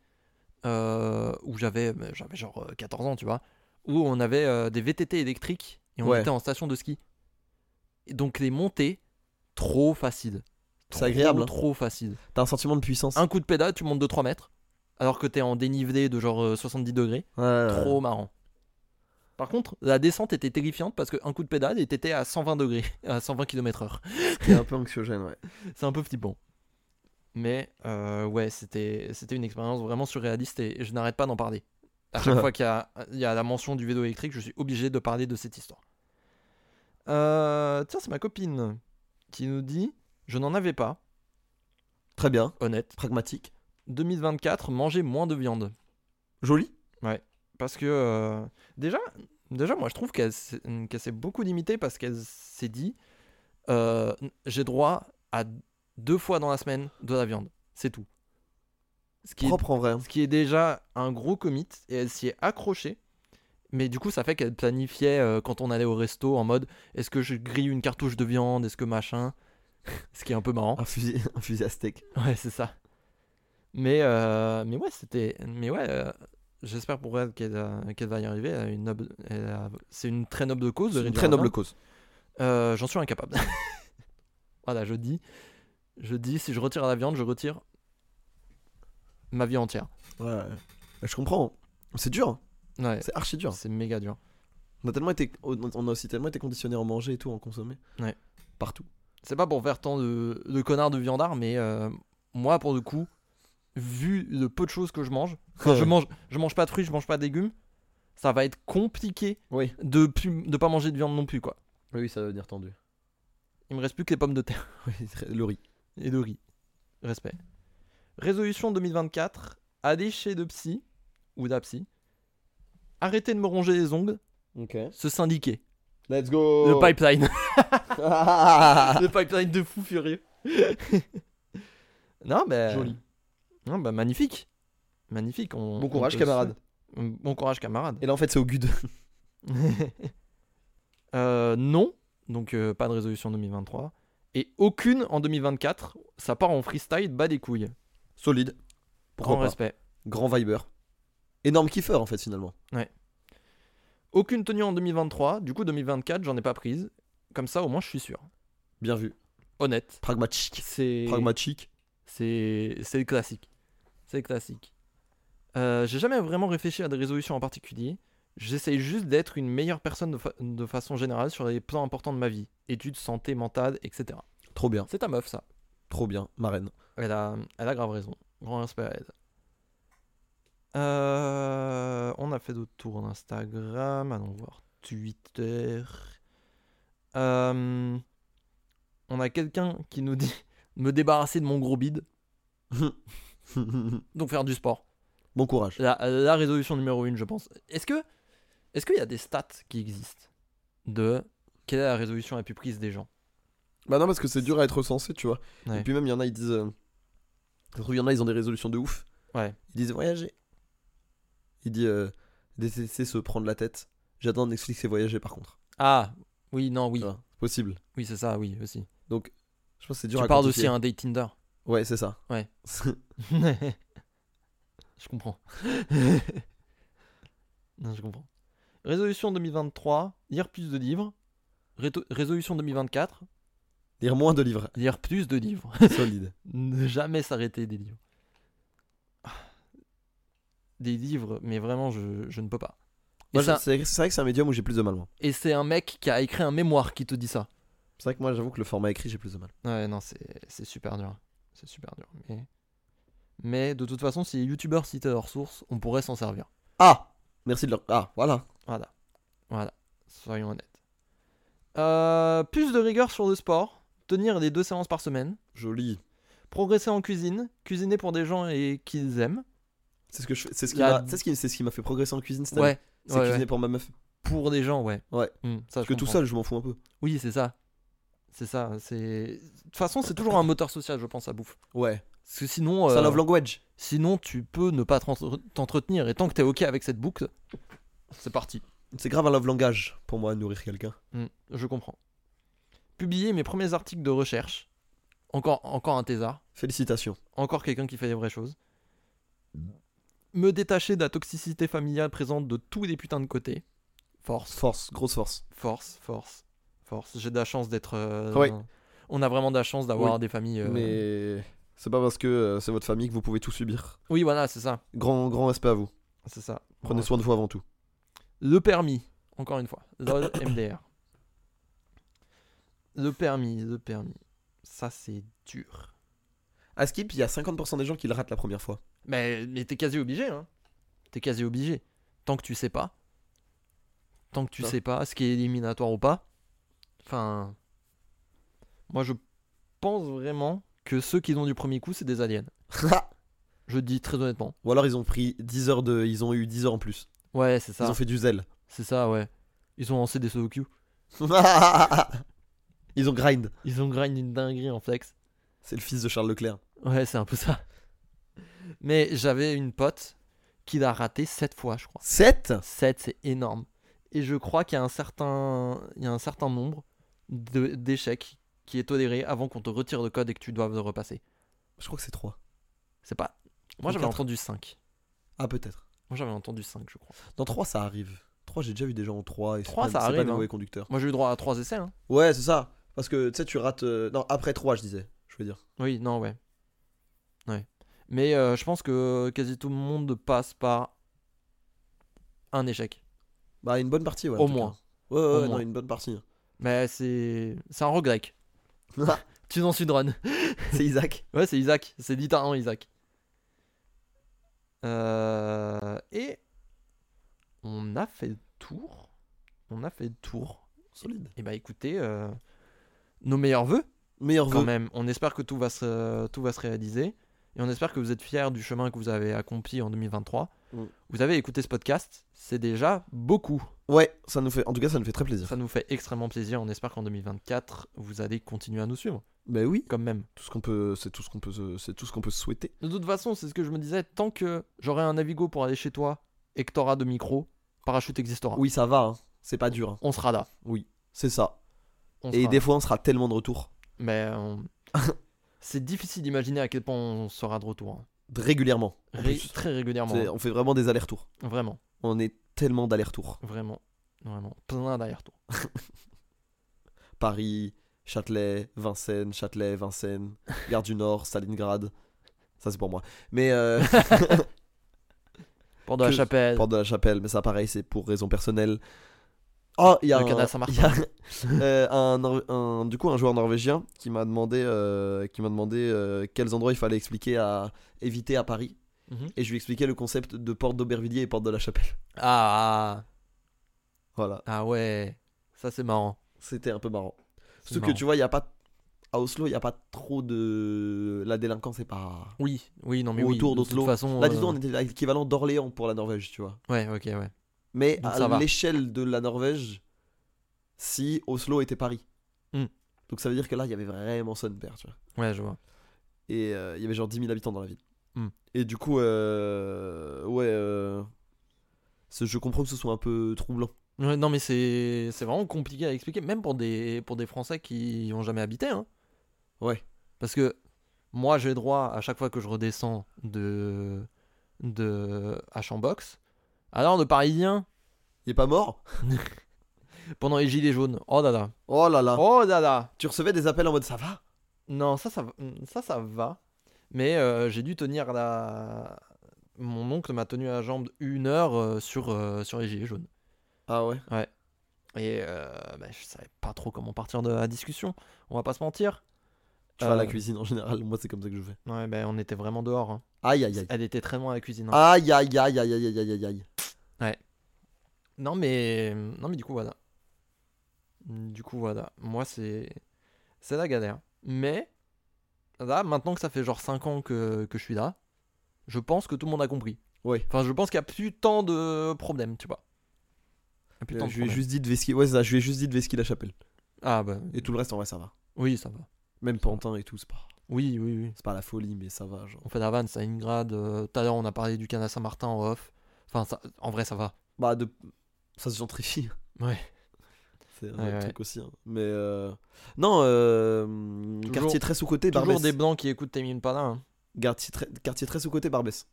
[SPEAKER 2] euh, où j'avais bah, j'avais genre euh, 14 ans, tu vois, où on avait euh, des VTT électriques et on
[SPEAKER 1] Ouais.
[SPEAKER 2] était en station de ski. Et donc, les montées, trop faciles.
[SPEAKER 1] C'est
[SPEAKER 2] Trop,
[SPEAKER 1] agréable. hein.
[SPEAKER 2] Trop faciles.
[SPEAKER 1] T'as un sentiment de puissance.
[SPEAKER 2] Un coup de pédale, tu montes de 3 mètres, alors que t'es en dénivelé de genre euh, 70 degrés.
[SPEAKER 1] Ouais.
[SPEAKER 2] Trop marrant. Par contre, la descente était terrifiante parce qu'un coup de pédale et t'étais à 120 degrés, *laughs* à 120 km/h.
[SPEAKER 1] C'est un peu anxiogène, ouais.
[SPEAKER 2] C'est un peu flippant. Mais euh, ouais, c'était c'était une expérience vraiment surréaliste et je n'arrête pas d'en parler. À chaque fois qu'il y a, il y a la mention du vélo électrique, je suis obligé de parler de cette histoire. Euh, tiens, c'est ma copine qui nous dit Je n'en avais pas,
[SPEAKER 1] Très bien.
[SPEAKER 2] honnête.
[SPEAKER 1] Pragmatique.
[SPEAKER 2] 2024, manger moins de viande.
[SPEAKER 1] Joli.
[SPEAKER 2] Parce que euh, déjà, déjà, moi je trouve qu'elle s'est qu'elle s'est beaucoup limitée parce qu'elle s'est dit euh, j'ai droit à deux fois dans la semaine de la viande, c'est tout. Ce qui, est,
[SPEAKER 1] Propre en
[SPEAKER 2] *laughs*
[SPEAKER 1] vrai. hein.
[SPEAKER 2] ce qui est déjà un gros commit et elle s'y est accrochée. Mais du coup, ça fait qu'elle planifiait euh, quand on allait au resto en mode est-ce que je grille une cartouche de viande, est-ce que machin *laughs* Ce qui est un peu marrant.
[SPEAKER 1] Un fusil, un fusil à steak.
[SPEAKER 2] Ouais, c'est ça. Mais, euh, mais ouais, c'était. Mais ouais, euh, j'espère pour elle qu'elle euh, qu'elle va y arriver. Elle a une noble- elle a- C'est une très noble cause.
[SPEAKER 1] C'est
[SPEAKER 2] de
[SPEAKER 1] une
[SPEAKER 2] réduire
[SPEAKER 1] très
[SPEAKER 2] la
[SPEAKER 1] noble
[SPEAKER 2] viande.
[SPEAKER 1] cause.
[SPEAKER 2] Euh, J'en suis incapable. *laughs* voilà, je dis. Je dis, si je retire la viande, je retire ma vie entière.
[SPEAKER 1] Ouais. Je comprends. C'est dur. hein.
[SPEAKER 2] Ouais,
[SPEAKER 1] C'est archi dur.
[SPEAKER 2] c'est méga dur.
[SPEAKER 1] On a tellement été, on a aussi tellement été conditionné en manger et tout, en consommer.
[SPEAKER 2] Ouais.
[SPEAKER 1] Partout.
[SPEAKER 2] C'est pas pour faire tant de, de connards de viandards, mais euh, moi, pour le coup, vu le peu de choses que je mange, Enfin, je mange, je mange pas de fruits, je mange pas de légumes. Ça va être compliqué
[SPEAKER 1] *laughs* Oui.
[SPEAKER 2] de plus, de pas manger de viande non plus quoi.
[SPEAKER 1] Oui, ça va devenir tendu.
[SPEAKER 2] Il me reste plus que les pommes de terre *laughs*
[SPEAKER 1] Oui, très- le riz.
[SPEAKER 2] et de riz. Respect. Résolution 2024 aller chez le psy ou la psy. Arrêter de me ronger les ongles,
[SPEAKER 1] Ok.
[SPEAKER 2] se syndiquer.
[SPEAKER 1] Let's go.
[SPEAKER 2] Le
[SPEAKER 1] *laughs*
[SPEAKER 2] pipeline, Ah.
[SPEAKER 1] pipe.
[SPEAKER 2] le pipeline de fou furieux. *laughs* non mais
[SPEAKER 1] Joli.
[SPEAKER 2] Non bah magnifique, magnifique. on-
[SPEAKER 1] Bon bah,
[SPEAKER 2] on
[SPEAKER 1] courage,
[SPEAKER 2] peut se- Mm,
[SPEAKER 1] camarade.
[SPEAKER 2] Bon courage camarade.
[SPEAKER 1] Et là, en fait, c'est au GUD.
[SPEAKER 2] Euh, non, donc euh, pas de résolution 2023. Et aucune en 2024. Ça part en freestyle, bas des couilles.
[SPEAKER 1] *laughs* Solide.
[SPEAKER 2] Grand
[SPEAKER 1] Pourquoi pas.
[SPEAKER 2] respect.
[SPEAKER 1] Grand Viber. Énorme kiffeur, en fait, finalement.
[SPEAKER 2] Aucune tenue en 2023. Du coup, 2024, j'en ai pas prise. Comme ça, au moins, je suis sûr.
[SPEAKER 1] Bien vu.
[SPEAKER 2] Honnête.
[SPEAKER 1] Pragmatique.
[SPEAKER 2] C'est.
[SPEAKER 1] Pragmatique.
[SPEAKER 2] C'est. C'est le classique. C'est le classique. Euh, J'ai jamais vraiment réfléchi à des résolutions en particulier. J'essaye juste d'être une meilleure personne de, fa- de façon générale sur les plans importants de ma vie. Études, santé, mentale, etc.
[SPEAKER 1] Trop bien.
[SPEAKER 2] C'est ta meuf, ça.
[SPEAKER 1] Trop bien. Ma reine. *laughs*
[SPEAKER 2] Elle a, elle a grave raison. Grand respect à elle. Euh, on a fait d'autres tours d'Instagram. Allons voir Twitter. Euh, on a quelqu'un qui nous dit me débarrasser de mon gros bide. Donc faire du sport.
[SPEAKER 1] bon courage.
[SPEAKER 2] La, la résolution numéro une, je pense. Est-ce que est-ce qu'il y a des stats qui existent de quelle est la résolution la plus prise des gens
[SPEAKER 1] Bah non, parce que c'est dur à être recensé, tu vois.
[SPEAKER 2] Ouais.
[SPEAKER 1] Et puis même, il y en a, ils disent. euh, ça se trouve, il y en a, ils ont des résolutions de ouf.
[SPEAKER 2] Ouais.
[SPEAKER 1] Ils disent voyager. Il dit euh, détester se prendre la tête. J'attends Netflix et voyager, par contre.
[SPEAKER 2] Ah oui, non, oui,
[SPEAKER 1] Tu vois, c'est possible.
[SPEAKER 2] oui, c'est ça, oui aussi.
[SPEAKER 1] Je pense que c'est dur
[SPEAKER 2] Tu
[SPEAKER 1] à
[SPEAKER 2] parles
[SPEAKER 1] quantifier.
[SPEAKER 2] aussi à un date Tinder.
[SPEAKER 1] Ouais, c'est ça.
[SPEAKER 2] Ouais. *laughs* je comprends. *laughs* non, je comprends. Résolution 2023, lire plus de livres. Réto- Résolution 2024,
[SPEAKER 1] *laughs* Lire moins de livres. *laughs*
[SPEAKER 2] lire plus de livres. *laughs*
[SPEAKER 1] Solide.
[SPEAKER 2] ne jamais s'arrêter des livres. *sighs* Des livres, mais vraiment, je, je ne peux pas.
[SPEAKER 1] Et
[SPEAKER 2] Moi, j'ai
[SPEAKER 1] c'est
[SPEAKER 2] un-
[SPEAKER 1] c'est- c'est vrai que c'est un médium où j'ai plus de mal, moi.
[SPEAKER 2] Et c'est un mec qui a écrit un mémoire qui te dit ça.
[SPEAKER 1] C'est vrai que moi, j'avoue que le format écrit, j'ai plus de mal.
[SPEAKER 2] Ouais, non, c'est c'est super dur. C'est super dur. Mais, mais de toute façon, si les youtubeurs citaient leurs sources, on pourrait s'en servir.
[SPEAKER 1] Ah Merci de leur. Ah, voilà.
[SPEAKER 2] Voilà. Voilà. Soyons honnêtes. Euh, plus de rigueur sur le sport. Tenir les deux séances par semaine.
[SPEAKER 1] Joli.
[SPEAKER 2] Progresser en cuisine. Cuisiner pour des gens et qu'ils aiment.
[SPEAKER 1] C'est ce que je fais- C'est ce qui
[SPEAKER 2] La-
[SPEAKER 1] m'a c'est ce qui- c'est ce qui m'a fait progresser en cuisine cette année.
[SPEAKER 2] Ouais.
[SPEAKER 1] C'est
[SPEAKER 2] ouais,
[SPEAKER 1] cuisiner
[SPEAKER 2] ouais.
[SPEAKER 1] pour ma meuf.
[SPEAKER 2] Pour des gens, ouais.
[SPEAKER 1] Ouais.
[SPEAKER 2] Hmm, ça,
[SPEAKER 1] Parce
[SPEAKER 2] je
[SPEAKER 1] que tout
[SPEAKER 2] comprends.
[SPEAKER 1] seul, je m'en fous un peu.
[SPEAKER 2] Oui, c'est ça. C'est ça. C'est. De toute façon, c'est toujours un moteur social, je pense, à bouffe.
[SPEAKER 1] Ouais.
[SPEAKER 2] Parce que sinon.
[SPEAKER 1] C'est
[SPEAKER 2] euh,
[SPEAKER 1] un love language.
[SPEAKER 2] Sinon, tu peux ne pas t'entre- t'entretenir. Et tant que t'es OK avec cette boucle, c'est parti.
[SPEAKER 1] C'est grave un love langage pour moi, nourrir quelqu'un.
[SPEAKER 2] Hmm, je comprends. Publier mes premiers articles de recherche. Encore, encore un thésard.
[SPEAKER 1] Félicitations.
[SPEAKER 2] Encore quelqu'un qui fait des vraies choses. Me détacher de la toxicité familiale présente de tous les putains de côtés. Force,
[SPEAKER 1] Force, grosse force.
[SPEAKER 2] force, force, force. J'ai de la chance d'être. euh,
[SPEAKER 1] Ouais.
[SPEAKER 2] On a vraiment de la chance d'avoir des familles. euh,
[SPEAKER 1] Mais c'est pas parce que euh, c'est votre famille que vous pouvez tout subir.
[SPEAKER 2] Oui, voilà, c'est ça.
[SPEAKER 1] Grand, grand respect à vous.
[SPEAKER 2] C'est ça.
[SPEAKER 1] Prenez
[SPEAKER 2] Ouais.
[SPEAKER 1] soin de vous avant tout.
[SPEAKER 2] Le permis, encore une fois.
[SPEAKER 1] *coughs*
[SPEAKER 2] LOL MDR. Le permis, le permis. Ça, c'est dur.
[SPEAKER 1] À Skip, il y a 50% des gens qui le ratent la première fois.
[SPEAKER 2] Mais, mais t'es quasi obligé, hein. T'es quasi obligé. Tant que tu sais pas. Tant que tu
[SPEAKER 1] Putain.
[SPEAKER 2] sais pas ce qui est éliminatoire ou pas. Enfin. Moi, je pense vraiment que ceux qui l'ont du premier coup, c'est des aliens. Je dis très honnêtement.
[SPEAKER 1] Ou alors ils ont pris 10 heures de. Ils ont eu 10 heures en plus.
[SPEAKER 2] Ouais, c'est
[SPEAKER 1] Ils
[SPEAKER 2] ça.
[SPEAKER 1] ont fait du zèle.
[SPEAKER 2] C'est ça, ouais. Ils ont lancé des solo
[SPEAKER 1] *laughs* ils ont grind.
[SPEAKER 2] Ils ont grind une dinguerie en flex.
[SPEAKER 1] C'est le fils de Charles Leclerc.
[SPEAKER 2] Ouais, c'est un peu ça. Mais j'avais une pote qui l'a raté sept fois, je crois.
[SPEAKER 1] 7
[SPEAKER 2] Sept, c'est énorme. Et je crois qu'il y a un certain, il y a un certain nombre de- d'échecs qui est toléré avant qu'on te retire le code et que tu dois le repasser.
[SPEAKER 1] Je crois que c'est 3.
[SPEAKER 2] C'est pas. Moi, j'avais
[SPEAKER 1] Quatre.
[SPEAKER 2] entendu 5.
[SPEAKER 1] Ah, peut-être.
[SPEAKER 2] Moi, j'avais entendu 5, je crois.
[SPEAKER 1] Dans 3, ça arrive. 3, j'ai déjà vu des gens en 3. Et c'est
[SPEAKER 2] Trois,
[SPEAKER 1] pas-
[SPEAKER 2] ça
[SPEAKER 1] c'est pas
[SPEAKER 2] arrive,
[SPEAKER 1] des
[SPEAKER 2] hein.
[SPEAKER 1] mauvais conducteurs.
[SPEAKER 2] Moi, j'ai eu droit à 3 essais. Hein.
[SPEAKER 1] Ouais, c'est ça. Parce que tu sais, tu rates. euh, Non, après 3, je disais. Je veux dire.
[SPEAKER 2] Oui, non, ouais. Ouais. Mais euh, je pense que quasi tout le monde passe par un échec.
[SPEAKER 1] Bah, une bonne partie, ouais. en
[SPEAKER 2] Au
[SPEAKER 1] tout
[SPEAKER 2] moins.
[SPEAKER 1] cas. Ouais, ouais,
[SPEAKER 2] Au
[SPEAKER 1] ouais, non,
[SPEAKER 2] moins.
[SPEAKER 1] une bonne
[SPEAKER 2] *laughs*
[SPEAKER 1] partie.
[SPEAKER 2] Mais c'est. C'est un roguelike. tu es dans Speedrun.
[SPEAKER 1] c'est Isaac.
[SPEAKER 2] Ouais, c'est Isaac. C'est littéralement Isaac. Euh, et on a fait le tour. On a fait le tour.
[SPEAKER 1] Solide.
[SPEAKER 2] Et bah écoutez, euh, nos meilleurs voeux
[SPEAKER 1] Meilleur
[SPEAKER 2] quand
[SPEAKER 1] vœu.
[SPEAKER 2] même. On espère que tout va, se, tout va se réaliser. Et on espère que vous êtes fiers du chemin que vous avez accompli en 2023.
[SPEAKER 1] Mm.
[SPEAKER 2] Vous avez écouté ce podcast. C'est déjà beaucoup.
[SPEAKER 1] Ouais, ça nous fait. En tout cas, ça nous fait très plaisir.
[SPEAKER 2] Ça nous fait extrêmement plaisir. On espère qu'en 2024, vous allez continuer à nous suivre.
[SPEAKER 1] Bah oui.
[SPEAKER 2] Comme même.
[SPEAKER 1] Tout ce qu'on peut, c'est tout ce qu'on peut, se- c'est tout ce qu'on peut se souhaiter.
[SPEAKER 2] De toute façon, c'est ce que je me disais, tant que j'aurai un Navigo pour aller chez toi et que t'auras de micro, parachute existera.
[SPEAKER 1] Oui, ça va. hein. C'est pas dur. hein.
[SPEAKER 2] On sera là.
[SPEAKER 1] C'est ça.
[SPEAKER 2] On
[SPEAKER 1] Et
[SPEAKER 2] sera
[SPEAKER 1] des
[SPEAKER 2] là.
[SPEAKER 1] fois, on sera tellement de retour
[SPEAKER 2] Mais euh, *laughs* c'est difficile d'imaginer à quel point on sera de retour. hein.
[SPEAKER 1] régulièrement. en
[SPEAKER 2] Ré-
[SPEAKER 1] plus.
[SPEAKER 2] très régulièrement.
[SPEAKER 1] C'est-
[SPEAKER 2] hein.
[SPEAKER 1] on fait vraiment des allers-retours.
[SPEAKER 2] Vraiment,
[SPEAKER 1] On est tellement d'allers-retours.
[SPEAKER 2] vraiment, vraiment. Plein derrière toi.
[SPEAKER 1] Paris, Châtelet, Vincennes, Châtelet,
[SPEAKER 2] *laughs*
[SPEAKER 1] Vincennes, Gare du Nord, Stalingrad. Ça, c'est pour moi. Mais
[SPEAKER 2] *laughs*
[SPEAKER 1] euh,
[SPEAKER 2] Porte de la
[SPEAKER 1] Que-
[SPEAKER 2] Chapelle.
[SPEAKER 1] Porte de la Chapelle, mais ça, pareil, c'est pour raison personnelle. Oh, il y a
[SPEAKER 2] Le
[SPEAKER 1] un, *laughs*
[SPEAKER 2] canal Saint-Martin.
[SPEAKER 1] il y a, euh, un Nor- un- du coup un joueur norvégien qui m'a demandé, euh, qui m'a demandé euh, quels endroits il fallait expliquer à éviter à Paris.
[SPEAKER 2] Mhm.
[SPEAKER 1] Et je lui expliquais le concept de porte d'Aubervilliers et porte de la Chapelle.
[SPEAKER 2] Ah, ah,
[SPEAKER 1] Voilà,
[SPEAKER 2] ah ouais. Ça, c'est marrant.
[SPEAKER 1] c'était un peu marrant.
[SPEAKER 2] C'est
[SPEAKER 1] Surtout que
[SPEAKER 2] marrant.
[SPEAKER 1] tu vois, il y a pas à Oslo, il y a pas trop de la délinquance, c'est pas.
[SPEAKER 2] Oui, oui, non, mais
[SPEAKER 1] Ou
[SPEAKER 2] oui.
[SPEAKER 1] autour
[SPEAKER 2] de toute
[SPEAKER 1] d'Oslo.
[SPEAKER 2] façon.
[SPEAKER 1] Là, disons,
[SPEAKER 2] euh,
[SPEAKER 1] on était à l'équivalent d'Orléans pour la Norvège, tu vois.
[SPEAKER 2] Ouais, ok, ouais.
[SPEAKER 1] Mais
[SPEAKER 2] Donc ça
[SPEAKER 1] à
[SPEAKER 2] va.
[SPEAKER 1] l'échelle de la Norvège, si Oslo était Paris.
[SPEAKER 2] Hmm.
[SPEAKER 1] Donc ça veut dire que là, il y avait vraiment Sonneberg, tu vois.
[SPEAKER 2] Ouais, je vois.
[SPEAKER 1] Et euh, il y avait genre 10 000 habitants dans la ville.
[SPEAKER 2] Hmm.
[SPEAKER 1] Et du coup, euh, ouais, euh, c'est- je comprends que ce soit un peu troublant.
[SPEAKER 2] Ouais, non mais c'est c'est vraiment compliqué à expliquer, même pour des pour des Français qui y ont jamais habité. hein.
[SPEAKER 1] Ouais.
[SPEAKER 2] Parce que Moi, j'ai droit à chaque fois que je redescends de de à Chambox. Alors de Parisien
[SPEAKER 1] Il est pas mort
[SPEAKER 2] pendant les gilets jaunes. Oh dada.
[SPEAKER 1] Oh là là.
[SPEAKER 2] Oh dada.
[SPEAKER 1] Tu recevais des appels en mode ça va
[SPEAKER 2] Non, ça ça va- ça ça va. Mais euh, j'ai dû tenir la mon oncle m'a tenu à la jambe une heure euh, sur euh, sur les gilets jaunes.
[SPEAKER 1] Ah ouais.
[SPEAKER 2] Et euh, bah, je savais pas trop comment partir de la discussion. On va pas se mentir.
[SPEAKER 1] Tu vas à la
[SPEAKER 2] Euh,
[SPEAKER 1] cuisine en général, moi c'est comme ça que je fais.
[SPEAKER 2] Ouais, ben on était vraiment dehors. hein.
[SPEAKER 1] Aïe aïe aïe.
[SPEAKER 2] Elle était très loin à la cuisine. hein.
[SPEAKER 1] Aïe aïe aïe aïe aïe aïe aïe aïe aïe.
[SPEAKER 2] Non mais non mais du coup voilà. Du coup voilà. Moi c'est c'est la galère. Mais là maintenant que ça fait genre 5 ans que, que je suis là, je pense que tout le monde a compris.
[SPEAKER 1] Ouais.
[SPEAKER 2] Enfin je pense qu'il y a plus tant de problèmes, tu vois. Il y a plus
[SPEAKER 1] Euh,
[SPEAKER 2] tant de
[SPEAKER 1] je lui ai
[SPEAKER 2] problèmes.
[SPEAKER 1] juste dit de vesquer. Ouais, c'est ça, je lui ai juste dit de vesquer la chapelle.
[SPEAKER 2] Ah bah
[SPEAKER 1] Et tout le reste en vrai ça va.
[SPEAKER 2] oui, ça va.
[SPEAKER 1] Même Pantin et tout, c'est pas
[SPEAKER 2] Oui, oui, oui.
[SPEAKER 1] c'est pas la folie mais ça va genre.
[SPEAKER 2] On fait la vanne, ça Ingrad, euh, tout à l'heure on a parlé du canal Saint-Martin en off. Enfin ça, en vrai ça va.
[SPEAKER 1] Bah de ça se gentrifie.
[SPEAKER 2] Ouais.
[SPEAKER 1] C'est un
[SPEAKER 2] Ouais, ouais.
[SPEAKER 1] truc aussi. hein. Mais euh, non, euh,
[SPEAKER 2] Toujours-
[SPEAKER 1] quartier très sous-côté,
[SPEAKER 2] Toujours
[SPEAKER 1] Barbès.
[SPEAKER 2] des blancs qui écoutent tes mines palins. hein.
[SPEAKER 1] Quartier très, quartier très sous-côté, Barbès.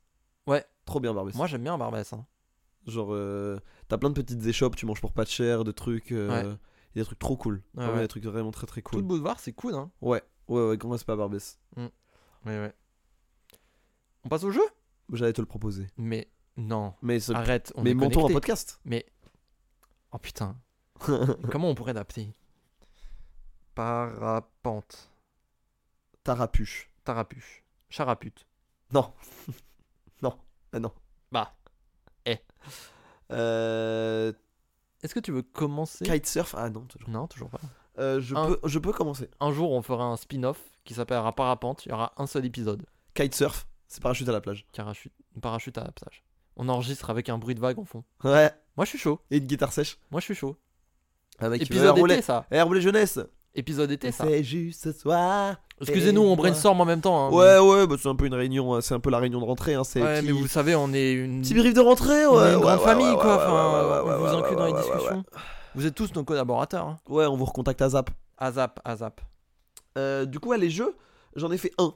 [SPEAKER 2] Ouais.
[SPEAKER 1] Trop bien, Barbès.
[SPEAKER 2] Moi j'aime bien Barbès. hein.
[SPEAKER 1] Genre, euh, t'as plein de petites échoppes, tu manges pour pas de cher, de trucs. euh, y a des trucs trop cool.
[SPEAKER 2] Ouais,
[SPEAKER 1] Vraiment,
[SPEAKER 2] ouais.
[SPEAKER 1] Des trucs vraiment très très
[SPEAKER 2] Tout
[SPEAKER 1] cool.
[SPEAKER 2] le boulevard c'est cool hein.
[SPEAKER 1] Ouais, ouais, ouais, comment c'est pas Barbès
[SPEAKER 2] Ouais ouais. On passe au jeu
[SPEAKER 1] J'allais te le proposer.
[SPEAKER 2] Mais non,
[SPEAKER 1] Mais, ce-
[SPEAKER 2] arrête, on
[SPEAKER 1] mais
[SPEAKER 2] est
[SPEAKER 1] montons un
[SPEAKER 2] connecté.
[SPEAKER 1] podcast.
[SPEAKER 2] Mais oh putain, *laughs* comment on pourrait l'appeler Parapente,
[SPEAKER 1] Tarapuche.
[SPEAKER 2] tarapuche, charapute.
[SPEAKER 1] Non. non. Ah non.
[SPEAKER 2] Bah, eh.
[SPEAKER 1] Euh,
[SPEAKER 2] Est-ce que tu veux commencer
[SPEAKER 1] kitesurf Ah non, toujours.
[SPEAKER 2] Non, toujours pas.
[SPEAKER 1] Euh, je,
[SPEAKER 2] Un-
[SPEAKER 1] peux, je peux commencer.
[SPEAKER 2] Un jour, on fera un spin-off qui s'appellera Parapente. Il y aura un seul épisode.
[SPEAKER 1] Kitesurf, c'est parachute à la plage.
[SPEAKER 2] Parachute, parachute à la plage. On enregistre avec un bruit de vague en fond.
[SPEAKER 1] Ouais.
[SPEAKER 2] Moi, je suis chaud.
[SPEAKER 1] Et une guitare sèche.
[SPEAKER 2] Moi, je suis chaud.
[SPEAKER 1] Un mec qui veut
[SPEAKER 2] Épisode
[SPEAKER 1] air
[SPEAKER 2] été,
[SPEAKER 1] roulé.
[SPEAKER 2] ça.
[SPEAKER 1] Air roulé jeunesse.
[SPEAKER 2] Épisode été, ça.
[SPEAKER 1] C'est juste ce soir.
[SPEAKER 2] Excusez-nous, on
[SPEAKER 1] moi.
[SPEAKER 2] brainstorm en même temps. hein,
[SPEAKER 1] Ouais, ouais, bah, c'est un peu une réunion, euh, c'est un peu la réunion de rentrée. Hein, c'est
[SPEAKER 2] mais... Ouais,
[SPEAKER 1] qui-
[SPEAKER 2] mais vous savez, on est une.
[SPEAKER 1] Petit brief de rentrée, ouais.
[SPEAKER 2] On est
[SPEAKER 1] ouais,
[SPEAKER 2] une grande
[SPEAKER 1] ouais,
[SPEAKER 2] famille,
[SPEAKER 1] ouais,
[SPEAKER 2] quoi.
[SPEAKER 1] ouais,
[SPEAKER 2] Enfin,
[SPEAKER 1] ouais, ouais,
[SPEAKER 2] on
[SPEAKER 1] ouais,
[SPEAKER 2] vous inclut
[SPEAKER 1] ouais,
[SPEAKER 2] dans les
[SPEAKER 1] ouais, ouais, ouais.
[SPEAKER 2] discussions. Vous êtes tous nos collaborateurs. hein.
[SPEAKER 1] Ouais, on vous recontacte à Zap.
[SPEAKER 2] Azap, Azap.
[SPEAKER 1] Euh, du coup, ouais, les jeux, j'en ai fait un.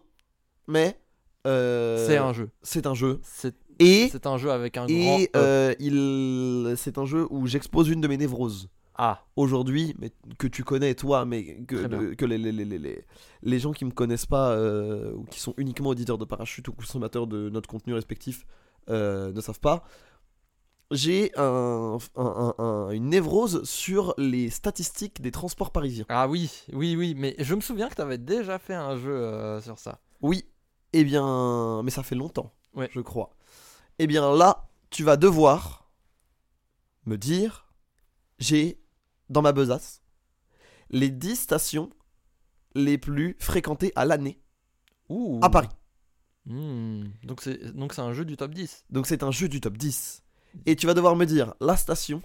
[SPEAKER 1] Mais. euh,
[SPEAKER 2] C'est un jeu.
[SPEAKER 1] C'est un jeu.
[SPEAKER 2] C'est
[SPEAKER 1] Et.
[SPEAKER 2] c'est un jeu avec un grand.
[SPEAKER 1] Et
[SPEAKER 2] E.
[SPEAKER 1] euh, il, c'est un jeu où j'expose une de mes névroses
[SPEAKER 2] Ah,
[SPEAKER 1] aujourd'hui, mais que tu connais toi, mais
[SPEAKER 2] Très bien.
[SPEAKER 1] que, que les, les, les, les- les, les gens qui me connaissent pas euh, ou qui sont uniquement auditeurs de parachute ou consommateurs de notre contenu respectif euh, ne savent pas. J'ai un, un- un- un- une névrose sur les statistiques des transports parisiens.
[SPEAKER 2] ah oui, oui, oui. Mais je me souviens que t'avais déjà fait un jeu euh, sur ça.
[SPEAKER 1] Oui, eh bien, mais ça fait longtemps,
[SPEAKER 2] Ouais.
[SPEAKER 1] je crois. Eh bien là, tu vas devoir me dire, j'ai dans ma besace les 10 stations les plus fréquentées à l'année
[SPEAKER 2] Ouh.
[SPEAKER 1] à Paris.
[SPEAKER 2] Hmm. Donc c'est donc c'est un jeu du top 10.
[SPEAKER 1] Donc c'est un jeu du top 10. Et tu vas devoir me dire la station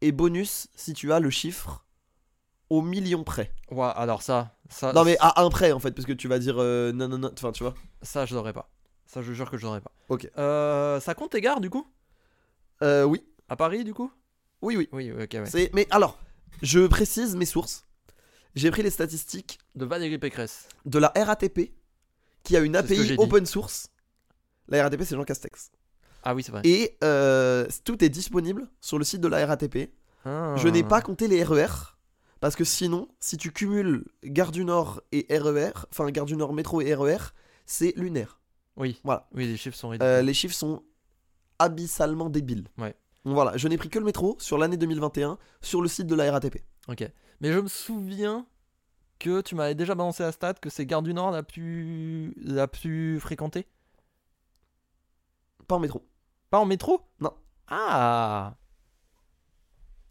[SPEAKER 1] et bonus si tu as le chiffre au million près.
[SPEAKER 2] Ouais, alors ça, ça,
[SPEAKER 1] Non mais à un près en fait, parce que tu vas dire euh, non non non, enfin tu vois.
[SPEAKER 2] ça je l'aurais pas. Ça je jure que je l'aurais pas.
[SPEAKER 1] Ok.
[SPEAKER 2] Euh, ça compte tes gares du coup
[SPEAKER 1] Euh, oui,
[SPEAKER 2] À Paris du coup
[SPEAKER 1] oui, oui.
[SPEAKER 2] Oui, ok. Ouais.
[SPEAKER 1] C'est- Mais alors, je précise mes sources. J'ai pris les statistiques
[SPEAKER 2] De Valérie Pécresse.
[SPEAKER 1] de la RATP, qui a une
[SPEAKER 2] C'est ce que j'ai
[SPEAKER 1] API
[SPEAKER 2] dit.
[SPEAKER 1] open source. La RATP, c'est Jean Castex.
[SPEAKER 2] Ah oui, c'est vrai.
[SPEAKER 1] Et euh, tout est disponible sur le site de la RATP.
[SPEAKER 2] Ah.
[SPEAKER 1] Je n'ai pas compté les RER, parce que sinon, si tu cumules Gare du Nord et RER, enfin Gare du Nord, métro et RER, c'est lunaire.
[SPEAKER 2] Oui.
[SPEAKER 1] Voilà.
[SPEAKER 2] Oui, les chiffres sont ridicules.
[SPEAKER 1] Euh, les chiffres sont abyssalement débiles.
[SPEAKER 2] Ouais.
[SPEAKER 1] Donc Voilà, je n'ai pris que le métro sur l'année 2021 sur le site de la RATP.
[SPEAKER 2] Ok. Mais je me souviens que tu m'avais déjà balancé la stat que c'est Gare du Nord la plus, la plus fréquentée.
[SPEAKER 1] Pas en métro.
[SPEAKER 2] Pas en métro
[SPEAKER 1] Non.
[SPEAKER 2] Ah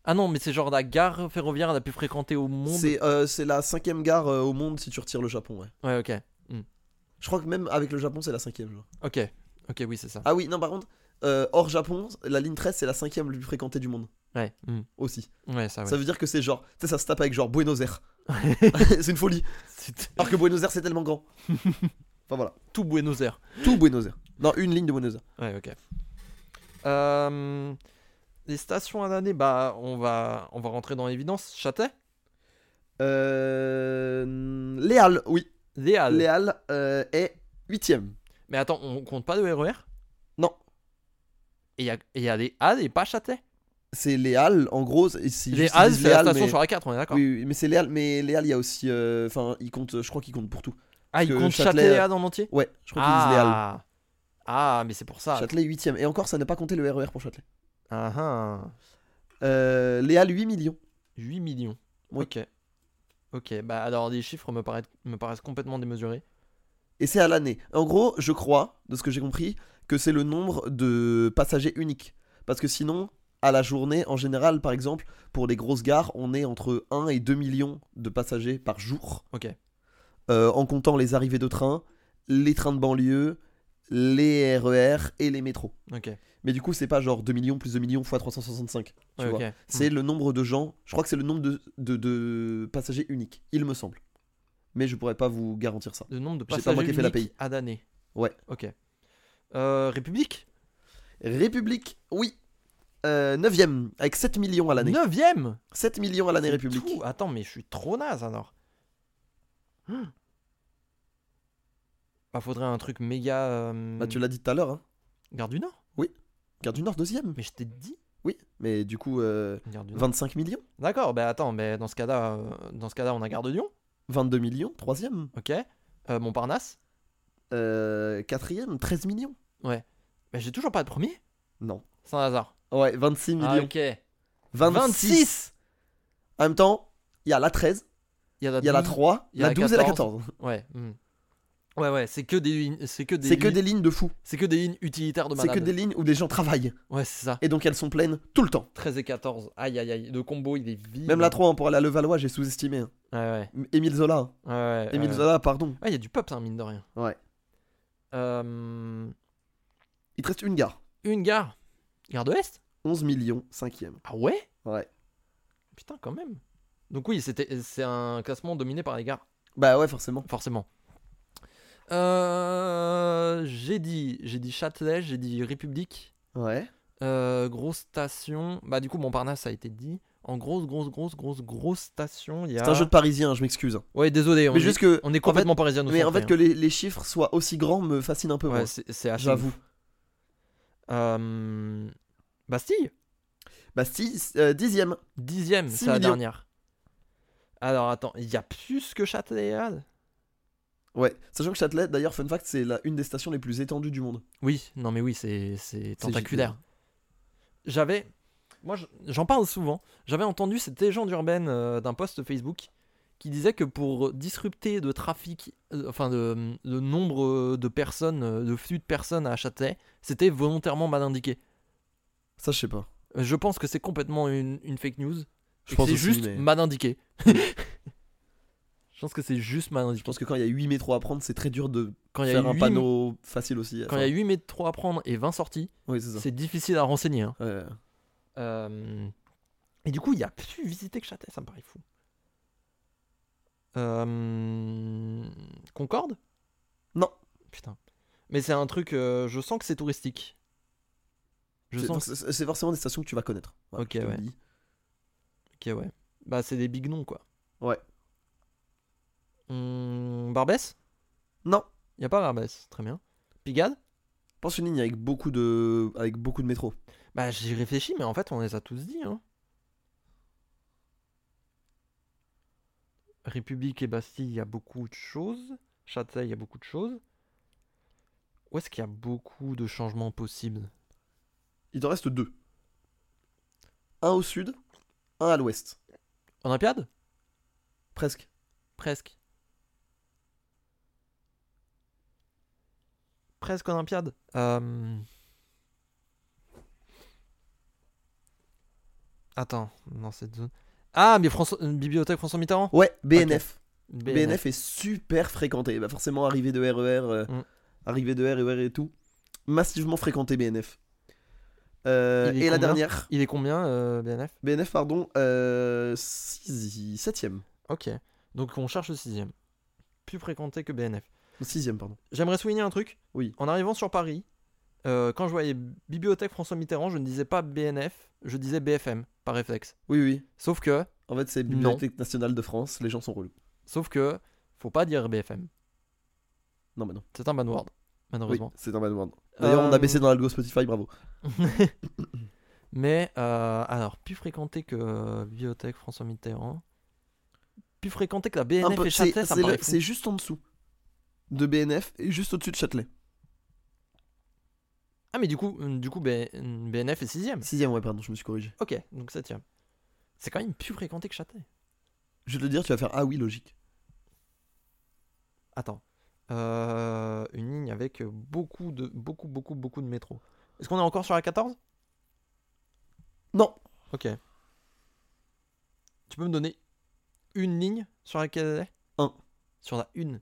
[SPEAKER 2] Ah non, mais c'est genre la gare ferroviaire la plus fréquentée au monde.
[SPEAKER 1] C'est euh, c'est la cinquième gare euh, au monde si tu retires le Japon. Ouais.
[SPEAKER 2] Ouais, ok.
[SPEAKER 1] Je crois que même avec le Japon, c'est la cinquième. genre.
[SPEAKER 2] Ok. Ok, oui, c'est ça.
[SPEAKER 1] Ah oui, non, par contre, euh, hors Japon, la ligne 13, c'est la cinquième la plus fréquentée du monde
[SPEAKER 2] Ouais. hmm.
[SPEAKER 1] aussi.
[SPEAKER 2] Ouais, ça, Ah ouais.
[SPEAKER 1] Ça veut dire que c'est genre, tu sais, ça se tape avec genre Buenos
[SPEAKER 2] *laughs*
[SPEAKER 1] Aires. *laughs* c'est une folie.
[SPEAKER 2] C'est
[SPEAKER 1] Alors que Buenos Aires, c'est tellement
[SPEAKER 2] *laughs*
[SPEAKER 1] grand. enfin voilà,
[SPEAKER 2] tout Buenos Aires.
[SPEAKER 1] tout Buenos Aires. Non, une ligne de Buenos Aires.
[SPEAKER 2] Ouais, ok. Euh, les stations à l'année, bah, on va, on va rentrer dans l'évidence. Châtet
[SPEAKER 1] Euh... Les Halles, oui.
[SPEAKER 2] Léal.
[SPEAKER 1] Léal euh, est huitième.
[SPEAKER 2] Mais attends, on compte pas de RER
[SPEAKER 1] Non.
[SPEAKER 2] Et il y a, et il y a des Halles et pas Châtelet.
[SPEAKER 1] C'est Léal, en gros. c'est- c'est
[SPEAKER 2] Les
[SPEAKER 1] juste
[SPEAKER 2] Halles,
[SPEAKER 1] ils disent
[SPEAKER 2] c'est la
[SPEAKER 1] Léal,
[SPEAKER 2] station
[SPEAKER 1] mais-
[SPEAKER 2] sur la 4, on est d'accord
[SPEAKER 1] Oui, oui, mais c'est Léal, mais Léal, il y a aussi. euh, Enfin, il compte, je crois qu'il compte pour tout.
[SPEAKER 2] Ah, ils
[SPEAKER 1] que
[SPEAKER 2] comptent
[SPEAKER 1] Châtelet-
[SPEAKER 2] Châtelet et Halles en entier
[SPEAKER 1] Ouais, je crois qu'ils disent Léal.
[SPEAKER 2] Ah Ah, mais c'est pour ça.
[SPEAKER 1] Châtelet 8 Et encore, ça n'a pas compté le RER pour Châtelet.
[SPEAKER 2] Ah, ah.
[SPEAKER 1] Euh, Léal, 8 millions.
[SPEAKER 2] 8 millions.
[SPEAKER 1] Oui.
[SPEAKER 2] Ok. Ok, bah alors les chiffres me paraissent, me paraissent complètement démesurés.
[SPEAKER 1] Et c'est à l'année. En gros, je crois, de ce que j'ai compris, que c'est le nombre de passagers uniques. Parce que sinon, à la journée, en général, par exemple, pour les grosses gares, on est entre 1 et 2 millions de passagers par jour.
[SPEAKER 2] Ok.
[SPEAKER 1] Euh, en comptant les arrivées de train, les trains de banlieue, les RER et les métros.
[SPEAKER 2] Ok.
[SPEAKER 1] Mais du coup, c'est pas genre 2 millions plus 2 millions fois 365. Tu
[SPEAKER 2] Ouais,
[SPEAKER 1] vois.
[SPEAKER 2] ok. Hmm.
[SPEAKER 1] C'est le nombre de gens. Je crois que c'est le nombre de, de, de passagers uniques, il me semble. Mais je pourrais pas vous garantir ça.
[SPEAKER 2] Le nombre de
[SPEAKER 1] J'ai pas
[SPEAKER 2] passagers
[SPEAKER 1] moi qui ai fait la
[SPEAKER 2] uniques
[SPEAKER 1] paye.
[SPEAKER 2] à d'années.
[SPEAKER 1] Ouais.
[SPEAKER 2] Ok. Euh, République
[SPEAKER 1] République, oui. Euh, 9ème, avec 7 millions à l'année.
[SPEAKER 2] 9ème
[SPEAKER 1] 7 millions à l'année,
[SPEAKER 2] C'est
[SPEAKER 1] République.
[SPEAKER 2] tout. Attends, mais je suis trop naze alors. Hum. Bah, faudrait un truc méga. euh,
[SPEAKER 1] Bah, tu l'as dit tout à l'heure, hein.
[SPEAKER 2] Gare du Nord
[SPEAKER 1] Gare du Nord, 2ème.
[SPEAKER 2] Mais je t'ai dit.
[SPEAKER 1] Oui, mais du coup, euh,
[SPEAKER 2] Gare du Nord.
[SPEAKER 1] 25 millions,
[SPEAKER 2] D'accord, bah attends, mais dans ce cas-là, euh, dans ce cas-là, on a Gare de Lyon,
[SPEAKER 1] 22 millions, 3ème,
[SPEAKER 2] ok Euh, Montparnasse.
[SPEAKER 1] euh, 4ème, 13 millions.
[SPEAKER 2] Mais j'ai toujours pas de premier
[SPEAKER 1] Non.
[SPEAKER 2] C'est un hasard.
[SPEAKER 1] Ouais, 26 millions.
[SPEAKER 2] Ah, ok.
[SPEAKER 1] 26.
[SPEAKER 2] 26.
[SPEAKER 1] En même temps, il y a la 13,
[SPEAKER 2] Il y a la,
[SPEAKER 1] il y a la
[SPEAKER 2] 12.
[SPEAKER 1] 3,
[SPEAKER 2] il y a
[SPEAKER 1] la
[SPEAKER 2] la
[SPEAKER 1] 12 et la
[SPEAKER 2] 14.
[SPEAKER 1] 14.
[SPEAKER 2] Ouais. hmm. Ouais, ouais, c'est que des, c'est que des,
[SPEAKER 1] C'est que
[SPEAKER 2] lignes-
[SPEAKER 1] des lignes de fous.
[SPEAKER 2] c'est que des lignes utilitaires de
[SPEAKER 1] C'est
[SPEAKER 2] malade.
[SPEAKER 1] que des lignes où des gens travaillent.
[SPEAKER 2] Ouais, c'est ça.
[SPEAKER 1] Et donc elles sont pleines tout le temps.
[SPEAKER 2] 13 et 14. Aïe, aïe, aïe. Le combo, il est vide.
[SPEAKER 1] Même la 3, hein, pour aller à Levallois, j'ai sous-estimé. hein.
[SPEAKER 2] Ouais, ouais.
[SPEAKER 1] M- Émile Zola. hein.
[SPEAKER 2] ouais, ouais,
[SPEAKER 1] Émile
[SPEAKER 2] Euh, ouais.
[SPEAKER 1] Zola, pardon.
[SPEAKER 2] Ouais, il y a du peuple, hein, mine de rien.
[SPEAKER 1] Ouais.
[SPEAKER 2] Euh,
[SPEAKER 1] Il te reste une gare.
[SPEAKER 2] une gare. Gare de l'Est
[SPEAKER 1] 11 millions, cinquième.
[SPEAKER 2] Ah ouais
[SPEAKER 1] Ouais.
[SPEAKER 2] Putain, quand même. Donc oui, c'était, c'est un classement dominé par les gares,
[SPEAKER 1] Bah ouais, forcément.
[SPEAKER 2] forcément. Euh, j'ai dit, j'ai dit Châtelet, j'ai dit République.
[SPEAKER 1] Ouais.
[SPEAKER 2] Euh, grosse station. Bah du coup Montparnasse ça a été dit. En grosse, grosse, grosse, grosse, grosse station. il Y a...
[SPEAKER 1] C'est un jeu de parisien, hein, je m'excuse.
[SPEAKER 2] Ouais désolé. Ah. On
[SPEAKER 1] Mais
[SPEAKER 2] est,
[SPEAKER 1] juste que.
[SPEAKER 2] on est complètement parisien. nous
[SPEAKER 1] Mais en
[SPEAKER 2] sommes
[SPEAKER 1] fait, que
[SPEAKER 2] rien.
[SPEAKER 1] les, les chiffres soient aussi grands me fascine un peu. moi.
[SPEAKER 2] Ouais, c'est, c'est assez
[SPEAKER 1] J'avoue.
[SPEAKER 2] ouf. Euh, Bastille
[SPEAKER 1] Bah, 6, euh, dixième.
[SPEAKER 2] Dixième,
[SPEAKER 1] Six
[SPEAKER 2] c'est la
[SPEAKER 1] millions.
[SPEAKER 2] dernière. Alors attends, il y a plus que Châtelet et Halles
[SPEAKER 1] Ouais. Sachant que Châtelet, d'ailleurs, fun fact, c'est la- une des stations les plus étendues du monde.
[SPEAKER 2] Oui, non mais oui, c'est, c'est tentaculaire. J'avais... Moi je- j'en parle souvent. J'avais entendu cette légende urbaine euh, d'un post Facebook qui disait que pour disrupter de trafic, euh, enfin de, de nombre de personnes, euh, de flux de personnes à Châtelet, c'était volontairement mal indiqué.
[SPEAKER 1] Ça, je sais pas.
[SPEAKER 2] Euh, Je pense que c'est complètement une, une fake news.
[SPEAKER 1] Je
[SPEAKER 2] et que
[SPEAKER 1] pense
[SPEAKER 2] c'est
[SPEAKER 1] aussi,
[SPEAKER 2] juste
[SPEAKER 1] mais- *laughs*
[SPEAKER 2] mal indiqué. je pense que c'est juste mal indiqué.
[SPEAKER 1] Je pense que quand il y a 8 métros à prendre, c'est très dur de
[SPEAKER 2] quand il y a
[SPEAKER 1] faire un
[SPEAKER 2] huit-
[SPEAKER 1] panneau facile aussi.
[SPEAKER 2] quand il y a 8 mètres 3 à prendre et 20 sorties,
[SPEAKER 1] Oui, c'est ça.
[SPEAKER 2] c'est difficile à renseigner. hein.
[SPEAKER 1] Ouais.
[SPEAKER 2] Euh, Et du coup, il y a plus visité que Châtelet, ça me paraît fou. Euh, Concorde
[SPEAKER 1] Non.
[SPEAKER 2] Putain. Mais c'est un truc, euh, je sens que c'est touristique. Je
[SPEAKER 1] C'est-
[SPEAKER 2] sens que...
[SPEAKER 1] C'est c'est forcément des stations que tu vas connaître. Voilà,
[SPEAKER 2] Ok,
[SPEAKER 1] je te le
[SPEAKER 2] ouais.
[SPEAKER 1] dis.
[SPEAKER 2] Ok, ouais. Bah, c'est des big noms, quoi.
[SPEAKER 1] Ouais.
[SPEAKER 2] Hum, Barbès
[SPEAKER 1] Non.
[SPEAKER 2] Il n'y a pas Barbès, très bien. Pigade
[SPEAKER 1] Pense une ligne avec beaucoup de, avec beaucoup de métro.
[SPEAKER 2] Bah, j'y réfléchis, mais en fait, on les a tous dit. Hein. République et Bastille, il y a beaucoup de choses. Châtelet, il y a beaucoup de choses. Où est-ce qu'il y a beaucoup de changements possibles
[SPEAKER 1] Il t'en reste deux. Un au sud, un à l'ouest.
[SPEAKER 2] Olympiade
[SPEAKER 1] Presque.
[SPEAKER 2] Presque. Presque Olympiade. Euh, Attends, dans cette zone. Ah, mais François... euh, Bibliothèque François Mitterrand
[SPEAKER 1] Ouais, BNF. BNF.
[SPEAKER 2] BNF.
[SPEAKER 1] est super fréquenté. Bah forcément, arrivée de RER, euh,
[SPEAKER 2] Mm.
[SPEAKER 1] arrivée de RER et tout. Massivement fréquenté BNF. Euh,
[SPEAKER 2] Il est
[SPEAKER 1] et la
[SPEAKER 2] combien
[SPEAKER 1] dernière,
[SPEAKER 2] Il est combien, euh, BNF
[SPEAKER 1] BNF, pardon, euh, sixi- septième.
[SPEAKER 2] Ok. Donc on cherche le sixième. Plus fréquenté que BNF.
[SPEAKER 1] Sixième, pardon.
[SPEAKER 2] J'aimerais souligner un truc.
[SPEAKER 1] Oui.
[SPEAKER 2] En arrivant sur Paris, euh, quand je voyais Bibliothèque François Mitterrand, je ne disais pas BNF, je disais BFM, par réflexe.
[SPEAKER 1] Oui, oui.
[SPEAKER 2] Sauf que,
[SPEAKER 1] En fait, c'est
[SPEAKER 2] Non.
[SPEAKER 1] Bibliothèque nationale de France. Les gens sont relous.
[SPEAKER 2] sauf que, faut pas dire BFM.
[SPEAKER 1] Non, bah non.
[SPEAKER 2] C'est un banword,
[SPEAKER 1] Oui,
[SPEAKER 2] malheureusement.
[SPEAKER 1] c'est un bad word. D'ailleurs, on a
[SPEAKER 2] Euh,
[SPEAKER 1] baissé dans l'algo Spotify, bravo.
[SPEAKER 2] Mais, euh, alors, plus fréquenté que euh, Bibliothèque François Mitterrand. Plus fréquenté que la
[SPEAKER 1] Un
[SPEAKER 2] BNF
[SPEAKER 1] peu-
[SPEAKER 2] et
[SPEAKER 1] C'est
[SPEAKER 2] Châtelet, ça
[SPEAKER 1] c'est
[SPEAKER 2] me paraît
[SPEAKER 1] le-
[SPEAKER 2] fou.
[SPEAKER 1] c'est juste en dessous de BNF et juste au-dessus de Châtelet.
[SPEAKER 2] Ah, mais du coup, du coup B- BNF est 6
[SPEAKER 1] Sixième, ouais, pardon, je me suis corrigé.
[SPEAKER 2] Ok, donc 7 C'est quand même plus fréquenté que Châtelet.
[SPEAKER 1] Je vais te dire, tu vas faire ah oui, logique.
[SPEAKER 2] Attends. Euh, une ligne avec beaucoup de beaucoup beaucoup beaucoup de métro. Est-ce qu'on est encore sur la 14
[SPEAKER 1] Non,
[SPEAKER 2] Ok. Tu peux me donner une ligne sur laquelle elle est
[SPEAKER 1] Un.
[SPEAKER 2] Sur la une.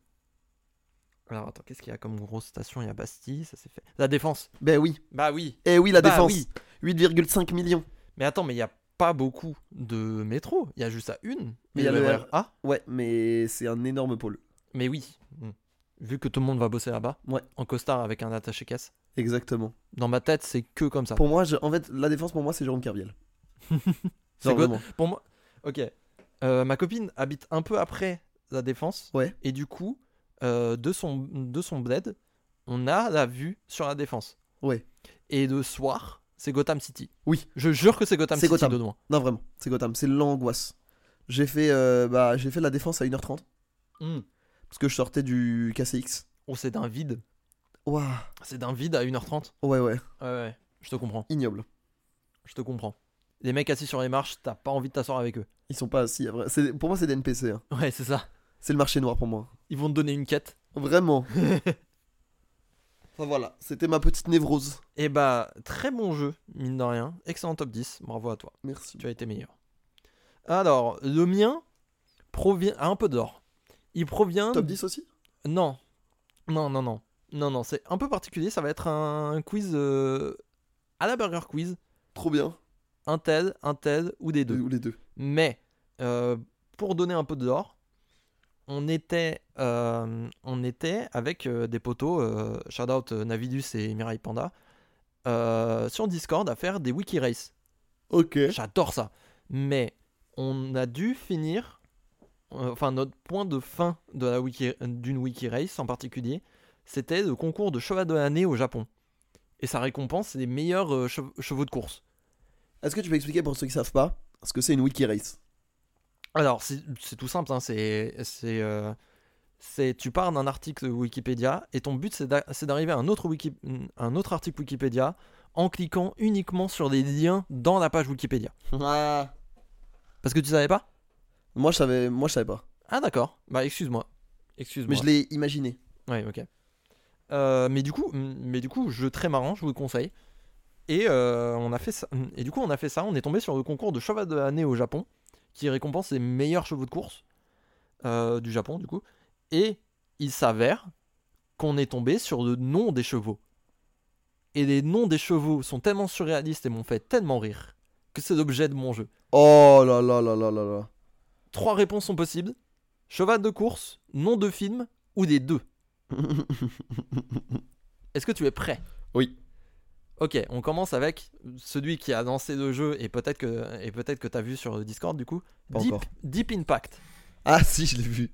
[SPEAKER 2] Alors attends, qu'est-ce qu'il y a comme grosse station Il y a Bastille, ça c'est fait. La défense.
[SPEAKER 1] ben oui.
[SPEAKER 2] Bah oui.
[SPEAKER 1] Eh oui, la
[SPEAKER 2] Bah
[SPEAKER 1] défense.
[SPEAKER 2] oui.
[SPEAKER 1] 8,5 millions.
[SPEAKER 2] Mais attends, mais il y a pas beaucoup de métro. Il y a juste la une.
[SPEAKER 1] Mais il
[SPEAKER 2] Et
[SPEAKER 1] y a le R.
[SPEAKER 2] RER.
[SPEAKER 1] Ouais, mais c'est un énorme pôle.
[SPEAKER 2] Mais oui. Mm. Vu que tout le monde va bosser là-bas.
[SPEAKER 1] Ouais.
[SPEAKER 2] En costard avec un attaché caisse.
[SPEAKER 1] Exactement.
[SPEAKER 2] Dans ma tête, c'est que comme ça.
[SPEAKER 1] Pour moi, je- en fait, la défense, pour moi, c'est Jérôme *laughs* Kerviel.
[SPEAKER 2] C'est
[SPEAKER 1] Genre,
[SPEAKER 2] quoi-
[SPEAKER 1] vraiment.
[SPEAKER 2] Pour moi, ok. Euh, ma copine habite un peu après la défense.
[SPEAKER 1] Ouais.
[SPEAKER 2] Et du coup, euh, de, son, de son bled, on a la vue sur la défense.
[SPEAKER 1] Ouais.
[SPEAKER 2] Et le soir, c'est Gotham City.
[SPEAKER 1] Oui.
[SPEAKER 2] Je jure que c'est Gotham
[SPEAKER 1] C'est
[SPEAKER 2] City
[SPEAKER 1] Gotham.
[SPEAKER 2] de loin.
[SPEAKER 1] Non, vraiment, c'est Gotham, c'est l'angoisse. J'ai fait, euh, bah, j'ai fait la défense à 1h30 Hmm. parce que je sortais du KCX.
[SPEAKER 2] Oh, c'est d'un vide.
[SPEAKER 1] Waouh,
[SPEAKER 2] C'est d'un vide à 1h30.
[SPEAKER 1] ouais, ouais,
[SPEAKER 2] Ouais, ouais. Je te comprends.
[SPEAKER 1] ignoble.
[SPEAKER 2] Je te comprends. Les mecs assis sur les marches, t'as pas envie de t'asseoir avec eux. *laughs*
[SPEAKER 1] Ils sont pas assis, à vrai- c'est- pour moi, c'est des NPC. hein.
[SPEAKER 2] Ouais, c'est ça.
[SPEAKER 1] C'est le marché noir pour moi.
[SPEAKER 2] Ils vont te donner une quête.
[SPEAKER 1] Vraiment. enfin voilà, c'était ma petite névrose.
[SPEAKER 2] Et bah, très bon jeu, mine de rien. Excellent top 10. Bravo à toi.
[SPEAKER 1] Merci.
[SPEAKER 2] Tu as été meilleur. Alors, le mien provient un peu d'or. Il provient.
[SPEAKER 1] Top 10 aussi
[SPEAKER 2] Non. Non, non, non. Non, non, c'est un peu particulier. Ça va être un quiz euh, à la Burger Quiz.
[SPEAKER 1] Trop bien.
[SPEAKER 2] Un tel, un tel ou des deux.
[SPEAKER 1] Ou les deux.
[SPEAKER 2] Mais, euh, pour donner un peu d'or, on était, euh, on était avec euh, des poteaux, euh, shout out euh, Navidus et Mirai Panda, euh, sur Discord à faire des wiki race.
[SPEAKER 1] Ok.
[SPEAKER 2] J'adore ça. Mais on a dû finir, euh, enfin notre point de fin de la wiki, d'une wiki race en particulier, c'était le concours de cheval de l'année au Japon. Et sa récompense, c'est les meilleurs euh, chev- chevaux de course.
[SPEAKER 1] Est-ce que tu peux expliquer pour ceux qui savent pas ce que c'est une wiki race
[SPEAKER 2] Alors c'est c'est tout simple, hein, c'est c'est euh, c'est- tu pars d'un article Wikipédia et ton but c'est d'a- c'est d'arriver à un autre wiki, un autre article Wikipédia en cliquant uniquement sur des liens dans la page Wikipédia. Parce que tu savais pas
[SPEAKER 1] Moi je savais, moi je savais pas.
[SPEAKER 2] Ah d'accord. Bah excuse-moi. Excuse-moi.
[SPEAKER 1] Mais je l'ai imaginé.
[SPEAKER 2] Ouais, ok. Euh, mais du coup, mais du coup, jeu très marrant, je vous le conseille. Et euh, on a fait ça. Et du coup, on a fait ça. On est tombé sur le concours de cheval de l'année au Japon, qui récompense les meilleurs chevaux de course euh, du Japon, du coup. Et il s'avère qu'on est tombé sur le nom des chevaux. Et les noms des chevaux sont tellement surréalistes et m'ont fait tellement rire que c'est l'objet de mon jeu.
[SPEAKER 1] Oh là là là là là là.
[SPEAKER 2] Trois réponses sont possibles cheval de course, nom de film ou des deux. *laughs* Est-ce que tu es prêt
[SPEAKER 1] Oui.
[SPEAKER 2] Ok, on commence avec celui qui a lancé le jeu et peut-être que et peut-être que t'as vu sur le Discord du coup.
[SPEAKER 1] Pas
[SPEAKER 2] Deep,
[SPEAKER 1] encore.
[SPEAKER 2] Deep Impact.
[SPEAKER 1] Ah *laughs* si, je l'ai vu.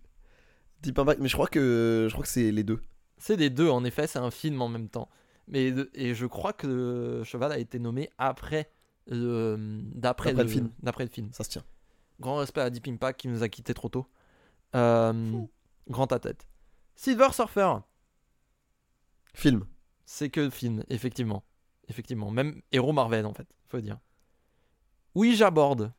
[SPEAKER 1] Deep Impact, mais je crois que je crois que c'est les deux.
[SPEAKER 2] C'est des deux en effet, c'est un film en même temps. Mais de- et je crois que le cheval a été nommé après le d'après
[SPEAKER 1] D'après le film.
[SPEAKER 2] D'après le film.
[SPEAKER 1] Ça se tient.
[SPEAKER 2] Grand respect à Deep Impact qui nous a quitté trop tôt. Euh, grand à tête. Silver Surfer,
[SPEAKER 1] Film.
[SPEAKER 2] c'est que le film effectivement, effectivement. Même héros Marvel en fait, faut le dire. Oui, j'aborde.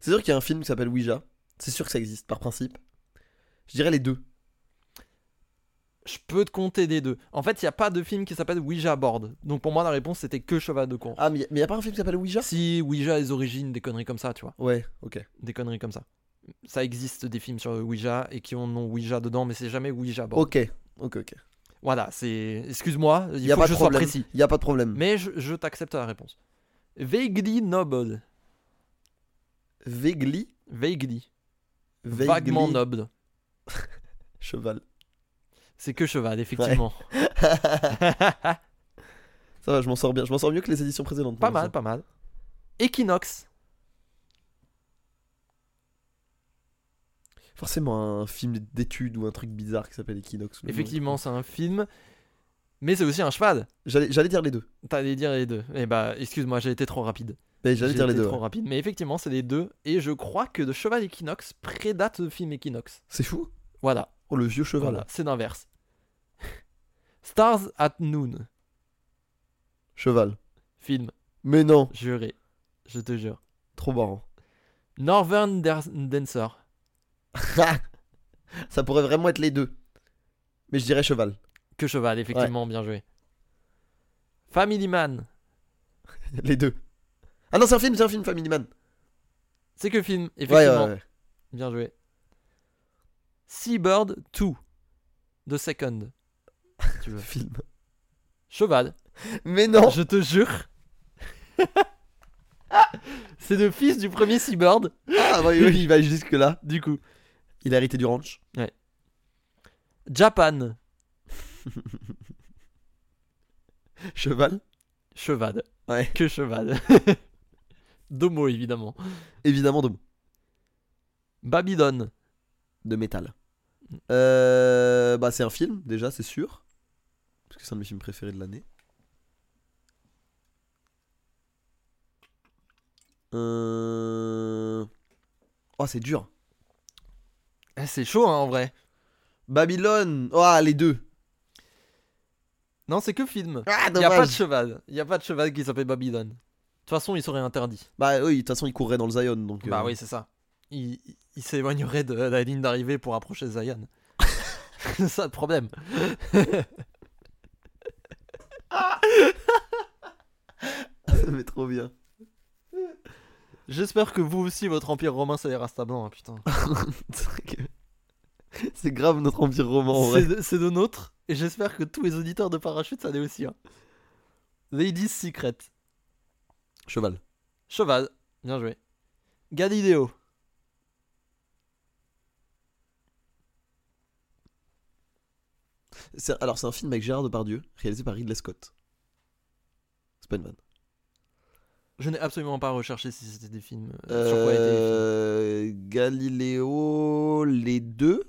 [SPEAKER 1] C'est sûr qu'il y a un film qui s'appelle Ouija. C'est sûr que ça existe par principe. Je dirais les deux.
[SPEAKER 2] Je peux te compter des deux. En fait, il n'y a pas de film qui s'appelle Ouija Board. Donc pour moi, la réponse, c'était que Cheval de course.
[SPEAKER 1] Ah mais il y a pas un film qui s'appelle Ouija
[SPEAKER 2] Si Ouija les origines, des conneries comme ça, tu vois.
[SPEAKER 1] Ouais, OK.
[SPEAKER 2] Des conneries comme ça. Ça existe des films sur Ouija et qui ont le nom Ouija dedans, mais c'est jamais Ouija Board.
[SPEAKER 1] OK. OK, OK.
[SPEAKER 2] Voilà, c'est. Excuse-moi, il
[SPEAKER 1] Y a
[SPEAKER 2] faut
[SPEAKER 1] pas
[SPEAKER 2] que
[SPEAKER 1] de
[SPEAKER 2] je sois
[SPEAKER 1] problème.
[SPEAKER 2] précis.
[SPEAKER 1] Il y a pas de problème.
[SPEAKER 2] Mais je, je t'accepte la réponse. Vaguely noble.
[SPEAKER 1] Vegli,
[SPEAKER 2] Vaguely.
[SPEAKER 1] Vegli,
[SPEAKER 2] Vaguement noble.
[SPEAKER 1] cheval. *laughs*
[SPEAKER 2] C'est que cheval, effectivement. *laughs*
[SPEAKER 1] Ça va, je m'en sors bien. Je m'en sors mieux que les éditions précédentes.
[SPEAKER 2] pas
[SPEAKER 1] pour
[SPEAKER 2] mal, pas mal. Equinox.
[SPEAKER 1] forcément un film d'études ou un truc bizarre qui s'appelle Equinox. le nom est-
[SPEAKER 2] Effectivement, c'est un film, mais c'est aussi un cheval.
[SPEAKER 1] J'allais j'allais dire les deux.
[SPEAKER 2] T'allais dire les deux. Eh bah, excuse-moi, j'ai été trop rapide.
[SPEAKER 1] Mais J'allais
[SPEAKER 2] J'ai
[SPEAKER 1] dire les
[SPEAKER 2] été
[SPEAKER 1] deux.
[SPEAKER 2] Trop
[SPEAKER 1] ouais.
[SPEAKER 2] rapide. Mais effectivement, c'est les deux. Et je crois que de Cheval Equinox prédate le film Equinox.
[SPEAKER 1] C'est fou.
[SPEAKER 2] Voilà.
[SPEAKER 1] Oh, le vieux cheval.
[SPEAKER 2] Voilà, c'est l'inverse. *laughs* Stars at Noon,
[SPEAKER 1] Cheval.
[SPEAKER 2] film,
[SPEAKER 1] Mais non,
[SPEAKER 2] juré, je te jure.
[SPEAKER 1] trop marrant.
[SPEAKER 2] Northern Dar- Dancer,
[SPEAKER 1] Ça pourrait vraiment être les deux. Mais je dirais cheval. *laughs*
[SPEAKER 2] que cheval, effectivement, bien joué. Family Man,
[SPEAKER 1] Les deux. Ah non, c'est un film, c'est un film, Family Man.
[SPEAKER 2] c'est que film,
[SPEAKER 1] Ouais, ouais,
[SPEAKER 2] effectivement,
[SPEAKER 1] ouais.
[SPEAKER 2] bien joué. Seabird 2, The Second, si
[SPEAKER 1] *laughs*
[SPEAKER 2] tu veux.
[SPEAKER 1] Film.
[SPEAKER 2] Cheval,
[SPEAKER 1] Mais
[SPEAKER 2] *laughs*
[SPEAKER 1] non,
[SPEAKER 2] je te jure. c'est le fils du premier Seabird,
[SPEAKER 1] ah, oui, oui, il va jusque-là.
[SPEAKER 2] du coup.
[SPEAKER 1] Il a hérité du ranch.
[SPEAKER 2] Japan,
[SPEAKER 1] Cheval.
[SPEAKER 2] cheval.
[SPEAKER 1] Ouais.
[SPEAKER 2] Que cheval. *laughs* Domo, évidemment.
[SPEAKER 1] Évidemment, de,
[SPEAKER 2] Babylone.
[SPEAKER 1] de métal.
[SPEAKER 2] Mm.
[SPEAKER 1] Euh, bah, c'est un film, déjà, c'est sûr. Parce que c'est un de mes films préférés de l'année. Euh... Oh, c'est dur.
[SPEAKER 2] Eh, C'est chaud, hein, en vrai.
[SPEAKER 1] Babylone. Oh, les deux.
[SPEAKER 2] Non, c'est que film.
[SPEAKER 1] Ah,
[SPEAKER 2] Il a pas de
[SPEAKER 1] dommage.
[SPEAKER 2] cheval. Il a pas de cheval qui s'appelle Babylone. De toute façon, il serait interdit.
[SPEAKER 1] Bah oui, de toute façon, il courrait dans le Zion, donc.
[SPEAKER 2] Bah
[SPEAKER 1] euh, *laughs*
[SPEAKER 2] oui, c'est ça. Il, il- il s'éloignerait de la ligne d'arrivée pour approcher *laughs* Zion. c'est ça le problème.
[SPEAKER 1] Mais trop bien. *laughs*
[SPEAKER 2] J'espère que vous aussi, votre empire romain, ça ira stable, hein, putain.
[SPEAKER 1] *laughs* c'est grave notre empire roman, en
[SPEAKER 2] *laughs*
[SPEAKER 1] vrai.
[SPEAKER 2] C'est de- c'est de notre. Et j'espère que tous les auditeurs de Parachute, ça l'est aussi. hein. Ladies Secret.
[SPEAKER 1] Cheval.
[SPEAKER 2] Cheval. Bien joué. Galileo.
[SPEAKER 1] C'est- Alors, c'est un film avec Gérard Depardieu, réalisé par Ridley Scott. C'est pas une vanne.
[SPEAKER 2] Je n'ai absolument pas recherché si c'était des films. euh, Sur quoi étaient les films.
[SPEAKER 1] Euh, Galiléo, les deux.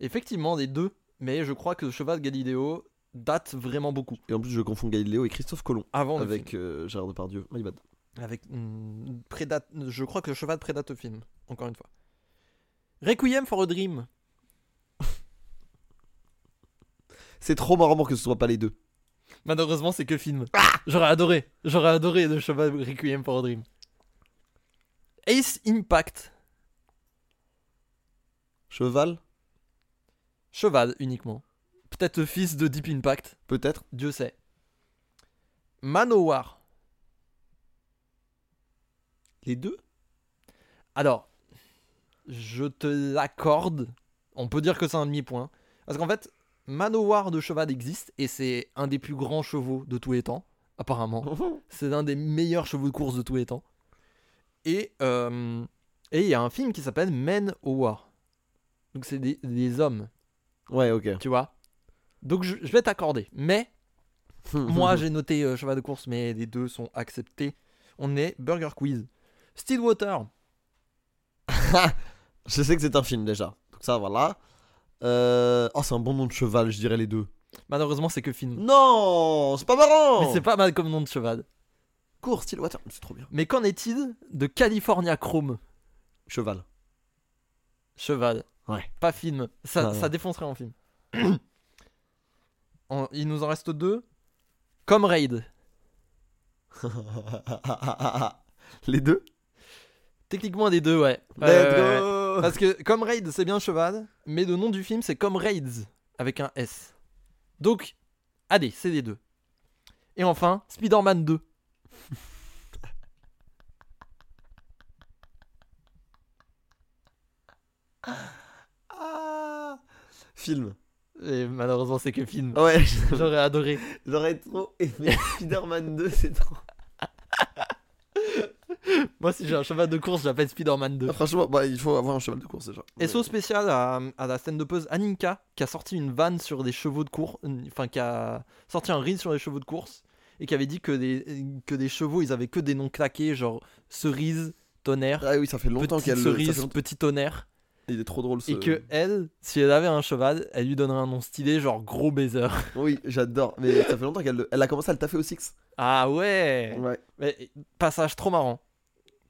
[SPEAKER 2] Effectivement, les deux. Mais je crois que le cheval de Galileo date vraiment beaucoup.
[SPEAKER 1] Et en plus, je confonds Galiléo et Christophe Colomb
[SPEAKER 2] Avant le
[SPEAKER 1] avec euh, Gérard Depardieu. My bad.
[SPEAKER 2] film. Avec, hum, prédate, je crois que le cheval prédate le film. Encore une fois. Requiem for a Dream.
[SPEAKER 1] C'est trop marrant que ce soit pas les deux.
[SPEAKER 2] Malheureusement, c'est que film. J'aurais adoré. J'aurais adoré le cheval Requiem for a Dream. Ace Impact.
[SPEAKER 1] Cheval,
[SPEAKER 2] Cheval uniquement. Peut-être le fils de Deep Impact.
[SPEAKER 1] peut-être.
[SPEAKER 2] Dieu sait. Manowar.
[SPEAKER 1] Les deux
[SPEAKER 2] Alors, je te l'accorde. On peut dire que c'est un demi-point. Parce qu'en fait, Manowar de cheval existe et c'est un des plus grands chevaux de tous les temps, apparemment. C'est l'un des meilleurs chevaux de course de tous les temps. Et euh, et il y a un film qui s'appelle Men o War. Donc c'est des, des hommes,
[SPEAKER 1] *laughs* Ouais, ok. *laughs*
[SPEAKER 2] tu vois. Donc je, je vais t'accorder. Mais moi j'ai noté euh, cheval de course, mais les deux sont acceptés. On est Burger Quiz. Stillwater.
[SPEAKER 1] Je sais que c'est un film déjà. Donc ça, voilà. Euh... Oh, c'est un bon nom de cheval, je dirais les deux.
[SPEAKER 2] Malheureusement, c'est que film.
[SPEAKER 1] Non, c'est pas marrant.
[SPEAKER 2] Mm. Mais c'est pas mal comme nom de cheval.
[SPEAKER 1] court, style water. C'est trop bien.
[SPEAKER 2] Mais qu'en est-il de California Chrome
[SPEAKER 1] Cheval. *laughs*
[SPEAKER 2] Cheval.
[SPEAKER 1] Ouais.
[SPEAKER 2] Pas film. Ça,
[SPEAKER 1] Ouais,
[SPEAKER 2] ça
[SPEAKER 1] ouais.
[SPEAKER 2] défoncerait en film. *coughs* En- il nous en reste deux. Comme Raid.
[SPEAKER 1] les deux.
[SPEAKER 2] Techniquement, des deux, ouais. Ouais,
[SPEAKER 1] Let's
[SPEAKER 2] ouais, ouais.
[SPEAKER 1] go.
[SPEAKER 2] Parce que Comme Raid, c'est bien cheval. Mais le nom du film, c'est Comme Raids. Avec un S. Donc, allez, c'est des deux. Et enfin, Spider-Man 2.
[SPEAKER 1] Ah. Oh. Film.
[SPEAKER 2] Et malheureusement, c'est que film.
[SPEAKER 1] Ouais. *laughs*
[SPEAKER 2] J'aurais adoré.
[SPEAKER 1] J'aurais trop aimé Spider-Man 2, c'est trop.
[SPEAKER 2] Moi, si j'ai un cheval de course, j'appelle Spider-Man 2.
[SPEAKER 1] Franchement, bah, il faut avoir un cheval de course déjà.
[SPEAKER 2] SO spécial à, à la scène de pause Aninka qui a sorti une vanne sur des chevaux de course, enfin qui a sorti un reel sur les chevaux de course et qui avait dit que des, que des chevaux ils avaient que des noms claqués genre cerise, tonnerre,
[SPEAKER 1] Ah oui, ça fait longtemps
[SPEAKER 2] petite
[SPEAKER 1] qu'elle. ça fait
[SPEAKER 2] cerise,
[SPEAKER 1] longtemps-
[SPEAKER 2] petit tonnerre.
[SPEAKER 1] Il est trop drôle ce.
[SPEAKER 2] Et que elle, si elle avait un cheval, elle lui donnerait un nom stylé, genre gros baiser. *laughs*
[SPEAKER 1] Oui, j'adore. Mais ça fait longtemps qu'elle le- elle a commencé à le taffer au Six.
[SPEAKER 2] Ah ouais
[SPEAKER 1] Ouais.
[SPEAKER 2] Mais, Passage trop marrant.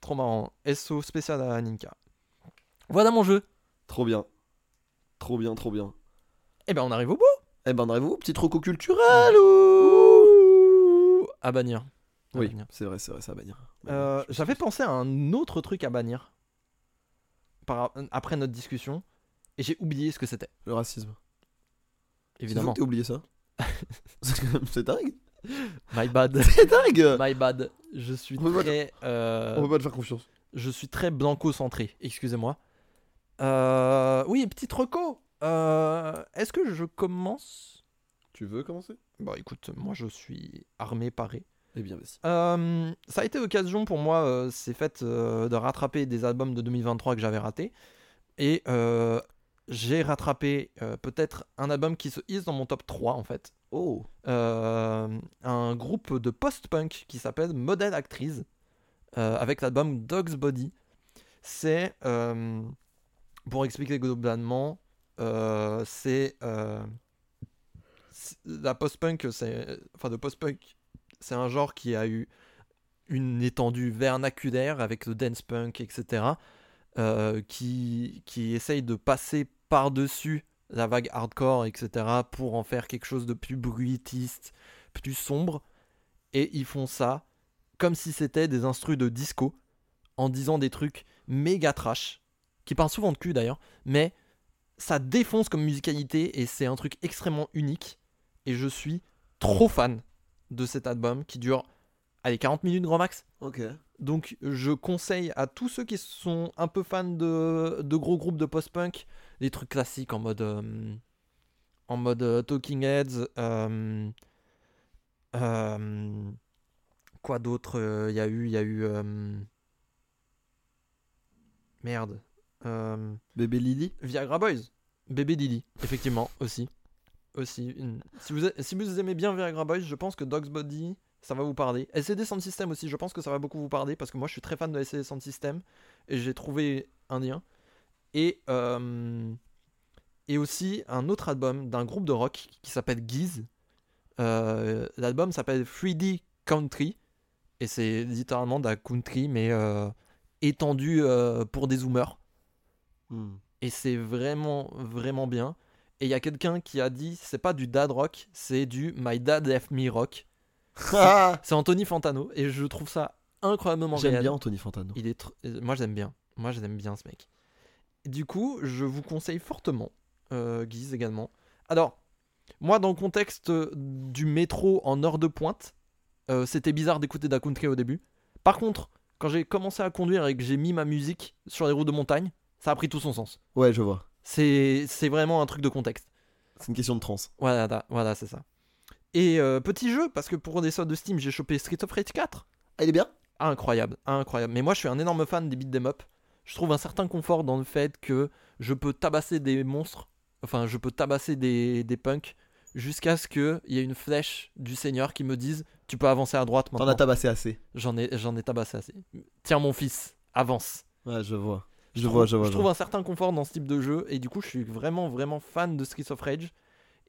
[SPEAKER 2] Trop marrant. SO spécial à Ninka. Voilà mon jeu.
[SPEAKER 1] Trop bien. Trop bien, trop bien.
[SPEAKER 2] Eh ben on arrive au bout.
[SPEAKER 1] Eh ben, rendez-vous, petit troco culturel ou
[SPEAKER 2] À bannir. À
[SPEAKER 1] Oui,
[SPEAKER 2] bannir.
[SPEAKER 1] c'est vrai, c'est vrai, ça va bannir.
[SPEAKER 2] Euh, J'avais pensé à un autre truc à bannir. Par- euh, Après notre discussion. Et j'ai oublié ce que c'était.
[SPEAKER 1] Le racisme. C'est fou
[SPEAKER 2] *laughs* Évidemment.
[SPEAKER 1] que t'aies oublié *laughs* ça. c'est quand même- c'est dingue.
[SPEAKER 2] My *laughs* bad.
[SPEAKER 1] C'est dingue.
[SPEAKER 2] My bad. Je suis
[SPEAKER 1] On peut pas-
[SPEAKER 2] très. euh,
[SPEAKER 1] On peut pas te faire confiance.
[SPEAKER 2] je suis très blanco-centré, excusez-moi. Euh, oui, petite reco. Euh, Est-ce que je commence
[SPEAKER 1] Tu veux commencer
[SPEAKER 2] Bah écoute, moi je suis armé, paré.
[SPEAKER 1] Eh bien, vas-y.
[SPEAKER 2] Euh, ça a été l'occasion pour moi, euh, ces fêtes, euh, de rattraper des albums de 2023 que j'avais ratés. Et euh, j'ai rattrapé euh, peut-être un album qui se hisse dans mon top 3 en fait.
[SPEAKER 1] Oh.
[SPEAKER 2] Euh, un groupe de post-punk qui s'appelle Model Actrice euh, avec l'album Dog's Body. C'est, euh, pour expliquer globalement, euh, c'est euh, c'est- la post-punk, c'est enfin de post-punk, c'est un genre qui a eu une étendue vernaculaire avec le dance punk, etc., euh, qui qui essaye de passer par-dessus la vague hardcore, etc., pour en faire quelque chose de plus bruitiste, plus sombre. Et ils font ça comme si c'était des instrus de disco, en disant des trucs méga trash, qui parlent souvent de cul d'ailleurs, mais ça défonce comme musicalité et c'est un truc extrêmement unique. Et je suis trop fan de cet album qui dure, allez, 40 minutes grand max.
[SPEAKER 1] Ok.
[SPEAKER 2] Donc je conseille à tous ceux qui sont un peu fans de, de gros groupes de post-punk, des trucs classiques en mode, euh, en mode euh, Talking Heads. euh, euh, quoi d'autre euh, Il y a eu... il Y a eu euh, merde. euh,
[SPEAKER 1] Bébé Lily
[SPEAKER 2] Viagra Boys. Bébé Didi, effectivement, aussi. Aussi. une- Si, vous, a- si vous aimez bien Viagra Boys, je pense que Dog's Body, ça va vous parler. LCD Sound System aussi, je pense que ça va beaucoup vous parler parce que moi je suis très fan de LCD Sound System et j'ai trouvé un lien. Et, euh, et aussi un autre album d'un groupe de rock qui s'appelle Giz. Euh, L'album s'appelle 3D Country et c'est littéralement de la country mais euh, étendue euh, pour des zoomers.
[SPEAKER 1] *laughs* Hmm.
[SPEAKER 2] Et c'est vraiment, vraiment bien. Et il y a quelqu'un qui a dit c'est pas du dad rock, c'est du my dad left me rock.
[SPEAKER 1] Ah
[SPEAKER 2] C'est Anthony Fantano et je trouve ça incroyablement
[SPEAKER 1] J'aime
[SPEAKER 2] réel.
[SPEAKER 1] bien Anthony Fantano.
[SPEAKER 2] Il est tr- euh, Moi, j'aime bien. Moi, j'aime bien ce mec. Du coup, je vous conseille fortement euh, Guise également. Alors, moi, dans le contexte euh, du métro en heure de pointe, euh, c'était bizarre d'écouter Da Country au début. Par contre, quand j'ai commencé à conduire et que j'ai mis ma musique sur les routes de montagne, ça a pris tout son sens.
[SPEAKER 1] Ouais, je vois.
[SPEAKER 2] C'est c'est vraiment un truc de contexte.
[SPEAKER 1] C'est une question de trans.
[SPEAKER 2] Voilà, da- voilà c'est ça. Et euh, petit jeu, parce que pour des soldes de Steam, j'ai chopé Street of Rage 4.
[SPEAKER 1] Ah, il est bien
[SPEAKER 2] Incroyable, incroyable. Mais moi, je suis un énorme fan des beat'em up. Je trouve un certain confort dans le fait que je peux tabasser des monstres, enfin, je peux tabasser des, des punks, jusqu'à ce qu'il y ait une flèche du seigneur qui me dise Tu peux avancer à droite
[SPEAKER 1] T'en as
[SPEAKER 2] maintenant.
[SPEAKER 1] tabassé assez.
[SPEAKER 2] J'en ai, j'en ai tabassé assez. Tiens, mon fils, avance.
[SPEAKER 1] Ouais, je vois. Je,
[SPEAKER 2] trouve-
[SPEAKER 1] vois, je vois.
[SPEAKER 2] je trouve un certain confort dans ce type de jeu et du coup, je suis vraiment, vraiment fan de Streets of Rage.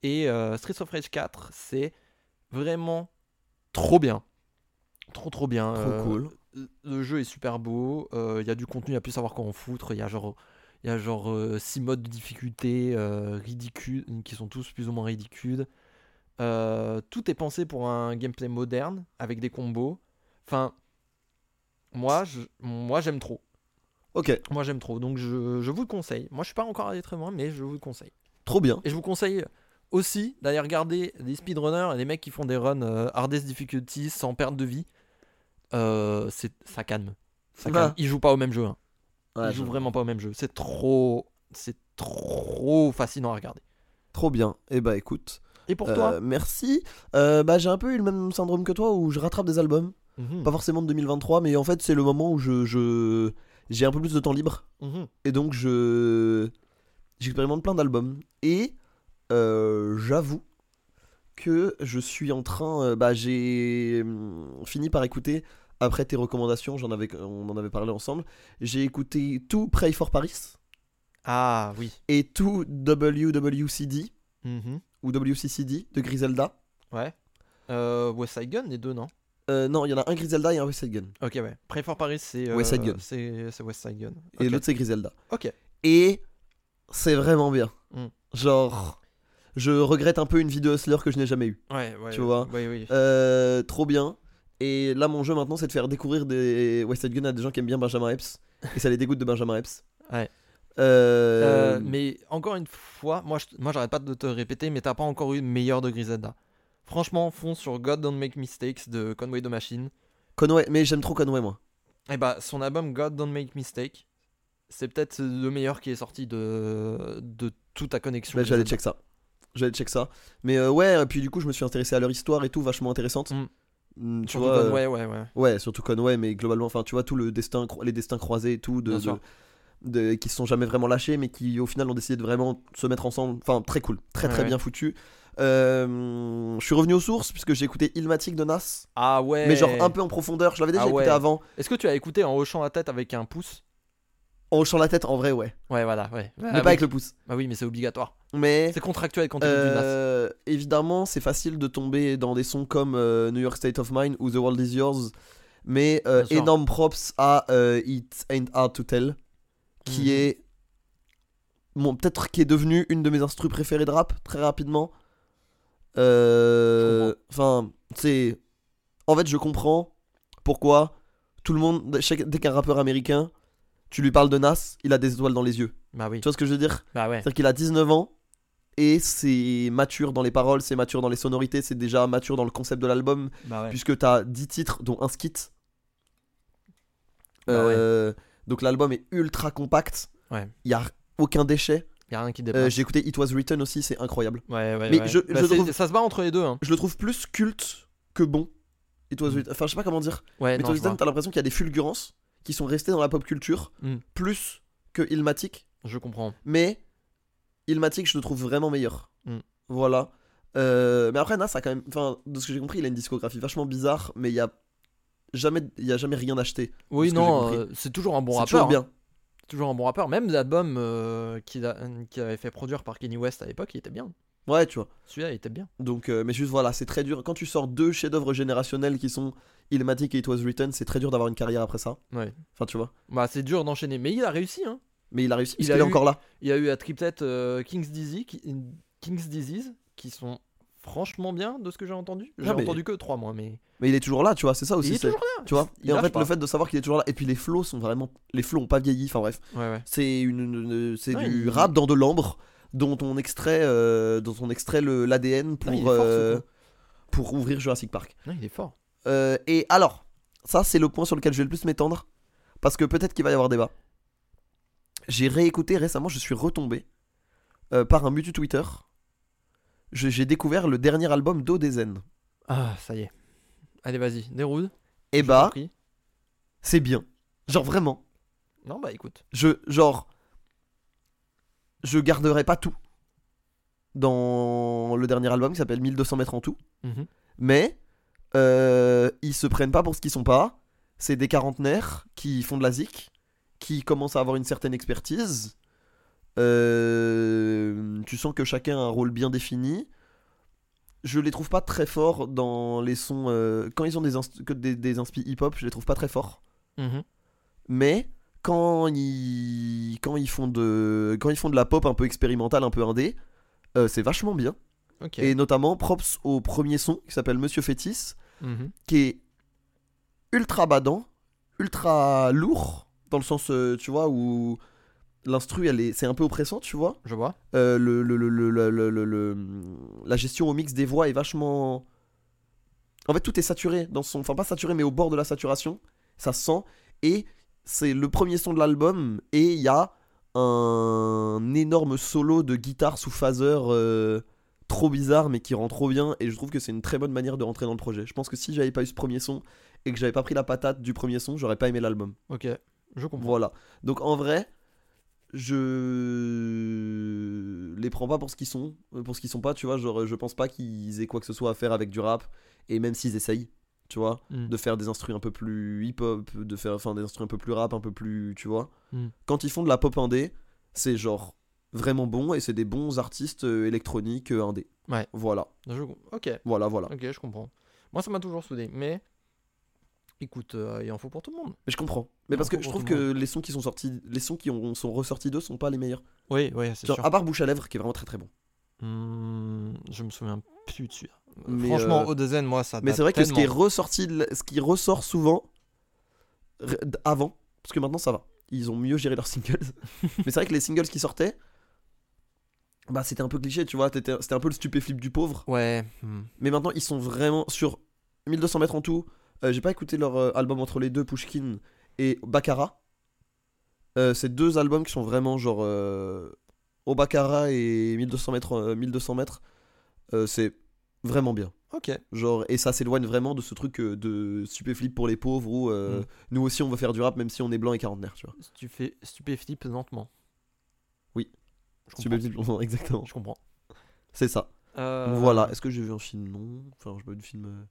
[SPEAKER 2] Et euh, Streets of Rage 4, c'est vraiment trop bien. Trop, trop bien.
[SPEAKER 1] Trop
[SPEAKER 2] Euh,
[SPEAKER 1] cool.
[SPEAKER 2] Le jeu est super beau. euh, Il y a du contenu à plus savoir quoi en foutre. Il y a genre. Il y a genre 6 modes de difficulté euh, ridicules, qui sont tous plus ou moins ridicules. Euh, tout est pensé pour un gameplay moderne, avec des combos. Enfin, moi, je- moi j'aime trop.
[SPEAKER 1] Ok,
[SPEAKER 2] Moi j'aime trop, donc je, je vous le conseille. Moi je suis pas encore allé très loin, mais je vous le conseille.
[SPEAKER 1] trop bien.
[SPEAKER 2] Et je vous conseille aussi d'aller regarder des speedrunners et des mecs qui font des runs euh, hardest difficulty sans perte de vie. Euh, c'est ça calme. Ça calme. Ils jouent pas au même jeu. hein.
[SPEAKER 1] Ouais,
[SPEAKER 2] Ils
[SPEAKER 1] je
[SPEAKER 2] jouent
[SPEAKER 1] vois.
[SPEAKER 2] vraiment pas au même jeu. C'est trop, c'est trop fascinant à regarder.
[SPEAKER 1] Trop bien. Eh bah écoute,
[SPEAKER 2] Et pour
[SPEAKER 1] euh,
[SPEAKER 2] toi
[SPEAKER 1] merci. Euh, bah j'ai un peu eu le même syndrome que toi où je rattrape des albums.
[SPEAKER 2] Mhm,
[SPEAKER 1] Euh, Pas forcément de 2023, mais en fait c'est le moment où je je- j'ai un peu plus de temps libre
[SPEAKER 2] mhm.
[SPEAKER 1] et donc je j'expérimente plein d'albums et euh, j'avoue que je suis en train euh, bah j'ai hum, fini par écouter après tes recommandations j'en avais on en avait parlé ensemble j'ai écouté tout Pray for Paris
[SPEAKER 2] Ah oui.
[SPEAKER 1] et tout WWCD
[SPEAKER 2] Mhm.
[SPEAKER 1] ou WCCD de Griselda.
[SPEAKER 2] Ouais. Euh, West Side Gun, les deux, non
[SPEAKER 1] Euh, non, il y en a un Griselda et un West Side Gun.
[SPEAKER 2] Ok, ouais. Pray for Paris, c'est. euh,
[SPEAKER 1] West Side Gun.
[SPEAKER 2] C'est c'est West Side Gun.
[SPEAKER 1] Et
[SPEAKER 2] Ok.
[SPEAKER 1] l'autre, c'est Griselda.
[SPEAKER 2] Ok.
[SPEAKER 1] Et c'est vraiment bien.
[SPEAKER 2] Mm.
[SPEAKER 1] Genre, je regrette un peu une vidéo Hustler que je n'ai jamais eue.
[SPEAKER 2] Ouais, ouais.
[SPEAKER 1] Tu vois.
[SPEAKER 2] Oui, oui.
[SPEAKER 1] Euh, trop bien. Et là, mon jeu maintenant, c'est de faire découvrir des West Side Gun à des gens qui aiment bien Benjamin Epps. et ça les dégoûte de Benjamin Epps.
[SPEAKER 2] Ouais.
[SPEAKER 1] Euh,
[SPEAKER 2] Euh, mais encore une fois, moi, je, moi j'arrête pas de te répéter, mais t'as pas encore eu meilleur de Griselda. Franchement, fonce sur God Don't Make Mistakes de Conway the Machine.
[SPEAKER 1] Conway, mais j'aime trop Conway, moi.
[SPEAKER 2] Et bah, son album God Don't Make Mistake, c'est peut-être le meilleur qui est sorti de, de toute ta connexion.
[SPEAKER 1] Bah, j'allais
[SPEAKER 2] Griselda.
[SPEAKER 1] check ça. J'allais check ça. Mais euh, ouais, et puis du coup, je me suis intéressé à leur histoire et tout, vachement intéressante.
[SPEAKER 2] Mm.
[SPEAKER 1] Mm, tu
[SPEAKER 2] Surtout
[SPEAKER 1] vois, euh,
[SPEAKER 2] Conway, ouais, ouais.
[SPEAKER 1] Ouais, surtout Conway, mais globalement, enfin, tu vois, tout le destin, cro- les destins croisés et tout, de,
[SPEAKER 2] Bien
[SPEAKER 1] de-
[SPEAKER 2] sûr.
[SPEAKER 1] de- qui se sont jamais vraiment lâchés, mais qui au final ont décidé de vraiment se mettre ensemble. Enfin, très cool, très
[SPEAKER 2] Ouais,
[SPEAKER 1] très
[SPEAKER 2] ouais.
[SPEAKER 1] bien foutu. Euh, je suis revenu aux sources puisque j'ai écouté Ilmatic de Nas,
[SPEAKER 2] Ah ouais.
[SPEAKER 1] mais genre un peu en profondeur. Je l'avais déjà
[SPEAKER 2] Ah
[SPEAKER 1] écouté
[SPEAKER 2] ouais.
[SPEAKER 1] avant,
[SPEAKER 2] Est-ce que tu as écouté en hochant la tête avec un pouce
[SPEAKER 1] en hochant la tête en vrai, ouais,
[SPEAKER 2] Ouais, voilà, ouais.
[SPEAKER 1] mais
[SPEAKER 2] Ah
[SPEAKER 1] pas
[SPEAKER 2] oui.
[SPEAKER 1] avec le pouce.
[SPEAKER 2] Ah oui, mais c'est obligatoire.
[SPEAKER 1] Mais
[SPEAKER 2] C'est contractuel quand tu écoutes du NAS.
[SPEAKER 1] euh, évidemment, c'est facile de tomber dans des sons comme euh, New York State of Mind ou The World Is Yours, mais euh,
[SPEAKER 2] Bien sûr.
[SPEAKER 1] énorme props à euh, It Ain't Hard to Tell, qui
[SPEAKER 2] Mhm.
[SPEAKER 1] est bon, peut-être qui est devenu une de mes instrus préférées de rap très rapidement. Euh, Enfin, c'est en fait, je comprends pourquoi tout le monde, chaque- dès qu'un rappeur américain, tu lui parles de Nas, il a des étoiles dans les yeux.
[SPEAKER 2] Bah oui.
[SPEAKER 1] Tu vois ce que je veux dire
[SPEAKER 2] Bah ouais.
[SPEAKER 1] c'est-à-dire qu'il a 19 ans et c'est mature dans les paroles, c'est mature dans les sonorités, c'est déjà mature dans le concept de l'album,
[SPEAKER 2] Bah ouais.
[SPEAKER 1] puisque t'as 10 titres, dont un skit.
[SPEAKER 2] Bah
[SPEAKER 1] Euh, Donc l'album est ultra compact. Il
[SPEAKER 2] Ouais.
[SPEAKER 1] y a aucun déchet.
[SPEAKER 2] Y a rien qui
[SPEAKER 1] Euh,
[SPEAKER 2] dépasse.
[SPEAKER 1] J'ai écouté It Was Written aussi, c'est incroyable.
[SPEAKER 2] Ouais, ouais,
[SPEAKER 1] Mais
[SPEAKER 2] ouais.
[SPEAKER 1] je-
[SPEAKER 2] Bah,
[SPEAKER 1] je
[SPEAKER 2] c'est-
[SPEAKER 1] trouve-
[SPEAKER 2] Ça se bat entre les deux. Hein.
[SPEAKER 1] Je le trouve plus culte que bon. It Was Written. Enfin, je sais pas comment dire. Mais It Was
[SPEAKER 2] Ouais, Mm. Eh non, je vois.
[SPEAKER 1] Written, t'as l'impression qu'il y a des fulgurances qui sont restées dans la pop culture
[SPEAKER 2] Mm.
[SPEAKER 1] plus que Ilmatic.
[SPEAKER 2] Je comprends.
[SPEAKER 1] Mais Ilmatic, je le trouve vraiment meilleur.
[SPEAKER 2] Mm.
[SPEAKER 1] Voilà. Euh, mais après, Nas a quand même. Enfin, de ce que j'ai compris, il a une discographie vachement bizarre, mais il y a jamais, il y a jamais rien acheté.
[SPEAKER 2] Oui,
[SPEAKER 1] ce que
[SPEAKER 2] non,
[SPEAKER 1] j'ai
[SPEAKER 2] euh, c'est toujours un bon
[SPEAKER 1] c'est
[SPEAKER 2] rappeur.
[SPEAKER 1] toujours
[SPEAKER 2] hein.
[SPEAKER 1] bien.
[SPEAKER 2] C'est toujours un bon rappeur. Même l'album euh, qu'il a- qu'il avait fait produire par Kenny West à l'époque, il était bien.
[SPEAKER 1] Ouais, tu vois.
[SPEAKER 2] Celui-là, il était bien.
[SPEAKER 1] Donc, euh, mais juste voilà, c'est très dur. Quand tu sors deux chefs-d'œuvre générationnels qui sont Ilmatic et It Was Written, c'est très dur d'avoir une carrière après ça.
[SPEAKER 2] Ouais.
[SPEAKER 1] Enfin, tu vois.
[SPEAKER 2] Bah, c'est dur d'enchaîner. Mais il a réussi. Hein.
[SPEAKER 1] Mais il a réussi.
[SPEAKER 2] Il
[SPEAKER 1] Il,
[SPEAKER 2] a
[SPEAKER 1] il est
[SPEAKER 2] eu-
[SPEAKER 1] encore là.
[SPEAKER 2] Il y a eu à Triplet euh, King's, Disease, qui, King's Disease qui sont franchement bien de ce que j'ai entendu. J'ai
[SPEAKER 1] Ah, mais-
[SPEAKER 2] entendu que trois mois, mais.
[SPEAKER 1] Mais il est toujours là, tu vois. C'est ça
[SPEAKER 2] Il
[SPEAKER 1] aussi.
[SPEAKER 2] est
[SPEAKER 1] c'est-
[SPEAKER 2] toujours là.
[SPEAKER 1] Tu vois.
[SPEAKER 2] Il
[SPEAKER 1] et en
[SPEAKER 2] lâche
[SPEAKER 1] fait,
[SPEAKER 2] pas.
[SPEAKER 1] le fait de savoir qu'il est toujours là. Et puis les flots sont vraiment. Les flots ont pas vieilli. Enfin, bref.
[SPEAKER 2] Ouais, ouais.
[SPEAKER 1] C'est une, une- une- c'est
[SPEAKER 2] Ouais,
[SPEAKER 1] du
[SPEAKER 2] il-
[SPEAKER 1] rap dans de l'ambre dont on extrait euh, dont on extrait le l'ADN pour
[SPEAKER 2] Ah, il est fort, ce
[SPEAKER 1] euh,
[SPEAKER 2] con.
[SPEAKER 1] pour ouvrir Jurassic Park.
[SPEAKER 2] Non, il est fort.
[SPEAKER 1] Euh, et alors, ça c'est le point sur lequel je vais le plus m'étendre parce que peut-être qu'il va y avoir débat. J'ai réécouté récemment, je suis retombé euh, par un but du Twitter. Je- J'ai découvert le dernier album d'Odezen.
[SPEAKER 2] Ah, ça y est. Allez, vas-y, déroule.
[SPEAKER 1] Et
[SPEAKER 2] Je
[SPEAKER 1] bah,
[SPEAKER 2] t'en prie.
[SPEAKER 1] c'est bien. Genre vraiment,
[SPEAKER 2] Non, bah écoute.
[SPEAKER 1] je genre je garderai pas tout dans le dernier album qui s'appelle 1200 mètres en tout
[SPEAKER 2] Mhm.
[SPEAKER 1] mais euh, ils se prennent pas pour ce qu'ils sont pas c'est des quarantenaires qui font de la zik qui commencent à avoir une certaine expertise Euh, tu sens que chacun a un rôle bien défini je les trouve pas très forts dans les sons euh, quand ils ont des, inst- que des, des inspi hip-hop je les trouve pas très forts
[SPEAKER 2] Mhm.
[SPEAKER 1] mais quand ils, quand ils, font, de, quand ils font de la pop un peu expérimentale, un peu indé, euh, c'est vachement bien.
[SPEAKER 2] Ok.
[SPEAKER 1] Et notamment, props au premier son qui s'appelle Monsieur Fétis,
[SPEAKER 2] Mhm.
[SPEAKER 1] qui est ultra badant, ultra lourd, dans le sens, euh, tu vois, où l'instru, elle est- c'est un peu oppressant, tu vois.
[SPEAKER 2] Je vois.
[SPEAKER 1] Euh, le, le- le- le- le- le- le- le- la gestion au mix des voix est vachement. En fait, tout est saturé dans son. Enfin, pas saturé, mais au bord de la saturation. Ça se sent. Et c'est le premier son de l'album. Et il y a un énorme solo de guitare sous phaser euh, trop bizarre, mais qui rend trop bien. Et je trouve que c'est une très bonne manière de rentrer dans le projet. Je pense que si j'avais pas eu ce premier son et que j'avais pas pris la patate du premier son, j'aurais pas aimé l'album.
[SPEAKER 2] Ok. Je comprends.
[SPEAKER 1] Voilà. Donc en vrai, je les prends pas pour ce qu'ils sont, euh, pour ce qu'ils sont pas, tu vois, genre je pense pas qu'ils aient quoi que ce soit à faire avec du rap et même s'ils essayent, tu vois,
[SPEAKER 2] Mm.
[SPEAKER 1] de faire des instruments un peu plus hip-hop, de faire enfin des instruments un peu plus rap, un peu plus, tu vois.
[SPEAKER 2] Mm.
[SPEAKER 1] Quand ils font de la pop indé, c'est genre vraiment bon et c'est des bons artistes euh, électroniques euh, indés.
[SPEAKER 2] Ouais.
[SPEAKER 1] Voilà,
[SPEAKER 2] Je- Ok,
[SPEAKER 1] voilà, voilà.
[SPEAKER 2] ok, je comprends. Moi, ça m'a toujours soudé, mais écoute, euh, il en faut pour tout le monde.
[SPEAKER 1] Mais je comprends. Mais
[SPEAKER 2] Non,
[SPEAKER 1] parce
[SPEAKER 2] faut
[SPEAKER 1] que je
[SPEAKER 2] pour
[SPEAKER 1] trouve
[SPEAKER 2] tout le
[SPEAKER 1] que les sons qui sont sortis, les sons qui ont, sont ressortis d'eux sont pas les meilleurs.
[SPEAKER 2] Oui, oui, c'est
[SPEAKER 1] Genre,
[SPEAKER 2] sûr.
[SPEAKER 1] à part Bouche à lèvres qui est vraiment très très bon.
[SPEAKER 2] Hmm, je me souviens plus de celui-là.
[SPEAKER 1] Mais,
[SPEAKER 2] Franchement,
[SPEAKER 1] euh,
[SPEAKER 2] Odezen, moi, ça.
[SPEAKER 1] Mais
[SPEAKER 2] date
[SPEAKER 1] c'est vrai que ce qui est
[SPEAKER 2] Ah, tellement.
[SPEAKER 1] ressorti, de la- ce qui ressort souvent r- d- avant, parce que maintenant ça va, ils ont mieux géré leurs singles. mais c'est vrai que les singles qui sortaient, bah c'était un peu cliché, tu vois, t'étais- c'était un peu le stupéflip du pauvre.
[SPEAKER 2] Ouais. hmm.
[SPEAKER 1] Mais maintenant ils sont vraiment sur 1200 mètres en tout. Euh, J'ai pas écouté leur euh, album entre les deux, Pushkin et Baccara. Euh, c'est deux albums qui sont vraiment genre euh, au Baccara et 1200 mètres, euh, 1200 mètres. Euh, c'est vraiment bien.
[SPEAKER 2] Ok.
[SPEAKER 1] Genre, et ça s'éloigne vraiment de ce truc euh, de stupéflip pour les pauvres où euh,
[SPEAKER 2] Mm.
[SPEAKER 1] nous aussi on veut faire du rap même si on est blanc et quarantenaire, tu vois.
[SPEAKER 2] Stupé, stupéflip lentement.
[SPEAKER 1] Oui.
[SPEAKER 2] Je comprends.
[SPEAKER 1] Stupéflip, *laughs* non, exactement.
[SPEAKER 2] Je comprends.
[SPEAKER 1] C'est ça.
[SPEAKER 2] Euh,
[SPEAKER 1] Voilà. Est-ce que j'ai vu un film Non. Enfin, je pas vu de film. euh.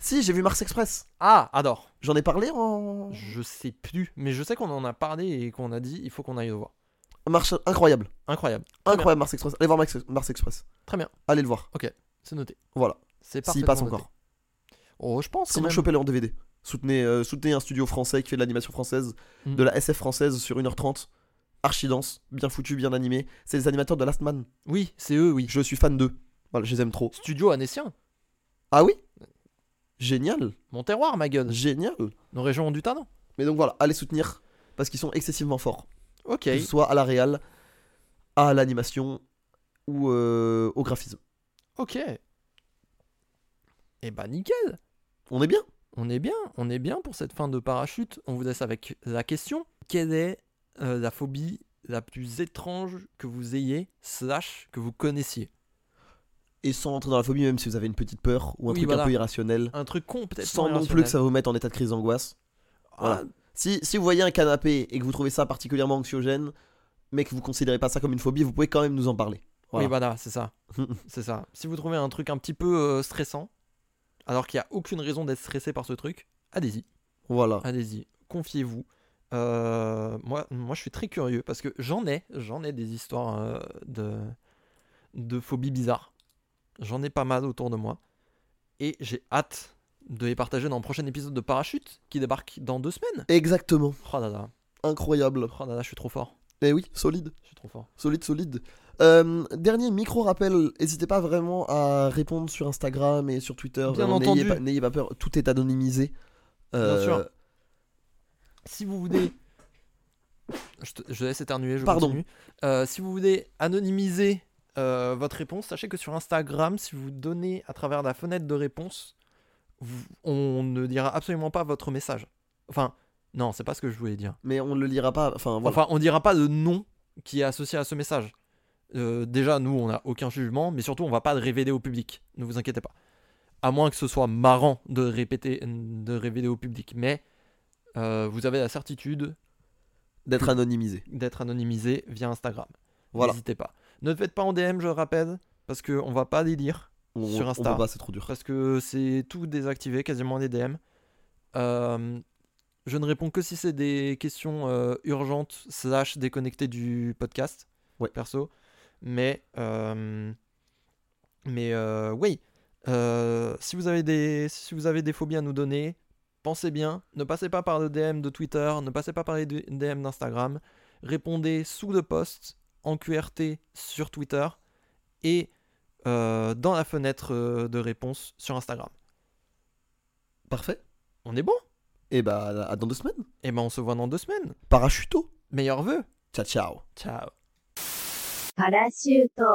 [SPEAKER 1] Si, j'ai vu Mars Express.
[SPEAKER 2] Ah, adore.
[SPEAKER 1] J'en ai parlé en.
[SPEAKER 2] Je sais plus, mais je sais qu'on en a parlé et qu'on a dit il faut qu'on aille le voir.
[SPEAKER 1] Marche... Incroyable.
[SPEAKER 2] Incroyable.
[SPEAKER 1] Incroyable Mars Express. Allez voir Max- Mars Express.
[SPEAKER 2] Très bien.
[SPEAKER 1] Allez le voir.
[SPEAKER 2] C'est noté.
[SPEAKER 1] Voilà.
[SPEAKER 2] C'est parfait.
[SPEAKER 1] S'il passe encore.
[SPEAKER 2] Oh, je pense. quand
[SPEAKER 1] Sinon,
[SPEAKER 2] même.
[SPEAKER 1] chopez-le en DVD. Soutenez, euh, soutenez un studio français qui fait de l'animation française,
[SPEAKER 2] Mm.
[SPEAKER 1] de la SF française sur 1h30. Archidance, bien foutu, bien animé. C'est les animateurs de Last Man.
[SPEAKER 2] Oui, c'est eux, oui.
[SPEAKER 1] Je suis fan d'eux. Voilà, je les aime trop.
[SPEAKER 2] Studio anécien.
[SPEAKER 1] Ah oui Génial
[SPEAKER 2] Mon terroir, ma gueule.
[SPEAKER 1] Génial
[SPEAKER 2] Nos régions ont du talent.
[SPEAKER 1] Mais donc voilà, allez soutenir parce qu'ils sont excessivement forts.
[SPEAKER 2] Ok.
[SPEAKER 1] Que ce soit à la réal, à l'animation ou euh, au graphisme.
[SPEAKER 2] Ok. Eh bah nickel.
[SPEAKER 1] On est bien
[SPEAKER 2] On est bien, on est bien pour cette fin de parachute. On vous laisse avec la question. Quelle est euh, la phobie la plus étrange que vous ayez, slash que vous connaissiez
[SPEAKER 1] Et sans rentrer dans la phobie, même si vous avez une petite peur ou un
[SPEAKER 2] Oui,
[SPEAKER 1] truc
[SPEAKER 2] voilà.
[SPEAKER 1] un peu irrationnel.
[SPEAKER 2] Un truc complètement
[SPEAKER 1] Sans non
[SPEAKER 2] irrationnel.
[SPEAKER 1] plus que ça vous mette en état de crise d'angoisse.
[SPEAKER 2] Ah,
[SPEAKER 1] voilà. Si, si vous voyez un canapé et que vous trouvez ça particulièrement anxiogène, mais que vous considérez pas ça comme une phobie, vous pouvez quand même nous en parler. Voilà.
[SPEAKER 2] Oui, voilà,
[SPEAKER 1] *laughs*
[SPEAKER 2] c'est ça. c'est ça. Si vous trouvez un truc un petit peu euh, stressant, alors qu'il n'y a aucune raison d'être stressé par ce truc, allez-y.
[SPEAKER 1] Voilà.
[SPEAKER 2] Allez-y, confiez-vous. Euh, moi, moi, je suis très curieux parce que j'en ai, j'en ai des histoires euh, de, de phobies bizarres. J'en ai pas mal autour de moi. Et j'ai hâte de les partager dans le prochain épisode de Parachute qui débarque dans deux semaines.
[SPEAKER 1] Exactement.
[SPEAKER 2] Oh là là,
[SPEAKER 1] Incroyable.
[SPEAKER 2] oh là là, je suis trop fort.
[SPEAKER 1] Eh oui, solide.
[SPEAKER 2] Je suis trop fort.
[SPEAKER 1] Solide, solide. Euh, dernier micro rappel, n'hésitez pas vraiment à répondre sur Instagram et sur Twitter.
[SPEAKER 2] Bien
[SPEAKER 1] Vraiment,
[SPEAKER 2] entendu.
[SPEAKER 1] N'ayez pas, n'ayez pas peur, tout est anonymisé. Euh,
[SPEAKER 2] Bien sûr. Si vous voulez. Je, te, je laisse éternuer, je
[SPEAKER 1] Pardon.
[SPEAKER 2] continue. Euh, si vous voulez anonymiser euh, votre réponse, sachez que sur Instagram, si vous donnez à travers la fenêtre de réponse, vous- on ne dira absolument pas votre message. Enfin, non, c'est pas ce que je voulais dire.
[SPEAKER 1] Mais on ne le lira pas. Enfin, voilà.
[SPEAKER 2] Enfin, on dira pas le nom qui est associé à ce message. Euh, déjà, nous, on n'a aucun jugement, mais surtout, on va pas le révéler au public. Ne vous inquiétez pas. À moins que ce soit marrant de répéter, de révéler au public. Mais euh, vous avez la certitude
[SPEAKER 1] D'être anonymisé.
[SPEAKER 2] d'être anonymisé via Instagram.
[SPEAKER 1] Voilà.
[SPEAKER 2] N'hésitez pas. Ne le faites pas en DM, je le rappelle, parce qu'on va pas les lire,
[SPEAKER 1] On,
[SPEAKER 2] Sur
[SPEAKER 1] on
[SPEAKER 2] Insta.
[SPEAKER 1] peut pas, c'est trop dur.
[SPEAKER 2] parce que c'est tout désactivé, quasiment les DM. Euh, je ne réponds que si c'est des questions euh, urgentes, slash déconnectées du podcast,
[SPEAKER 1] Ouais.
[SPEAKER 2] perso. Mais, euh, mais euh, oui, Euh, si, vous avez des, si vous avez des phobies à nous donner, pensez bien. Ne passez pas par le DM de Twitter, ne passez pas par les DM d'Instagram. Répondez sous le post en QRT sur Twitter et euh, dans la fenêtre euh, de réponse sur Instagram.
[SPEAKER 1] Parfait.
[SPEAKER 2] On est bon
[SPEAKER 1] Et bah, à dans deux semaines.
[SPEAKER 2] Et ben on se voit dans deux semaines.
[SPEAKER 1] Parachuto.
[SPEAKER 2] Meilleurs vœux.
[SPEAKER 1] Ciao, ciao.
[SPEAKER 2] Ciao.
[SPEAKER 3] パラシュート。